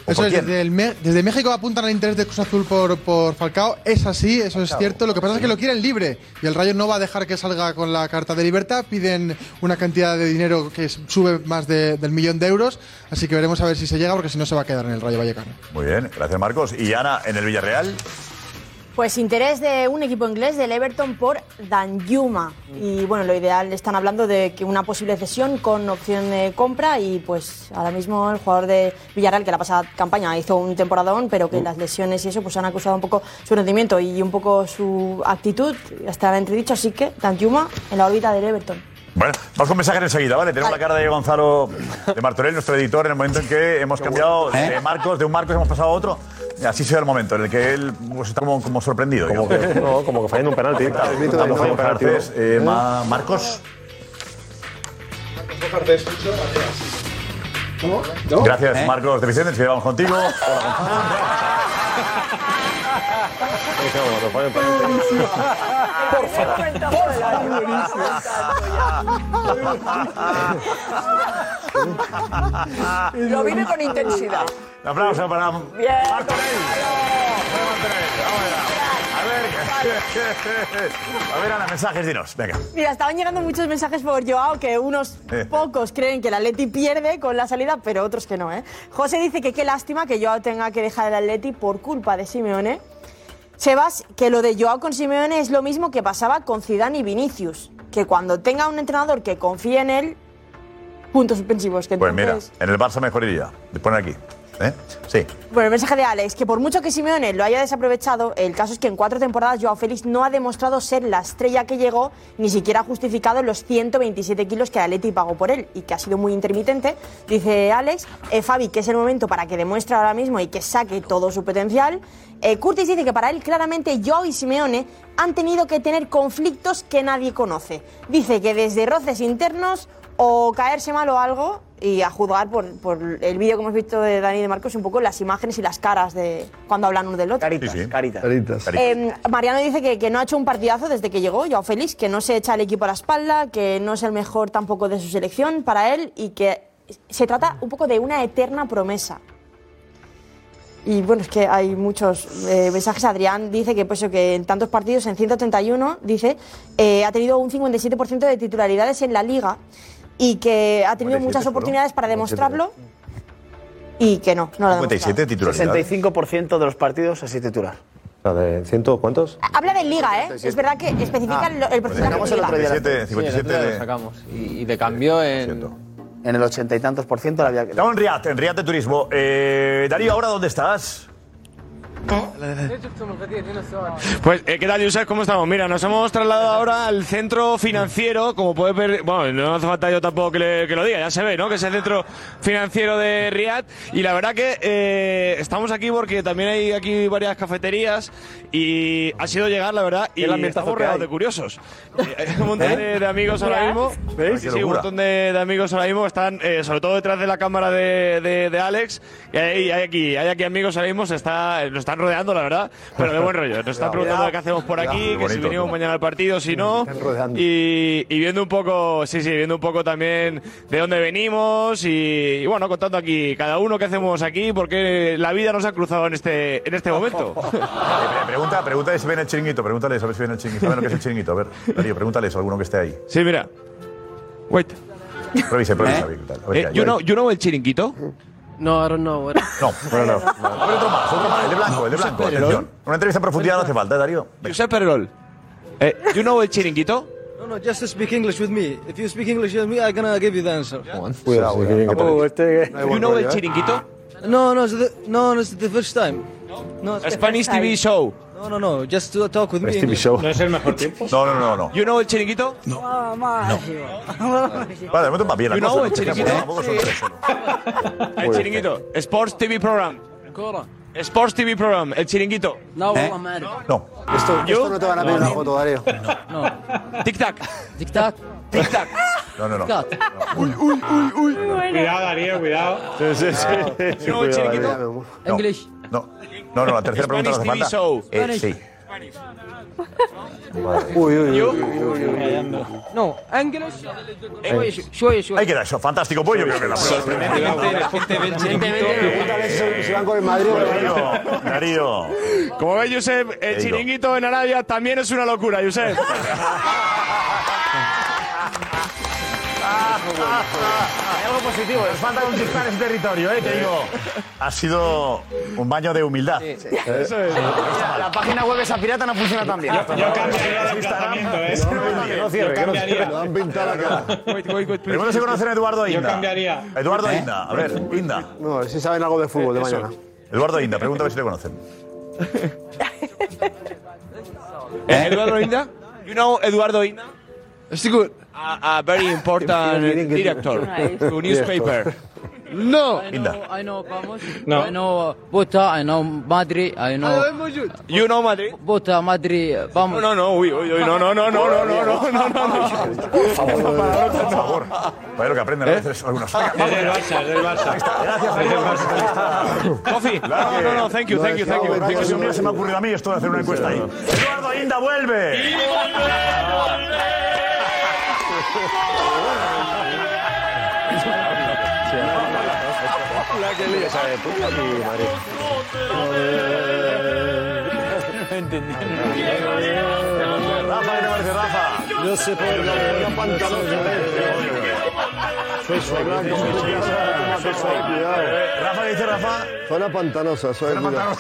[SPEAKER 6] ¿O
[SPEAKER 9] Eso
[SPEAKER 6] por
[SPEAKER 9] es,
[SPEAKER 6] quién?
[SPEAKER 9] desde, el Me- desde México apuntan al interés de Cruz Azul por, por Falcao. Es así, eso es cierto. Lo que pasa es que lo quieren libre y el Rayo no va a dejar que salga con la carta de libertad. Piden una cantidad de dinero que s- sube más de- del millón de euros. Así que veremos a ver si se llega, porque si no se va a quedar en el Rayo Vallecano.
[SPEAKER 6] Muy bien, gracias, Marcos. Y Ana, en el Villarreal.
[SPEAKER 1] Pues interés de un equipo inglés del Everton por Danyuma. Y bueno, lo ideal, están hablando de que una posible cesión con opción de compra y pues ahora mismo el jugador de Villarreal que la pasada campaña hizo un temporadón, pero que las lesiones y eso pues han acusado un poco su rendimiento y un poco su actitud, hasta entredicho, así que Danyuma en la órbita del Everton.
[SPEAKER 6] Bueno, vamos con mensajes enseguida, ¿vale? Tenemos la cara de Gonzalo de Martorell, nuestro editor, en el momento en que hemos cambiado
[SPEAKER 1] ¿Eh?
[SPEAKER 6] de Marcos, de un Marcos hemos pasado a otro. Y Así será el momento en el que él pues, está como, como sorprendido. Como
[SPEAKER 2] que- no, como que fallando un penalti. Como fallando un penalti.
[SPEAKER 6] eh,
[SPEAKER 2] ¿Eh?
[SPEAKER 6] Marcos. Gracias,
[SPEAKER 35] ¿Eh?
[SPEAKER 6] Marcos de Vicente. Enseguida
[SPEAKER 2] <laughs>
[SPEAKER 6] vamos contigo.
[SPEAKER 35] Por favor, por
[SPEAKER 20] Lo vive con intensidad.
[SPEAKER 6] Un aplauso para
[SPEAKER 20] Bien.
[SPEAKER 6] A ver, Ana, mensajes, dinos. Venga.
[SPEAKER 1] Mira, estaban llegando muchos mensajes por Joao
[SPEAKER 6] <laughs>
[SPEAKER 1] que unos
[SPEAKER 6] Eh.
[SPEAKER 1] pocos creen que el Atleti pierde con la salida, pero otros que no, ¿eh? José dice que qué lástima que Joao tenga que dejar el Atleti por culpa de Simeone. Sebas, que lo de Joao con Simeone es lo mismo que pasaba con Zidane y Vinicius, que cuando tenga un entrenador que confíe en él, puntos suspensivos. Que
[SPEAKER 6] Pues mira,
[SPEAKER 1] entonces-
[SPEAKER 6] en el Barça mejor iría. Pon aquí. ¿Eh? Sí.
[SPEAKER 1] bueno, el mensaje de Alex, que por mucho que Simeone lo haya desaprovechado, el caso es que en cuatro temporadas Joao Félix no ha demostrado ser la estrella que llegó, ni siquiera ha justificado los 127 kilos que Atleti pagó por él y que ha sido muy intermitente. Dice Alex, eh, Fabi, que es el momento para que demuestre ahora mismo y que saque todo su potencial. Eh, Curtis dice que para él claramente Joao y Simeone han tenido que tener conflictos que nadie conoce. Dice que desde roces internos o caerse mal o algo y a juzgar por, por el vídeo que hemos visto de Dani y de Marcos un poco las imágenes y las caras de cuando hablan uno del otro.
[SPEAKER 16] Caritas.
[SPEAKER 6] Em,
[SPEAKER 1] Eh, Mariano dice que, que no ha hecho un partidazo desde que llegó, Joao Félix, que no se echa el equipo a la espalda, que no es el mejor tampoco de su selección para él y que se trata un poco de una eterna promesa. Y bueno, es que hay muchos eh, mensajes. Adrián dice que, pues, eso, que en tantos partidos, en 131, dice, eh, ha tenido un 57% de titularidades en la liga y que ha tenido
[SPEAKER 16] 57,
[SPEAKER 1] muchas
[SPEAKER 16] ¿no?
[SPEAKER 1] oportunidades para demostrarlo y que no, no lo ha demostrado.
[SPEAKER 6] 57 titularidades.
[SPEAKER 16] 65% de los partidos así titular.
[SPEAKER 2] La de ciento cuántos?
[SPEAKER 1] Habla de liga, ¿eh? Es verdad que especifica
[SPEAKER 16] Ah,
[SPEAKER 1] el, el porcentaje
[SPEAKER 16] dejamos
[SPEAKER 1] de
[SPEAKER 16] el
[SPEAKER 1] liga.
[SPEAKER 16] otro día. 57,
[SPEAKER 1] Sí, el otro
[SPEAKER 16] 57
[SPEAKER 1] día
[SPEAKER 16] de-
[SPEAKER 1] lo sacamos.
[SPEAKER 6] Y de cambio en. En el ochenta y tantos por ciento la había Estamos en Riad, en Riad de Turismo. Eh, Darío, ¿ahora dónde estás?
[SPEAKER 7] Pues, eh, ¿qué tal, Josep? ¿Cómo estamos? Mira, nos hemos trasladado ahora al centro financiero, como puede ver, bueno, no hace falta yo tampoco que, le- que lo diga, ya se ve, ¿no? Que es el centro financiero de Riad. Y la verdad que eh, estamos aquí porque también hay aquí varias cafeterías y ha sido llegar, la verdad, y
[SPEAKER 2] el ambientazo que
[SPEAKER 7] estamos rodeados
[SPEAKER 2] hay.
[SPEAKER 7] de curiosos. <laughs> Eh, hay un montón de, de amigos ahora
[SPEAKER 2] Mirad.
[SPEAKER 7] mismo.
[SPEAKER 2] ¿Veis?
[SPEAKER 7] Sí,
[SPEAKER 2] Qué
[SPEAKER 7] sí, un
[SPEAKER 2] locura.
[SPEAKER 7] montón de, de amigos ahora mismo están, eh, sobre todo detrás de la cámara de, de- de Alex. Y hay, hay aquí, hay aquí amigos ahora mismo, se está, nos están rodeando, la verdad, pero de buen rollo. Nos están
[SPEAKER 2] Cuidado.
[SPEAKER 7] preguntando qué hacemos por
[SPEAKER 2] Cuidado.
[SPEAKER 7] aquí,
[SPEAKER 2] Qué
[SPEAKER 7] que si
[SPEAKER 2] bonito,
[SPEAKER 7] venimos
[SPEAKER 2] ¿no?
[SPEAKER 7] mañana al partido, si no. Y, y viendo un poco, sí, sí, viendo un poco también de dónde venimos y, y bueno, contando aquí cada uno qué hacemos aquí, porque la vida nos ha cruzado en este, en
[SPEAKER 2] <laughs>
[SPEAKER 7] este momento.
[SPEAKER 6] Eh, pregunta, pregúntale si ven el chiringuito, pregúntale a ver si ven el chiringuito. Saben lo que es el chiringuito, a ver. Darío, pregúntales a alguno que esté ahí.
[SPEAKER 7] Sí, mira. Wait.
[SPEAKER 6] Revise, revise.
[SPEAKER 7] ¿Eh?
[SPEAKER 6] a ver qué tal,
[SPEAKER 7] <laughs>
[SPEAKER 6] a ver qué hay.
[SPEAKER 7] you, know, you know el chiringuito?
[SPEAKER 36] No, I don't know.
[SPEAKER 6] No, no, no. Pero otro más, otro más, el de blanco, el de blanco, atención. Una entrevista en profundidad no hace falta, ¿eh, Darío.
[SPEAKER 7] Josep Perol. Eh, you know el chiringuito?
[SPEAKER 36] No, no, just speak English with me. If you speak English with me, I'm gonna give you the answer.
[SPEAKER 2] Cuidado,
[SPEAKER 36] Oh, este-
[SPEAKER 7] You know el chiringuito?
[SPEAKER 36] No, no, it's the, no, no, it's the first time. No, it's the
[SPEAKER 7] Spanish
[SPEAKER 36] first time.
[SPEAKER 7] TV show.
[SPEAKER 36] No, no, no, just to talk with me. English.
[SPEAKER 7] mejor tiempo?
[SPEAKER 6] No, no, no, no.
[SPEAKER 7] You know el chiringuito?
[SPEAKER 6] Vale, de momento va bien la
[SPEAKER 7] You know
[SPEAKER 6] cosa.
[SPEAKER 7] el chiringuito? El chiringuito. Sports TV program. Sports TV program. El chiringuito.
[SPEAKER 36] No,
[SPEAKER 6] ¿Eh? No.
[SPEAKER 7] Esto,
[SPEAKER 6] no te van a pedir una foto,
[SPEAKER 17] <laughs>
[SPEAKER 6] Darío.
[SPEAKER 7] Tic tac.
[SPEAKER 36] Tic tac.
[SPEAKER 7] Tic tac.
[SPEAKER 6] No, no, no.
[SPEAKER 7] Uy, uy, uy, uy.
[SPEAKER 11] Cuidado, Darío, cuidado.
[SPEAKER 6] Sí, sí, sí.
[SPEAKER 20] <laughs>
[SPEAKER 11] No,
[SPEAKER 6] cuidado,
[SPEAKER 11] chiringuito.
[SPEAKER 6] Darío. No, No, no, la tercera pregunta no hace
[SPEAKER 7] Spanish TV
[SPEAKER 6] falta.
[SPEAKER 7] show.
[SPEAKER 6] Eh, sí. Uy, uy,
[SPEAKER 5] No, English. English. Sure, sure.
[SPEAKER 6] Hay que dar eso, fantástico. Pues yo creo que la
[SPEAKER 14] Sorprendentemente, de repente ve el chiringuito.
[SPEAKER 6] Se van con el Madrid. Darío, Darío.
[SPEAKER 17] Como ves, Josep, el
[SPEAKER 6] digo.
[SPEAKER 17] chiringuito en Arabia también es una locura, Josep.
[SPEAKER 6] ¿Eh? Hay algo positivo, nos falta conquistar ese territorio, ¿eh? Te digo. Ha sido un baño de humildad.
[SPEAKER 1] Eso es. La página web esa pirata no funciona tan bien.
[SPEAKER 6] Yo cambiaría el tratamiento, ¿eh? No cierre, que no cierre.
[SPEAKER 19] Lo han pintado la cara.
[SPEAKER 6] Primero se conocen a Eduardo
[SPEAKER 19] Yo
[SPEAKER 6] Inda.
[SPEAKER 19] cambiaría.
[SPEAKER 6] Eduardo
[SPEAKER 20] ¿Eh?
[SPEAKER 6] Inda, a ver, Inda.
[SPEAKER 16] No, si saben algo de fútbol de mañana.
[SPEAKER 6] Eduardo Inda, pregunta a ver si le conocen. ¿Eh?
[SPEAKER 17] ¿Eh? Eduardo Inda? You know Eduardo Inda? It's good. A, a very important <laughs> director to <laughs> newspaper.
[SPEAKER 20] No.
[SPEAKER 17] I know-
[SPEAKER 20] I know Pamos.
[SPEAKER 17] No.
[SPEAKER 20] I know Bota. I know Madrid. I know. uh,
[SPEAKER 17] You know Madrid?
[SPEAKER 20] Bota, Madrid, Pamos.
[SPEAKER 17] No, no, uy, uy, uy, no, no, no, no, no, no, no, no, no,
[SPEAKER 20] <laughs>
[SPEAKER 17] no.
[SPEAKER 6] Por favor, por favor. Vaya lo que aprenden a veces algunos.
[SPEAKER 11] Ah.
[SPEAKER 6] Venga, vamos.
[SPEAKER 17] del Barça, es del Barça.
[SPEAKER 6] Ahí está, Gracias, Darío.
[SPEAKER 17] Coffee. No, no, no, thank you, thank you, thank you.
[SPEAKER 6] Thank you. Si un día se me ha ocurrido a mí esto de hacer una encuesta ahí. Eduardo Inda vuelve.
[SPEAKER 14] No entendí.
[SPEAKER 6] Rafa, ¿qué te parece, Rafa?
[SPEAKER 19] Yo sé por Soy suave, soy suave, soy suave, cuidado.
[SPEAKER 6] Eh, Rafa, ¿qué dice Rafa?
[SPEAKER 19] Zona pantanosa, soy cuidado.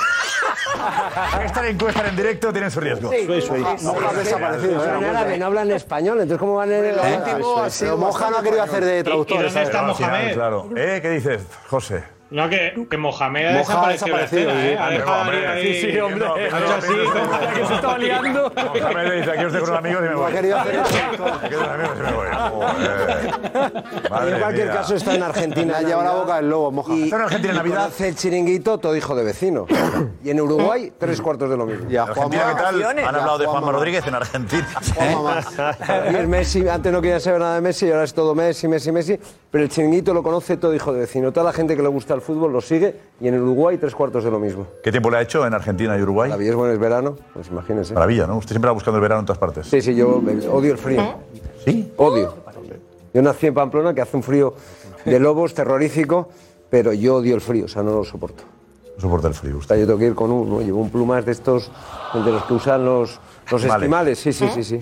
[SPEAKER 6] <laughs> Esta encuesta en directo tiene su riesgo. Ah,
[SPEAKER 15] Sí. Moja ha desaparecido. Son árabe, no hablan español, entonces ¿cómo van en el
[SPEAKER 6] último ha sido
[SPEAKER 15] Moja no ha querido hacer de traductor.
[SPEAKER 6] Claro,
[SPEAKER 15] ¿sabes?
[SPEAKER 6] al final, Claro. ¿Eh? ¿Qué dices, José?
[SPEAKER 11] No, que, que Mohamed ha
[SPEAKER 6] Moja ha
[SPEAKER 11] desaparecido, de la
[SPEAKER 6] desaparecido, sí.
[SPEAKER 11] escena, ¿eh? Ha
[SPEAKER 6] Hombre, hombre.
[SPEAKER 11] dejado ahí-
[SPEAKER 6] Sí, sí, hombre.
[SPEAKER 11] No,
[SPEAKER 6] Ha hecho
[SPEAKER 11] no,
[SPEAKER 6] así,
[SPEAKER 11] no,
[SPEAKER 6] como
[SPEAKER 11] no,
[SPEAKER 6] que se estaba
[SPEAKER 11] liando.
[SPEAKER 6] Mohamed dice, aquí os dejo unos amigos y me voy. Aquí os dejo amigos y me voy. Joder. Madre
[SPEAKER 15] en cualquier
[SPEAKER 6] mía.
[SPEAKER 15] caso está en Argentina. Ha llevado la boca del lobo, moja.
[SPEAKER 6] Está en Argentina en Navidad.
[SPEAKER 15] Hace el chiringuito todo hijo de vecino. y en Uruguay, tres cuartos de lo mismo. Y a
[SPEAKER 6] Argentina, ¿qué tal? Han hablado de Juanma Rodríguez en Argentina.
[SPEAKER 15] <laughs>
[SPEAKER 6] ¿eh?
[SPEAKER 15] Y el Messi, antes no quería saber nada de Messi, y ahora es todo Messi, Messi, Messi. Pero el chiringuito lo conoce todo hijo de vecino. Toda la gente que le gusta el fútbol lo sigue y en Uruguay tres cuartos de lo mismo.
[SPEAKER 6] ¿Qué tiempo le ha hecho en Argentina y Uruguay?
[SPEAKER 15] Y es bueno, es verano, pues imagínese.
[SPEAKER 6] Maravilla, ¿no? Usted siempre va buscando el verano en todas partes.
[SPEAKER 15] Sí, sí, yo odio el frío.
[SPEAKER 6] ¿Sí?
[SPEAKER 15] Odio. Yo nací en Pamplona, que hace un frío de lobos terrorífico, pero yo odio el frío, o sea, no lo soporto.
[SPEAKER 6] No soporta el frío.
[SPEAKER 15] O sea, Pues yo tengo que ir con uno, llevo un plumas de estos, de los que usan los, los
[SPEAKER 6] Vale.
[SPEAKER 15] esquimales. Sí, sí, sí, sí.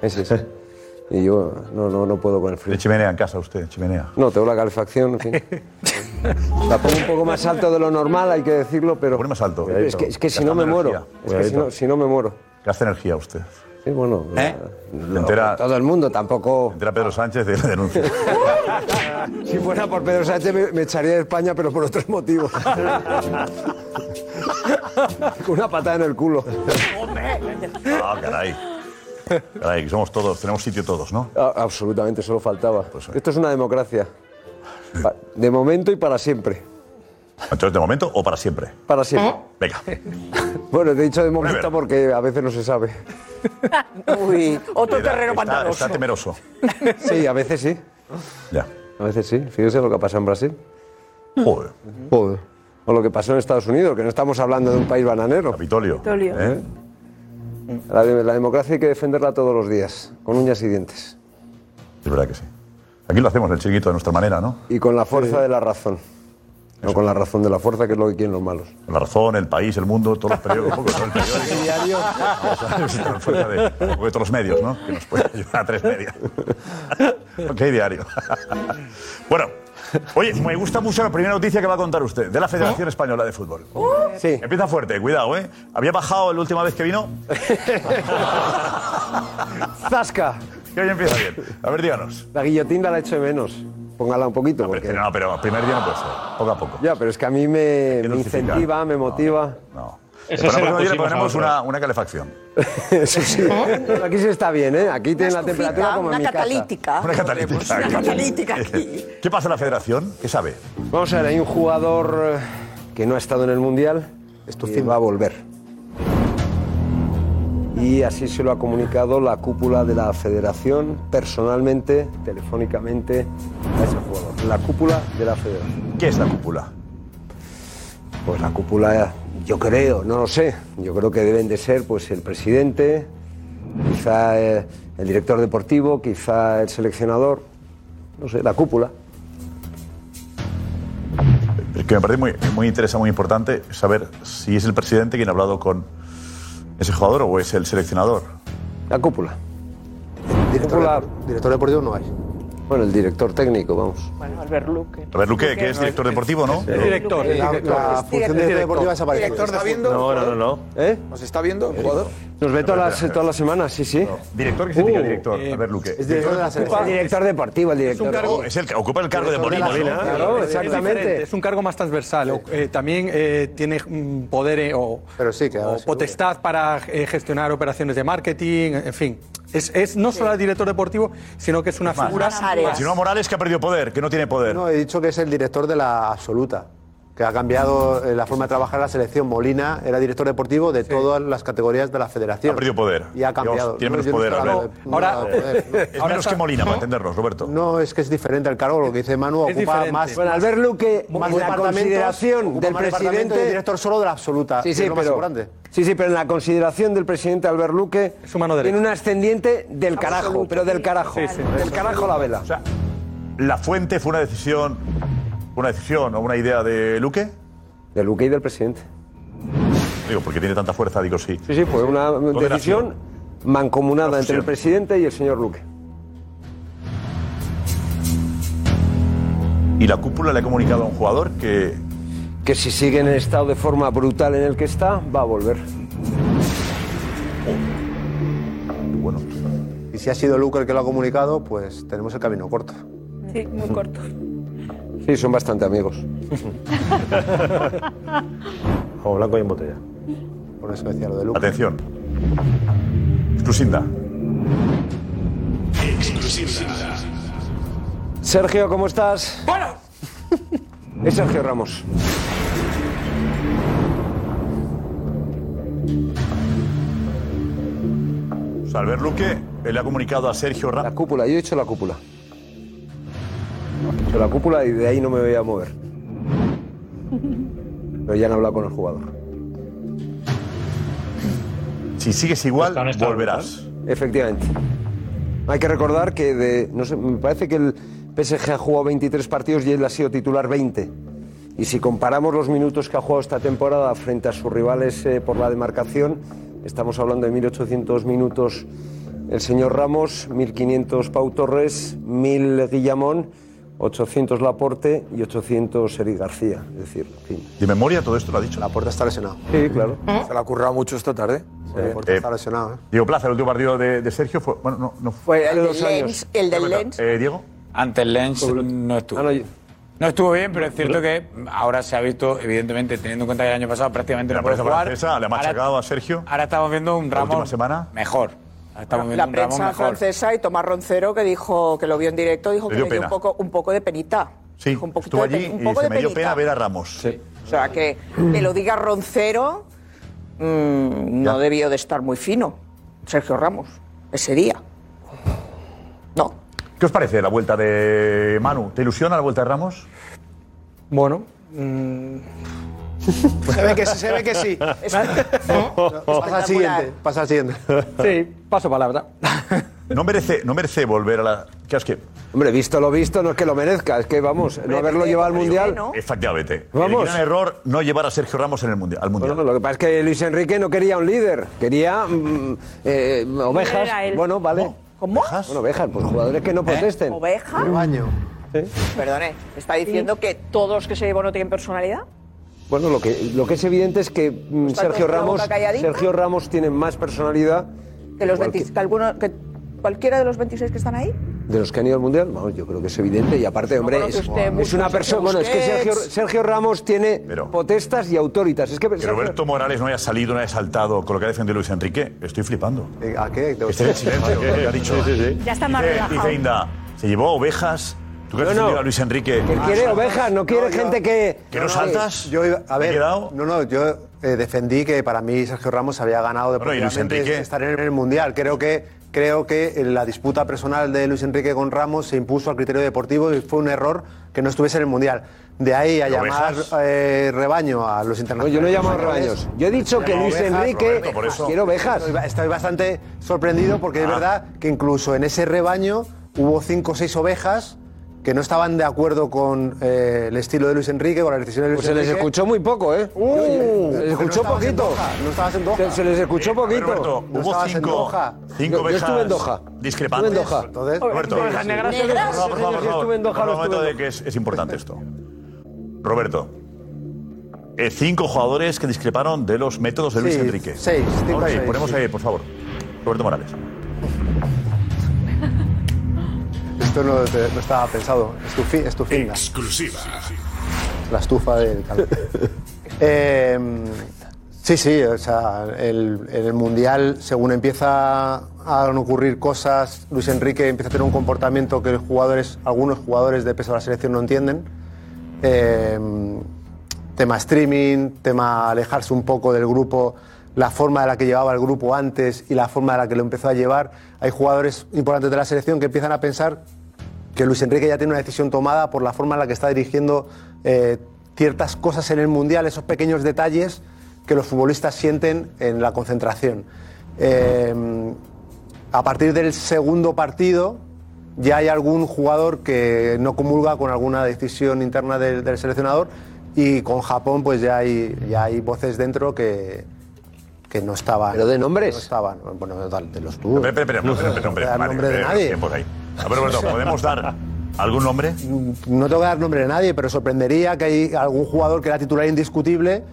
[SPEAKER 15] Sí, sí, sí. Y yo no, no, no puedo con el frío.
[SPEAKER 6] De chimenea en casa usted, chimenea.
[SPEAKER 15] No, tengo la calefacción, en fin.
[SPEAKER 6] <laughs>
[SPEAKER 15] La pongo un poco más alto de lo normal, hay que decirlo, pero... Pone
[SPEAKER 6] más alto.
[SPEAKER 15] Es que, es que si no me muero, es que si no, si no me muero.
[SPEAKER 6] Gasta energía usted. ¿Eh?
[SPEAKER 15] Sí, bueno,
[SPEAKER 6] Se entera,
[SPEAKER 15] ¿Eh? todo el mundo tampoco...
[SPEAKER 6] se entera Pedro Sánchez de
[SPEAKER 21] <laughs>
[SPEAKER 6] la denuncia.
[SPEAKER 15] Si fuera por Pedro Sánchez me, me echaría de España, pero por otros
[SPEAKER 6] <laughs>
[SPEAKER 15] motivos. Con una patada en el culo.
[SPEAKER 6] Ah, caray. Caray, que somos todos, tenemos sitio todos, ¿no?
[SPEAKER 15] A- Ah, absolutamente, solo faltaba.
[SPEAKER 6] Pues, eh.
[SPEAKER 15] Esto es una democracia. Pa- De momento y para siempre.
[SPEAKER 6] Entonces, de momento o para siempre.
[SPEAKER 15] Para siempre.
[SPEAKER 6] Venga.
[SPEAKER 15] ¿Eh? <laughs> Bueno, te he dicho de momento porque a veces no se sabe.
[SPEAKER 21] Uy, otro
[SPEAKER 6] Está-
[SPEAKER 21] terreno
[SPEAKER 6] está,
[SPEAKER 21] pantanoso.
[SPEAKER 6] está temeroso.
[SPEAKER 15] Sí, a veces sí.
[SPEAKER 6] Ya.
[SPEAKER 15] A veces sí. Fíjese lo que pasa en Brasil.
[SPEAKER 6] Joder.
[SPEAKER 15] Joder. O lo que pasó en Estados Unidos, que no estamos hablando de un país bananero.
[SPEAKER 6] Capitolio.
[SPEAKER 15] Capitolio.
[SPEAKER 6] ¿Eh?
[SPEAKER 15] La, de- la democracia hay que defenderla todos los días, con uñas y dientes.
[SPEAKER 6] Es verdad que sí. Aquí lo hacemos, el chiquito, de nuestra manera, ¿no?
[SPEAKER 15] Y con la fuerza de la razón. No con la razón de la fuerza, que es lo que quieren los malos.
[SPEAKER 6] La razón, el país, el mundo, todos los periódicos, un poco, todo el periódico. Vamos a <laughs> ver, fuerza de- un poco de todos los medios, ¿no? Que nos puede ayudar a tres medios. <laughs> ok, diario. <laughs> bueno, oye, me gusta mucho la primera noticia que va a contar usted, de la
[SPEAKER 21] ¿Oh?
[SPEAKER 6] Federación Española de Fútbol.
[SPEAKER 15] Sí.
[SPEAKER 6] Empieza fuerte, cuidado, ¿eh? Había bajado la última vez que
[SPEAKER 21] <laughs>
[SPEAKER 6] vino.
[SPEAKER 15] ¡Zasca!
[SPEAKER 6] Que hoy empieza bien. A ver, díganos.
[SPEAKER 15] La guillotina la echo de menos. Póngala un poquito. porque...
[SPEAKER 6] No, pero el primer día no puede ser, poco a poco.
[SPEAKER 15] Ya, pero es que a mí me, me
[SPEAKER 6] justificar.
[SPEAKER 15] incentiva, me motiva.
[SPEAKER 6] ¿eh? No.
[SPEAKER 15] Eso
[SPEAKER 6] Pero
[SPEAKER 15] se la
[SPEAKER 6] la próxima día pues le
[SPEAKER 15] pusimos
[SPEAKER 6] ponemos
[SPEAKER 15] a otro.
[SPEAKER 6] una, una calefacción.
[SPEAKER 15] <laughs> Eso sí. Pero aquí sí está bien, ¿eh? Aquí tiene la temperatura como
[SPEAKER 21] una
[SPEAKER 15] en mi
[SPEAKER 21] catalítica.
[SPEAKER 6] Una catalítica.
[SPEAKER 21] Una catalítica.
[SPEAKER 6] ¿Qué pasa en la federación? ¿Qué sabe?
[SPEAKER 15] casa. Vamos a ver, hay un jugador eh, que no ha estado en el Mundial que va a volver. Y así se lo ha comunicado la cúpula de la federación personalmente, telefónicamente, a ese jugador. La cúpula de la federación.
[SPEAKER 6] ¿Qué es la cúpula?
[SPEAKER 15] Pues la cúpula Yo creo, no lo sé. Yo creo que deben de ser pues el presidente, quizá eh, el director deportivo, quizá el seleccionador, no sé, la cúpula.
[SPEAKER 6] Es que me parece muy, muy interesante, muy importante saber si es el presidente quien ha hablado con ese jugador o es el seleccionador.
[SPEAKER 15] La cúpula.
[SPEAKER 6] Director
[SPEAKER 15] Cúpula-
[SPEAKER 6] director deportivo no hay.
[SPEAKER 15] Bueno, el director técnico, vamos.
[SPEAKER 5] Bueno, Albert Luque.
[SPEAKER 6] A ver, Luque, que es director deportivo, ¿no?
[SPEAKER 15] El director, el
[SPEAKER 6] La-
[SPEAKER 15] director.
[SPEAKER 10] Pues,
[SPEAKER 6] la función de director deportiva es aparecer.
[SPEAKER 10] Director de
[SPEAKER 6] ¿Está
[SPEAKER 10] fútbol.
[SPEAKER 6] viendo? No, no, no, no.
[SPEAKER 15] ¿Eh?
[SPEAKER 10] ¿Nos está viendo el jugador?
[SPEAKER 15] Nos ve todas las, todas las semanas, sí, sí.
[SPEAKER 6] Director que significa director. A ver, Luque.
[SPEAKER 15] Es director de la selección. El director deportivo, el director.
[SPEAKER 6] Oh, es el que ocupa el cargo de Molina. ¿no?
[SPEAKER 7] Es diferente, Es, un cargo más transversal. o, eh, también eh, tiene mm, poder eh, o, o potestad para eh, gestionar operaciones de marketing, en fin. Es, es no solo el director deportivo, sino que es una
[SPEAKER 6] Más.
[SPEAKER 7] figura.
[SPEAKER 6] Si no, Morales que ha perdido poder, que no tiene poder.
[SPEAKER 22] No, he dicho que es el director de la absoluta, que ha cambiado eh, la forma de trabajar la selección. Molina era director deportivo de todas las categorías de la federación.
[SPEAKER 6] Ha perdido poder.
[SPEAKER 22] Y ha cambiado.
[SPEAKER 6] Digamos, tiene
[SPEAKER 22] No,
[SPEAKER 6] menos
[SPEAKER 22] yo no
[SPEAKER 6] poder,
[SPEAKER 22] estoy
[SPEAKER 6] Albert.
[SPEAKER 22] hablando de- no hablaba de poder, no.
[SPEAKER 6] Es menos que Molina, para entendernos, Roberto.
[SPEAKER 22] No, es que es diferente el cargo, lo que dice Manu,
[SPEAKER 15] Es
[SPEAKER 22] ocupa
[SPEAKER 15] diferente.
[SPEAKER 22] más.
[SPEAKER 15] Bueno, Albert Luque,
[SPEAKER 22] más
[SPEAKER 15] en la
[SPEAKER 22] departamentos,
[SPEAKER 15] consideración
[SPEAKER 22] ocupa
[SPEAKER 15] del
[SPEAKER 22] más departamentos
[SPEAKER 15] presidente-
[SPEAKER 22] y el director solo de la absoluta.
[SPEAKER 15] Sí,
[SPEAKER 22] que
[SPEAKER 15] sí,
[SPEAKER 22] es lo más
[SPEAKER 15] pero,
[SPEAKER 22] importante.
[SPEAKER 15] sí, sí, pero en la consideración del presidente Albert Luque tiene un ascendiente del carajo, pero del carajo. Del carajo la vela.
[SPEAKER 6] O sea, ¿la fuente fue una decisión, una decisión o una idea de Luque?
[SPEAKER 15] De Luque y del presidente.
[SPEAKER 6] Digo, porque tiene tanta fuerza, digo sí.
[SPEAKER 15] Sí, sí, fue una decisión mancomunada entre el presidente y el señor Luque.
[SPEAKER 6] Y la cúpula le ha comunicado a un jugador que
[SPEAKER 15] Que si sigue en el estado de forma brutal en el que está, va a volver.
[SPEAKER 22] Y si ha sido Luca el que lo ha comunicado, pues tenemos el camino corto.
[SPEAKER 37] Sí, muy corto.
[SPEAKER 15] Sí, son bastante
[SPEAKER 22] <laughs>
[SPEAKER 15] amigos.
[SPEAKER 2] Como blanco y en botella.
[SPEAKER 22] Por eso decía lo de Luca.
[SPEAKER 6] Atención. Exclusinda.
[SPEAKER 3] Exclusiva.
[SPEAKER 15] Sergio, ¿cómo estás? Bueno. <laughs> Es Sergio Ramos.
[SPEAKER 6] O sea, Albert Luque eh, le ha comunicado a Sergio Ramos.
[SPEAKER 15] La cúpula, yo he hecho la cúpula. He hecho la cúpula y de ahí no me voy a mover. Pero ya han hablado con el jugador.
[SPEAKER 6] Si sigues igual, volverás.
[SPEAKER 15] Efectivamente. Hay que recordar que de, no sé, me parece que el PSG ha jugado 23 partidos y él ha sido titular 20. Y si comparamos los minutos que ha jugado esta temporada frente a sus rivales eh, por la demarcación, estamos hablando de 1.800 minutos el señor Ramos, 1.500 Pau Torres, 1.000 Guillamón, 800 Laporte y 800 Eri García. Es decir, en fin.
[SPEAKER 6] ¿De memoria todo esto lo ha dicho?
[SPEAKER 22] Laporte está lesionado.
[SPEAKER 15] Sí, claro.
[SPEAKER 6] Se la ha currado mucho esta tarde.
[SPEAKER 22] Laporte está lesionado, ¿eh?
[SPEAKER 6] Diego Plaza, el último partido de, de Sergio fue. Bueno, no, no
[SPEAKER 22] Fue el El de dos Lens, años. el Ah, del
[SPEAKER 6] Espera,
[SPEAKER 22] Lens.
[SPEAKER 6] Eh, Diego.
[SPEAKER 8] Ante el Lens no estuvo. No estuvo bien, pero es cierto que ahora se ha visto, evidentemente, teniendo en cuenta que el año pasado prácticamente
[SPEAKER 6] La
[SPEAKER 8] no puede
[SPEAKER 6] prensa
[SPEAKER 8] jugar.
[SPEAKER 6] francesa le ha
[SPEAKER 8] ahora-
[SPEAKER 6] machacado a Sergio.
[SPEAKER 8] Ahora estamos viendo un Ramos
[SPEAKER 6] última semana.
[SPEAKER 8] mejor. Ahora estamos viendo
[SPEAKER 22] La
[SPEAKER 8] un Ramos
[SPEAKER 22] prensa
[SPEAKER 8] mejor.
[SPEAKER 21] francesa y Tomás Roncero, que dijo que lo vio en directo, dijo
[SPEAKER 8] Le
[SPEAKER 21] que
[SPEAKER 8] dio
[SPEAKER 21] le dio un
[SPEAKER 8] pena.
[SPEAKER 21] poco, un poco de penita.
[SPEAKER 6] Sí,
[SPEAKER 21] un poquito
[SPEAKER 6] estuvo
[SPEAKER 21] de
[SPEAKER 6] allí
[SPEAKER 21] pe- un
[SPEAKER 6] y
[SPEAKER 21] poco
[SPEAKER 6] se
[SPEAKER 21] de
[SPEAKER 6] me dio
[SPEAKER 21] penita.
[SPEAKER 6] pena ver a Ramos. Sí.
[SPEAKER 21] O sea, que, que lo diga Roncero mm, no debió de estar muy fino, Sergio Ramos, ese día.
[SPEAKER 6] ¿Qué os parece la vuelta de Manu? ¿Te ilusiona la vuelta de Ramos?
[SPEAKER 7] Bueno. mm,
[SPEAKER 22] Se ve que sí, se ve que sí.
[SPEAKER 6] Oh.
[SPEAKER 22] Pasa al siguiente, pasa
[SPEAKER 6] <laughs>
[SPEAKER 22] al siguiente.
[SPEAKER 7] Sí, paso palabra.
[SPEAKER 6] No merece, no merece volver a la. ¿Qué es que?
[SPEAKER 15] Hombre, visto lo visto, no es que lo merezca, es que vamos, no haberlo llevado al Mundial.
[SPEAKER 6] Efectivamente.
[SPEAKER 15] Vamos.
[SPEAKER 6] El gran error no llevar a Sergio Ramos en el mundial, al mundial.
[SPEAKER 15] Bueno, lo que pasa es que Luis Enrique no quería un líder, quería mm, eh, ovejas.
[SPEAKER 21] era él.
[SPEAKER 15] Bueno, vale.
[SPEAKER 21] ¿Cómo? ¿Eh?
[SPEAKER 15] Bueno, ovejas, pues jugadores que no protesten.
[SPEAKER 21] ¿Oveja? Perdone, ¿está diciendo que todos los que se llevó no tienen personalidad?
[SPEAKER 15] Bueno, lo que, lo que es evidente es que mm,
[SPEAKER 21] Está
[SPEAKER 15] Sergio
[SPEAKER 21] con la Pues boca
[SPEAKER 15] Ramos
[SPEAKER 21] calladita.
[SPEAKER 15] Sergio Ramos tiene más personalidad
[SPEAKER 21] Que los
[SPEAKER 15] Cualquier-
[SPEAKER 21] 20 que alguno- que cualquiera de los 26 que están ahí.
[SPEAKER 15] de los que han ido al Mundial. Vamos, yo creo que es evidente. Y aparte, hombre,
[SPEAKER 21] conoce
[SPEAKER 15] es,
[SPEAKER 21] usted
[SPEAKER 15] es
[SPEAKER 21] mucho
[SPEAKER 15] una
[SPEAKER 21] Sergio
[SPEAKER 15] persona. Bueno, es que
[SPEAKER 21] Busquets.
[SPEAKER 15] Sergio, Sergio Ramos tiene potestas y autoritas. Es que,
[SPEAKER 6] Que Roberto Morales no haya salido, no haya saltado con lo que ha defendido Luis Enrique, estoy flipando.
[SPEAKER 22] Eh, ¿A qué?
[SPEAKER 6] Este es el silencio que ha dicho.
[SPEAKER 22] Sí, sí, sí.
[SPEAKER 37] Ya está más
[SPEAKER 6] Dice-
[SPEAKER 37] relajado.
[SPEAKER 6] Dice Inda, se llevó ovejas. ¿Tú qué has
[SPEAKER 22] No, no.
[SPEAKER 6] defendido a Luis Enrique?
[SPEAKER 22] Que quiere ovejas,
[SPEAKER 15] no quiere gente que.
[SPEAKER 6] ¿Que no saltas?
[SPEAKER 22] Yo iba- a ver, no, no, yo eh, defendí que para mí Sergio Ramos había ganado
[SPEAKER 6] Bueno, y Luis
[SPEAKER 22] deportivamente
[SPEAKER 6] Enrique.
[SPEAKER 22] estar en el mundial. Creo que creo que la disputa personal de Luis Enrique con Ramos se impuso al criterio deportivo y fue un error que no estuviese en el mundial. de ahí a
[SPEAKER 6] ¿De
[SPEAKER 22] llamar
[SPEAKER 6] ovejas?
[SPEAKER 22] eh, rebaño a los internacionales.
[SPEAKER 15] yo no he llamado rebaños. Yo he dicho que
[SPEAKER 22] Llamo
[SPEAKER 15] Luis Enrique
[SPEAKER 22] Roberto, por eso.
[SPEAKER 15] quiere ovejas.
[SPEAKER 22] Estoy, estoy bastante sorprendido porque es
[SPEAKER 15] Ah.
[SPEAKER 22] verdad que incluso en ese rebaño hubo cinco o seis ovejas que no estaban de acuerdo con eh, el estilo de Luis Enrique, con las decisiones de
[SPEAKER 15] Pues
[SPEAKER 22] Luis
[SPEAKER 15] se les
[SPEAKER 22] Enrique.
[SPEAKER 15] escuchó muy poco, ¿eh?
[SPEAKER 22] Uh,
[SPEAKER 15] se les escuchó
[SPEAKER 22] pero no estabas en
[SPEAKER 15] poquito.
[SPEAKER 22] Doha, no estabas en Doha.
[SPEAKER 15] Se- Se les escuchó
[SPEAKER 22] Eh, a ver,
[SPEAKER 15] poquito.
[SPEAKER 22] Roberto,
[SPEAKER 15] No
[SPEAKER 22] hubo
[SPEAKER 15] estabas en
[SPEAKER 22] cinco-
[SPEAKER 15] Doha.
[SPEAKER 22] cinco
[SPEAKER 15] Yo- yo,
[SPEAKER 22] ovejas
[SPEAKER 15] estuve en Doha.
[SPEAKER 6] discrepantes.
[SPEAKER 15] Estuve en Doha.
[SPEAKER 6] Entonces, Roberto,
[SPEAKER 15] ¿Ovejas
[SPEAKER 6] sí.
[SPEAKER 15] negras?
[SPEAKER 6] Por favor, por favor, por
[SPEAKER 15] Sí, yo
[SPEAKER 6] favor.
[SPEAKER 15] estuve en Doha,
[SPEAKER 6] Por
[SPEAKER 15] no
[SPEAKER 6] un momento
[SPEAKER 15] estuve
[SPEAKER 6] de que es, es importante esto. Roberto, eh, cinco jugadores que discreparon de los métodos de Luis
[SPEAKER 22] Sí,
[SPEAKER 6] Enrique.
[SPEAKER 22] seis, cinco,
[SPEAKER 6] Ponemos ahí,
[SPEAKER 22] seis,
[SPEAKER 6] ponemos
[SPEAKER 22] sí.
[SPEAKER 6] ahí, por favor. Roberto Morales.
[SPEAKER 22] Esto no, te- no estaba pensado. Es tu, fi- es tu fin.
[SPEAKER 3] Exclusiva.
[SPEAKER 22] La estufa del calor. Eh, sí, sí, o sea, el, en el Mundial, según empieza a ocurrir cosas, Luis Enrique empieza a tener un comportamiento que los jugadores, algunos jugadores de peso de la selección no entienden. Eh, tema streaming, tema alejarse un poco del grupo, la forma de la que llevaba el grupo antes y la forma de la que lo empezó a llevar. Hay jugadores importantes de la selección que empiezan a pensar que Luis Enrique ya tiene una decisión tomada por la forma en la que está dirigiendo eh, ciertas cosas en el Mundial, esos pequeños detalles que los futbolistas sienten en la concentración. Eh, a partir del segundo partido ya hay algún jugador que no comulga con alguna decisión interna del, del seleccionador y con Japón pues ya hay, ya hay voces dentro que, que no estaban. ¿Pero de nombres? No estaban. Bueno, total, de los tuyos.
[SPEAKER 6] Espera, espera, espera, espera, espera,
[SPEAKER 22] No, no, no,
[SPEAKER 6] Mario,
[SPEAKER 22] nombre de
[SPEAKER 6] eh,
[SPEAKER 22] nadie.
[SPEAKER 6] tiempos ahí. A ver, Roberto, ¿podemos dar algún nombre?
[SPEAKER 22] No tengo que dar nombre a nadie, pero sorprendería que hay algún jugador que era titular indiscutible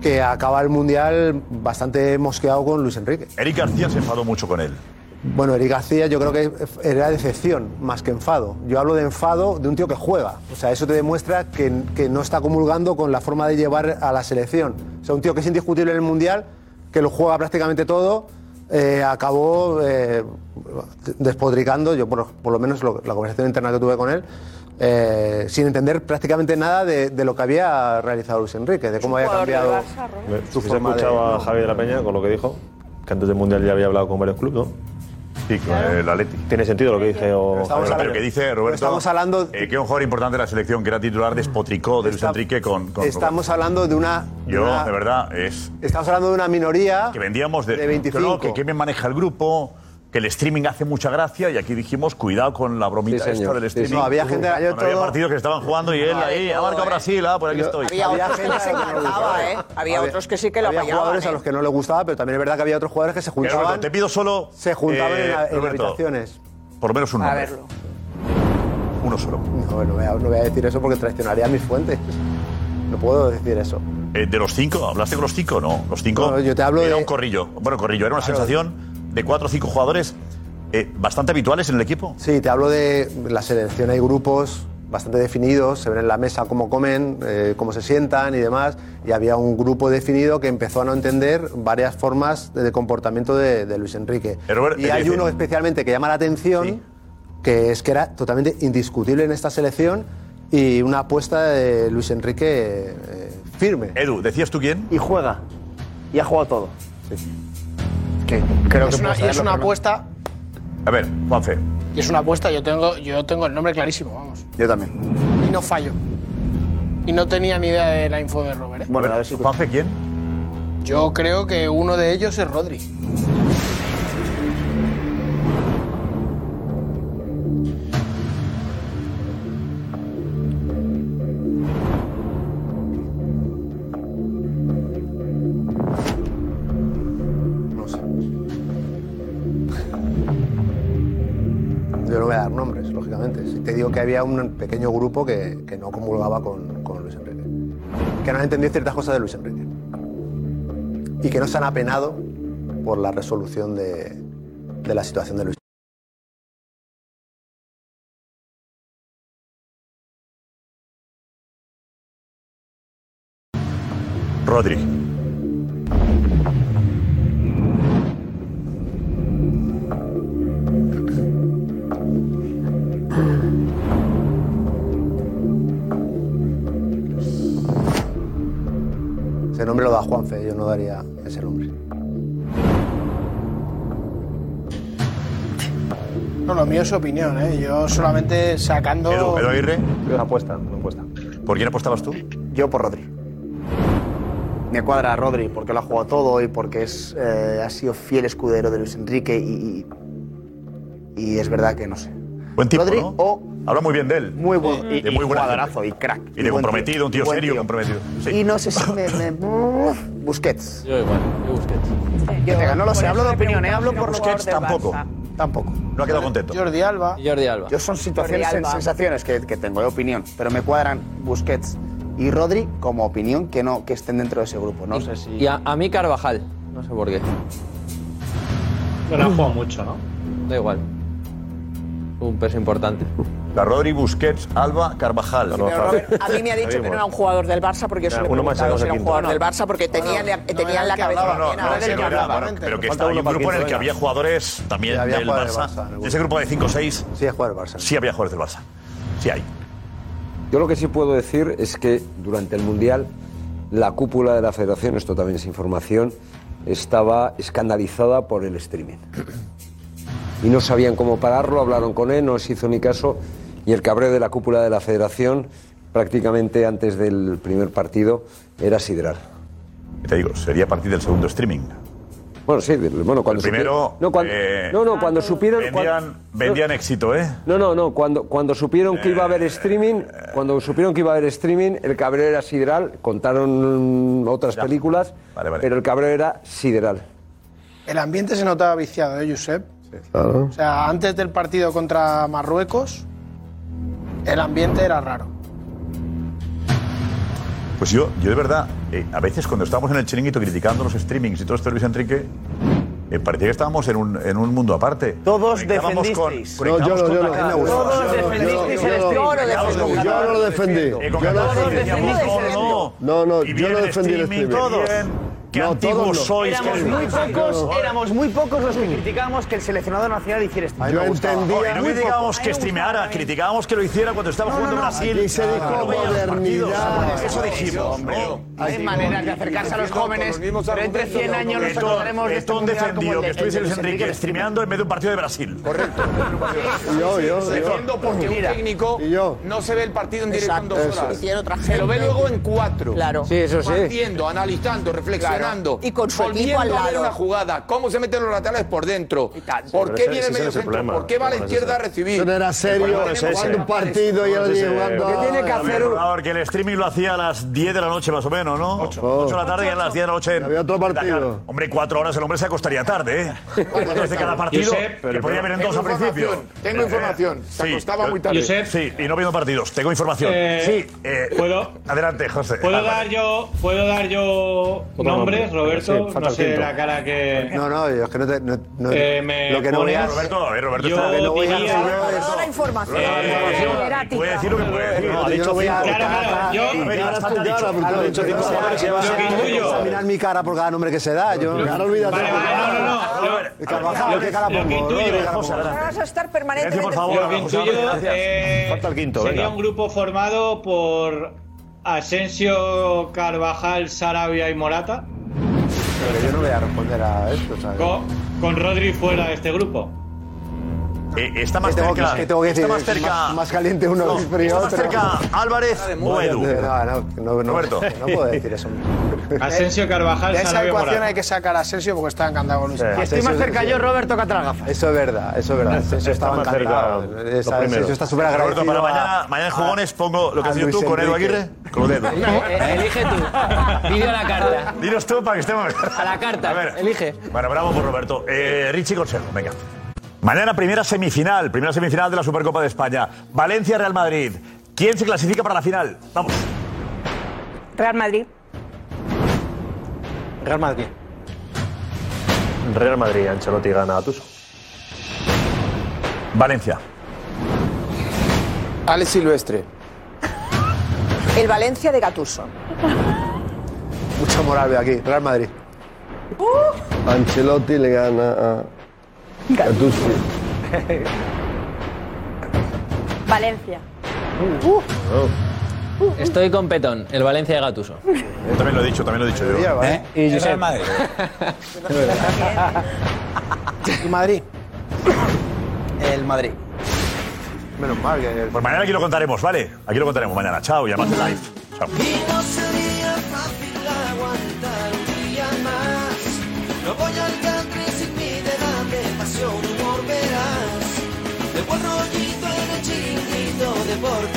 [SPEAKER 22] que acaba el Mundial bastante mosqueado con Luis Enrique.
[SPEAKER 6] Eric García se enfadó mucho con él.
[SPEAKER 22] Bueno, Eric García yo creo que era decepción más que enfado. Yo hablo de enfado de un tío que juega. O sea, eso te demuestra que, que no está comulgando con la forma de llevar a la selección. O sea, un tío que es indiscutible en el Mundial, que lo juega prácticamente todo, eh, acabó eh, despodricando, yo por, por lo menos lo- la conversación interna que tuve con él, eh, sin entender prácticamente nada de, de lo que había realizado Luis Enrique, de cómo había cambiado.
[SPEAKER 2] Si se
[SPEAKER 22] forma de-
[SPEAKER 2] escuchaba a Javi de la Peña con lo que dijo, que antes del Mundial ya había hablado con varios clubes, ¿no?
[SPEAKER 6] Sí, con el Atleti.
[SPEAKER 2] Tiene sentido lo que dice o
[SPEAKER 6] Pero, pero que dice Roberto
[SPEAKER 22] estamos hablando-
[SPEAKER 6] eh, que un jugador importante de la selección que era titular despotricó de Luis Enrique con, con
[SPEAKER 22] Estamos hablando de una.
[SPEAKER 6] Roberto.
[SPEAKER 22] de
[SPEAKER 6] Yo,
[SPEAKER 22] una-
[SPEAKER 6] de verdad, es
[SPEAKER 22] Estamos hablando de una minoría.
[SPEAKER 6] que vendíamos de,
[SPEAKER 22] De 25.
[SPEAKER 6] Que, no, que, que bien maneja el grupo, que el streaming hace mucha gracia y aquí dijimos cuidado con la bromita
[SPEAKER 22] Sí,
[SPEAKER 6] esta
[SPEAKER 22] señor.
[SPEAKER 6] del
[SPEAKER 22] Sí,
[SPEAKER 6] streaming.
[SPEAKER 22] no, había gente-
[SPEAKER 6] Cuando
[SPEAKER 22] yo
[SPEAKER 6] había
[SPEAKER 22] todo-
[SPEAKER 6] partidos que estaban jugando y él
[SPEAKER 22] Había
[SPEAKER 6] ahí,
[SPEAKER 22] todo,
[SPEAKER 6] ha marcado
[SPEAKER 22] ¿eh?
[SPEAKER 6] Brasil, ah, por aquí
[SPEAKER 22] Pero
[SPEAKER 6] estoy.
[SPEAKER 22] había Había otros que gente- les
[SPEAKER 21] encantaba, ¿eh? Había otros que sí que lo
[SPEAKER 22] había
[SPEAKER 21] apoyaban,
[SPEAKER 22] jugadores a
[SPEAKER 21] ¿eh?
[SPEAKER 22] los que no les gustaba, pero también es verdad que había otros jugadores que se
[SPEAKER 6] Pero,
[SPEAKER 22] juntaban.
[SPEAKER 6] Roberto, te pido solo.
[SPEAKER 22] Se juntaban
[SPEAKER 6] eh,
[SPEAKER 22] en, la- en
[SPEAKER 6] Roberto,
[SPEAKER 22] habitaciones.
[SPEAKER 6] Por lo menos un
[SPEAKER 22] A
[SPEAKER 6] nombre.
[SPEAKER 22] verlo.
[SPEAKER 6] Uno solo.
[SPEAKER 22] No, no voy, a, no voy a decir eso porque traicionaría a mis fuentes. No puedo decir eso.
[SPEAKER 6] Eh, ¿De los cinco? ¿Hablaste con los cinco? No, los cinco.
[SPEAKER 22] No, yo te hablo
[SPEAKER 6] era
[SPEAKER 22] de-
[SPEAKER 6] un corrillo. Bueno, corrillo, era una
[SPEAKER 22] Claro.
[SPEAKER 6] sensación de cuatro o cinco jugadores eh, bastante habituales en el equipo.
[SPEAKER 22] Sí, te hablo de la selección. Hay grupos bastante definidos, se ven en la mesa cómo comen, eh, cómo se sientan y demás. Y había un grupo definido que empezó a no entender varias formas de, de comportamiento de, de Luis Enrique.
[SPEAKER 6] Eh, Robert,
[SPEAKER 22] y
[SPEAKER 6] eh,
[SPEAKER 22] hay
[SPEAKER 6] dice-
[SPEAKER 22] uno especialmente que llama la atención, que es que era totalmente indiscutible en esta selección y una apuesta de Luis Enrique eh, firme.
[SPEAKER 6] Edu, ¿decías tú quién?
[SPEAKER 22] Y juega.
[SPEAKER 16] Y ha jugado todo.
[SPEAKER 22] Que
[SPEAKER 16] Es una- y es una apuesta.
[SPEAKER 6] A ver, Juanfe.
[SPEAKER 4] Y es una apuesta, yo tengo, yo tengo el nombre clarísimo, vamos.
[SPEAKER 6] Yo también.
[SPEAKER 4] Y no fallo. Y no tenía ni idea de la info de Robert. ¿eh?
[SPEAKER 6] Bueno, a ver, Juanfe, ¿quién?
[SPEAKER 4] Yo creo que uno de ellos es Rodri.
[SPEAKER 22] Yo no voy a dar nombres, lógicamente. Si te digo que había un pequeño grupo que, que no comulgaba con, con Luis Enrique. Que no han entendido ciertas cosas de Luis Enrique. Y que no se han apenado por la resolución de, de la situación de Luis
[SPEAKER 6] Rodri.
[SPEAKER 22] Ese nombre lo da Juanfe, yo no daría ese nombre.
[SPEAKER 4] No, lo mío es opinión, ¿eh? Yo solamente sacando.
[SPEAKER 22] Edu, Edu Aguirre.
[SPEAKER 19] Una apuesta, una apuesta.
[SPEAKER 6] ¿Por quién apostabas tú?
[SPEAKER 16] Yo por Rodri. Me cuadra a Rodri porque lo ha jugado todo y porque es, eh, ha sido fiel escudero de Luis Enrique y, y, y es verdad que no sé.
[SPEAKER 6] Buen tipo,
[SPEAKER 16] Rodri
[SPEAKER 6] ¿no?
[SPEAKER 16] o
[SPEAKER 6] Habla muy bien de él.
[SPEAKER 16] Muy buen- y-
[SPEAKER 6] de
[SPEAKER 16] y
[SPEAKER 6] muy buen
[SPEAKER 16] jugadorazo, y crack.
[SPEAKER 6] Y
[SPEAKER 16] Y
[SPEAKER 6] de
[SPEAKER 16] buen
[SPEAKER 6] comprometido,
[SPEAKER 16] tío,
[SPEAKER 6] un tío
[SPEAKER 16] buen
[SPEAKER 6] serio
[SPEAKER 16] tío.
[SPEAKER 6] comprometido. Sí.
[SPEAKER 16] Y no sé si me. me-
[SPEAKER 6] <laughs>
[SPEAKER 16] Busquets.
[SPEAKER 14] Yo igual, yo Busquets.
[SPEAKER 16] Venga, no lo sé, hablo de opinión, ¿eh? hablo
[SPEAKER 6] si
[SPEAKER 16] por
[SPEAKER 6] era
[SPEAKER 16] Busquets
[SPEAKER 6] jugador del
[SPEAKER 16] tampoco. Tampoco.
[SPEAKER 6] No ha quedado contento.
[SPEAKER 16] Jordi Alba.
[SPEAKER 14] Jordi Alba.
[SPEAKER 16] Yo son situaciones,
[SPEAKER 1] Jordi Alba.
[SPEAKER 16] sen- sensaciones que, que tengo, de opinión, pero me cuadran Busquets y Rodri como opinión que no que estén dentro de ese grupo. No sé si.
[SPEAKER 13] Y a, a mí Carvajal, no sé por qué.
[SPEAKER 11] No la juega mucho, ¿no?
[SPEAKER 13] Da igual. Un peso importante.
[SPEAKER 6] La Rodri, Busquets, Alba, Carvajal.
[SPEAKER 21] A mí me ha dicho que no era un jugador del Barça porque yo se
[SPEAKER 6] Ya,
[SPEAKER 21] lo he
[SPEAKER 6] uno más
[SPEAKER 21] preguntado
[SPEAKER 6] llegamos
[SPEAKER 21] si
[SPEAKER 6] a
[SPEAKER 21] era un
[SPEAKER 6] quinto.
[SPEAKER 21] jugador
[SPEAKER 6] No,
[SPEAKER 21] del Barça porque tenían, la- tenían la cabeza llena.
[SPEAKER 6] no,
[SPEAKER 21] Ahora
[SPEAKER 6] sí,
[SPEAKER 21] del que
[SPEAKER 6] no,
[SPEAKER 21] hablaba.
[SPEAKER 6] bueno, pero que
[SPEAKER 21] Falta
[SPEAKER 6] estaba en
[SPEAKER 21] uno
[SPEAKER 6] un
[SPEAKER 21] para
[SPEAKER 6] grupo en el
[SPEAKER 21] quinto,
[SPEAKER 6] que había
[SPEAKER 21] venga.
[SPEAKER 6] jugadores también
[SPEAKER 21] Sí, había
[SPEAKER 6] del
[SPEAKER 21] jugadores del
[SPEAKER 6] Barça.
[SPEAKER 21] Barça,
[SPEAKER 6] De ese grupo de 5 o 6.
[SPEAKER 21] Sí, juega el Barça.
[SPEAKER 6] Sí había jugadores del Barça. Sí hay.
[SPEAKER 15] Yo lo que sí puedo decir es que durante el Mundial la cúpula de la federación, esto también es información, estaba escandalizada por el streaming. Y no sabían cómo pararlo, hablaron con él, no se hizo ni caso. Y el cabreo de la cúpula de la federación, prácticamente antes del primer partido, era sidrar.
[SPEAKER 6] Y Te digo, sería a partir del segundo streaming.
[SPEAKER 15] Bueno, sí, del- bueno, cuando
[SPEAKER 6] El primero,
[SPEAKER 15] supieron- no, cuando,
[SPEAKER 6] eh,
[SPEAKER 15] no, no, cuando supieron.
[SPEAKER 6] Vendían,
[SPEAKER 15] cuando-
[SPEAKER 6] vendían éxito, ¿eh?
[SPEAKER 15] no, no, no. Cuando, cuando supieron que iba a haber streaming, cuando supieron que iba a haber streaming, el cabreo era sideral. Contaron mm, otras películas, pero el cabreo era sideral.
[SPEAKER 18] El ambiente se notaba viciado, ¿eh, Josep? O sea, antes del partido contra Marruecos, el ambiente era raro.
[SPEAKER 6] Pues yo, yo de verdad, eh, a veces cuando estábamos en el chiringuito criticando los streamings y todo esto de Luis Enrique, eh, parecía que estábamos en un, en un mundo aparte.
[SPEAKER 16] Todos
[SPEAKER 6] Conectábamos
[SPEAKER 16] defendisteis.
[SPEAKER 6] con- conectábamos
[SPEAKER 19] No, yo no,
[SPEAKER 6] con-
[SPEAKER 19] yo no. Todos
[SPEAKER 6] Yo no,
[SPEAKER 19] defendisteis
[SPEAKER 6] yo no,
[SPEAKER 19] el
[SPEAKER 6] yo
[SPEAKER 16] este
[SPEAKER 6] no,
[SPEAKER 19] streaming.
[SPEAKER 6] conectábamos con-
[SPEAKER 19] Yo no lo defendí.
[SPEAKER 6] Eh,
[SPEAKER 19] Yo
[SPEAKER 6] con
[SPEAKER 19] no
[SPEAKER 6] Catalán
[SPEAKER 19] defendí.
[SPEAKER 6] decíamos,
[SPEAKER 19] Todos
[SPEAKER 6] no,
[SPEAKER 19] No, no,
[SPEAKER 6] y
[SPEAKER 19] yo
[SPEAKER 6] bien
[SPEAKER 19] no
[SPEAKER 6] el
[SPEAKER 19] defendí el
[SPEAKER 6] streaming,
[SPEAKER 19] streaming.
[SPEAKER 6] todos. Qué
[SPEAKER 19] No, todos
[SPEAKER 6] antiguos
[SPEAKER 19] no.
[SPEAKER 6] sois.
[SPEAKER 19] Éramos
[SPEAKER 6] que-
[SPEAKER 19] muy
[SPEAKER 6] Yo
[SPEAKER 16] Pocos,
[SPEAKER 6] no.
[SPEAKER 16] éramos muy pocos los que criticábamos que el seleccionado nacional hiciera esto.
[SPEAKER 6] Yo entendía. No
[SPEAKER 16] Muy
[SPEAKER 6] criticábamos
[SPEAKER 16] pocos.
[SPEAKER 6] que streameara, criticábamos que lo hiciera cuando estaba jugando Brasil.
[SPEAKER 19] Aquí se
[SPEAKER 6] Cuando
[SPEAKER 19] dijo
[SPEAKER 6] no veía los partidos.
[SPEAKER 19] modernidad.
[SPEAKER 6] Eso dijimos. ¿no?
[SPEAKER 16] Hay maneras de acercarse a los jóvenes, pero entre 100 años nos
[SPEAKER 6] Betón-
[SPEAKER 16] acordaremos de este
[SPEAKER 6] Betón
[SPEAKER 16] mundial como
[SPEAKER 6] defendió
[SPEAKER 16] el de-
[SPEAKER 6] que estuviese
[SPEAKER 16] el de
[SPEAKER 6] Luis Enrique streameando en vez de un partido de Brasil. Correcto.
[SPEAKER 19] Yo, yo, yo.
[SPEAKER 10] Defiendo porque un
[SPEAKER 19] Mira.
[SPEAKER 10] técnico no se ve el partido en directo en
[SPEAKER 19] Exacto.
[SPEAKER 10] dos
[SPEAKER 19] Eso
[SPEAKER 10] horas.
[SPEAKER 19] es. Y en otra
[SPEAKER 10] Se lo ve
[SPEAKER 21] gente.
[SPEAKER 10] luego en cuatro.
[SPEAKER 21] Claro. Sí, eso sí.
[SPEAKER 10] Partiendo, analizando, reflexionando.
[SPEAKER 21] Y con su
[SPEAKER 10] volviendo
[SPEAKER 21] equipo al
[SPEAKER 10] a ver
[SPEAKER 21] lado.
[SPEAKER 10] una jugada. Cómo se meten los laterales por dentro. ¿Por
[SPEAKER 19] Pero
[SPEAKER 10] qué
[SPEAKER 19] ese-
[SPEAKER 10] viene el
[SPEAKER 19] ese
[SPEAKER 10] medio
[SPEAKER 19] es el
[SPEAKER 10] centro?
[SPEAKER 19] problema.
[SPEAKER 10] ¿Por qué va a la
[SPEAKER 19] Ese es
[SPEAKER 10] izquierda a
[SPEAKER 19] el-
[SPEAKER 10] recibir?
[SPEAKER 19] Eso no era
[SPEAKER 10] El
[SPEAKER 19] serio.
[SPEAKER 10] problema es ese.
[SPEAKER 19] Jugando un partido y ahora jugando. a-
[SPEAKER 6] Recordador que el streaming lo hacía a las 10 de la noche más o menos, ¿no? 8 de la tarde Oh. y a las 10 de la noche. Había otro partido. Hombre, cuatro horas el hombre se acostaría tarde, ¿eh? Cuatro horas de cada partido.
[SPEAKER 10] Josep,
[SPEAKER 6] que
[SPEAKER 10] pero-
[SPEAKER 6] podría haber en
[SPEAKER 10] tengo
[SPEAKER 6] dos al principio.
[SPEAKER 10] información,
[SPEAKER 19] Eh,
[SPEAKER 10] tengo información. Se acostaba muy tarde.
[SPEAKER 6] Josep, Sí, y no viendo partidos. Tengo información.
[SPEAKER 11] Eh,
[SPEAKER 6] sí. eh,
[SPEAKER 11] ¿puedo?
[SPEAKER 6] Adelante, José.
[SPEAKER 11] ¿Puedo
[SPEAKER 6] Álvarez.
[SPEAKER 11] dar yo, puedo dar yo nombres,
[SPEAKER 6] nombre.
[SPEAKER 11] Roberto?
[SPEAKER 6] Sí, falta
[SPEAKER 11] no
[SPEAKER 6] el
[SPEAKER 11] sé
[SPEAKER 6] quinto.
[SPEAKER 11] la cara que.
[SPEAKER 22] No, no, yo es que no te. No, no-
[SPEAKER 11] Eh, me
[SPEAKER 22] lo que no
[SPEAKER 11] pones-
[SPEAKER 22] veas.
[SPEAKER 11] Roberto, a ver, Roberto,
[SPEAKER 22] Lo
[SPEAKER 11] está-
[SPEAKER 22] que no
[SPEAKER 11] yo
[SPEAKER 22] veas,
[SPEAKER 11] diría-
[SPEAKER 22] no veas.
[SPEAKER 21] Toda la información era
[SPEAKER 6] Puede decir lo que puede decir.
[SPEAKER 22] No,
[SPEAKER 6] Ha
[SPEAKER 22] yo
[SPEAKER 6] dicho
[SPEAKER 22] no voy a-
[SPEAKER 6] cinco.
[SPEAKER 22] Claro,
[SPEAKER 6] A ver,
[SPEAKER 22] claro.
[SPEAKER 6] ahora
[SPEAKER 22] Ahora
[SPEAKER 6] falta
[SPEAKER 22] tú
[SPEAKER 6] dicho.
[SPEAKER 22] llora, porque
[SPEAKER 6] Ahora
[SPEAKER 22] tú-
[SPEAKER 6] dicho cinco.
[SPEAKER 22] ahora se va a- vas a mirar mi cara por cada nombre que se da. Yo,
[SPEAKER 6] Ahora olvídate. Vale, vale, no, no, no.
[SPEAKER 22] Carvajal,
[SPEAKER 6] Lo que-
[SPEAKER 22] ¿qué cara
[SPEAKER 6] lo que
[SPEAKER 22] pongo?
[SPEAKER 6] intuyo,
[SPEAKER 22] Rodri, ¿qué cara
[SPEAKER 6] José,
[SPEAKER 22] pongo? adelante.
[SPEAKER 21] Vas a estar
[SPEAKER 6] Silencio,
[SPEAKER 21] permanentemente.
[SPEAKER 6] por favor.
[SPEAKER 11] Lo que
[SPEAKER 6] José,
[SPEAKER 11] intuyo,
[SPEAKER 6] gracias.
[SPEAKER 11] eh,
[SPEAKER 6] Falta el quinto,
[SPEAKER 11] sería
[SPEAKER 6] venga.
[SPEAKER 11] un grupo formado por Asensio, Carvajal, Sarabia y Morata,
[SPEAKER 22] Pero yo no voy a responder a esto. o sea,
[SPEAKER 11] con, con Rodri fuera de este grupo.
[SPEAKER 6] Eh, está
[SPEAKER 22] ¿Qué tengo, que, qué tengo que decir?
[SPEAKER 6] Está más
[SPEAKER 22] Es
[SPEAKER 6] cerca-
[SPEAKER 22] Más, más caliente uno
[SPEAKER 6] No,
[SPEAKER 22] que frío.
[SPEAKER 6] está más
[SPEAKER 22] otro.
[SPEAKER 6] cerca Álvarez o Edu.
[SPEAKER 22] No, no, no, no,
[SPEAKER 6] Roberto.
[SPEAKER 22] no puedo decir eso.
[SPEAKER 11] Asensio, Carvajal,
[SPEAKER 18] De esa
[SPEAKER 11] Sarabia y
[SPEAKER 18] ecuación
[SPEAKER 11] Morata.
[SPEAKER 18] hay que sacar a Sergio porque está encantado con Luis.
[SPEAKER 22] Sí.
[SPEAKER 18] Enrique.
[SPEAKER 22] Estoy más cerca yo,
[SPEAKER 18] Roberto, que
[SPEAKER 22] Eso es verdad, eso es verdad. Eso estaba
[SPEAKER 6] más
[SPEAKER 22] encantado.
[SPEAKER 6] cerca,
[SPEAKER 22] Esa-
[SPEAKER 6] lo primero.
[SPEAKER 22] Eso está súper agradecido.
[SPEAKER 6] Roberto, para
[SPEAKER 22] a-
[SPEAKER 6] mañana, mañana en jugones pongo lo que
[SPEAKER 22] a
[SPEAKER 6] has dicho tú
[SPEAKER 22] Luis
[SPEAKER 6] con Edu
[SPEAKER 22] Enrique.
[SPEAKER 6] Aguirre, con los dedos.
[SPEAKER 13] Elige tú. Vídeo a la carta.
[SPEAKER 6] Dinos tú para que estemos. A
[SPEAKER 13] la carta.
[SPEAKER 6] A ver.
[SPEAKER 13] Elige.
[SPEAKER 6] Bueno, bravo por Roberto. Eh, Richie Consejo, venga. Mañana primera semifinal, primera semifinal de la Supercopa de España. Valencia-Real Madrid. ¿Quién se clasifica para la final? Vamos.
[SPEAKER 21] Real Madrid.
[SPEAKER 2] Real Madrid. Real Madrid, Ancelotti gana a Tuso.
[SPEAKER 6] Valencia.
[SPEAKER 10] Alex Silvestre.
[SPEAKER 8] <laughs>
[SPEAKER 21] El Valencia de Gatuso.
[SPEAKER 22] Mucha moral veo aquí. Real Madrid.
[SPEAKER 1] Uh,
[SPEAKER 19] Ancelotti le gana a Gattuso.
[SPEAKER 21] Valencia.
[SPEAKER 13] Uh. Estoy con Petón, el Valencia de Gatuso.
[SPEAKER 6] También lo he dicho, también lo he dicho yo.
[SPEAKER 13] ¿Eh? Y Josep.
[SPEAKER 18] Real Madrid. <laughs> ¿Y Madrid?
[SPEAKER 16] El Madrid.
[SPEAKER 38] Menos mal que.
[SPEAKER 6] Pues mañana aquí lo contaremos, ¿vale? Aquí lo contaremos mañana. Chao y además de live. Chao.
[SPEAKER 20] Y no sería fácil aguantar un día más. No voy al country sin mi dedante, pasión, humor verás. De buen rollito en el chiringuito, deporte.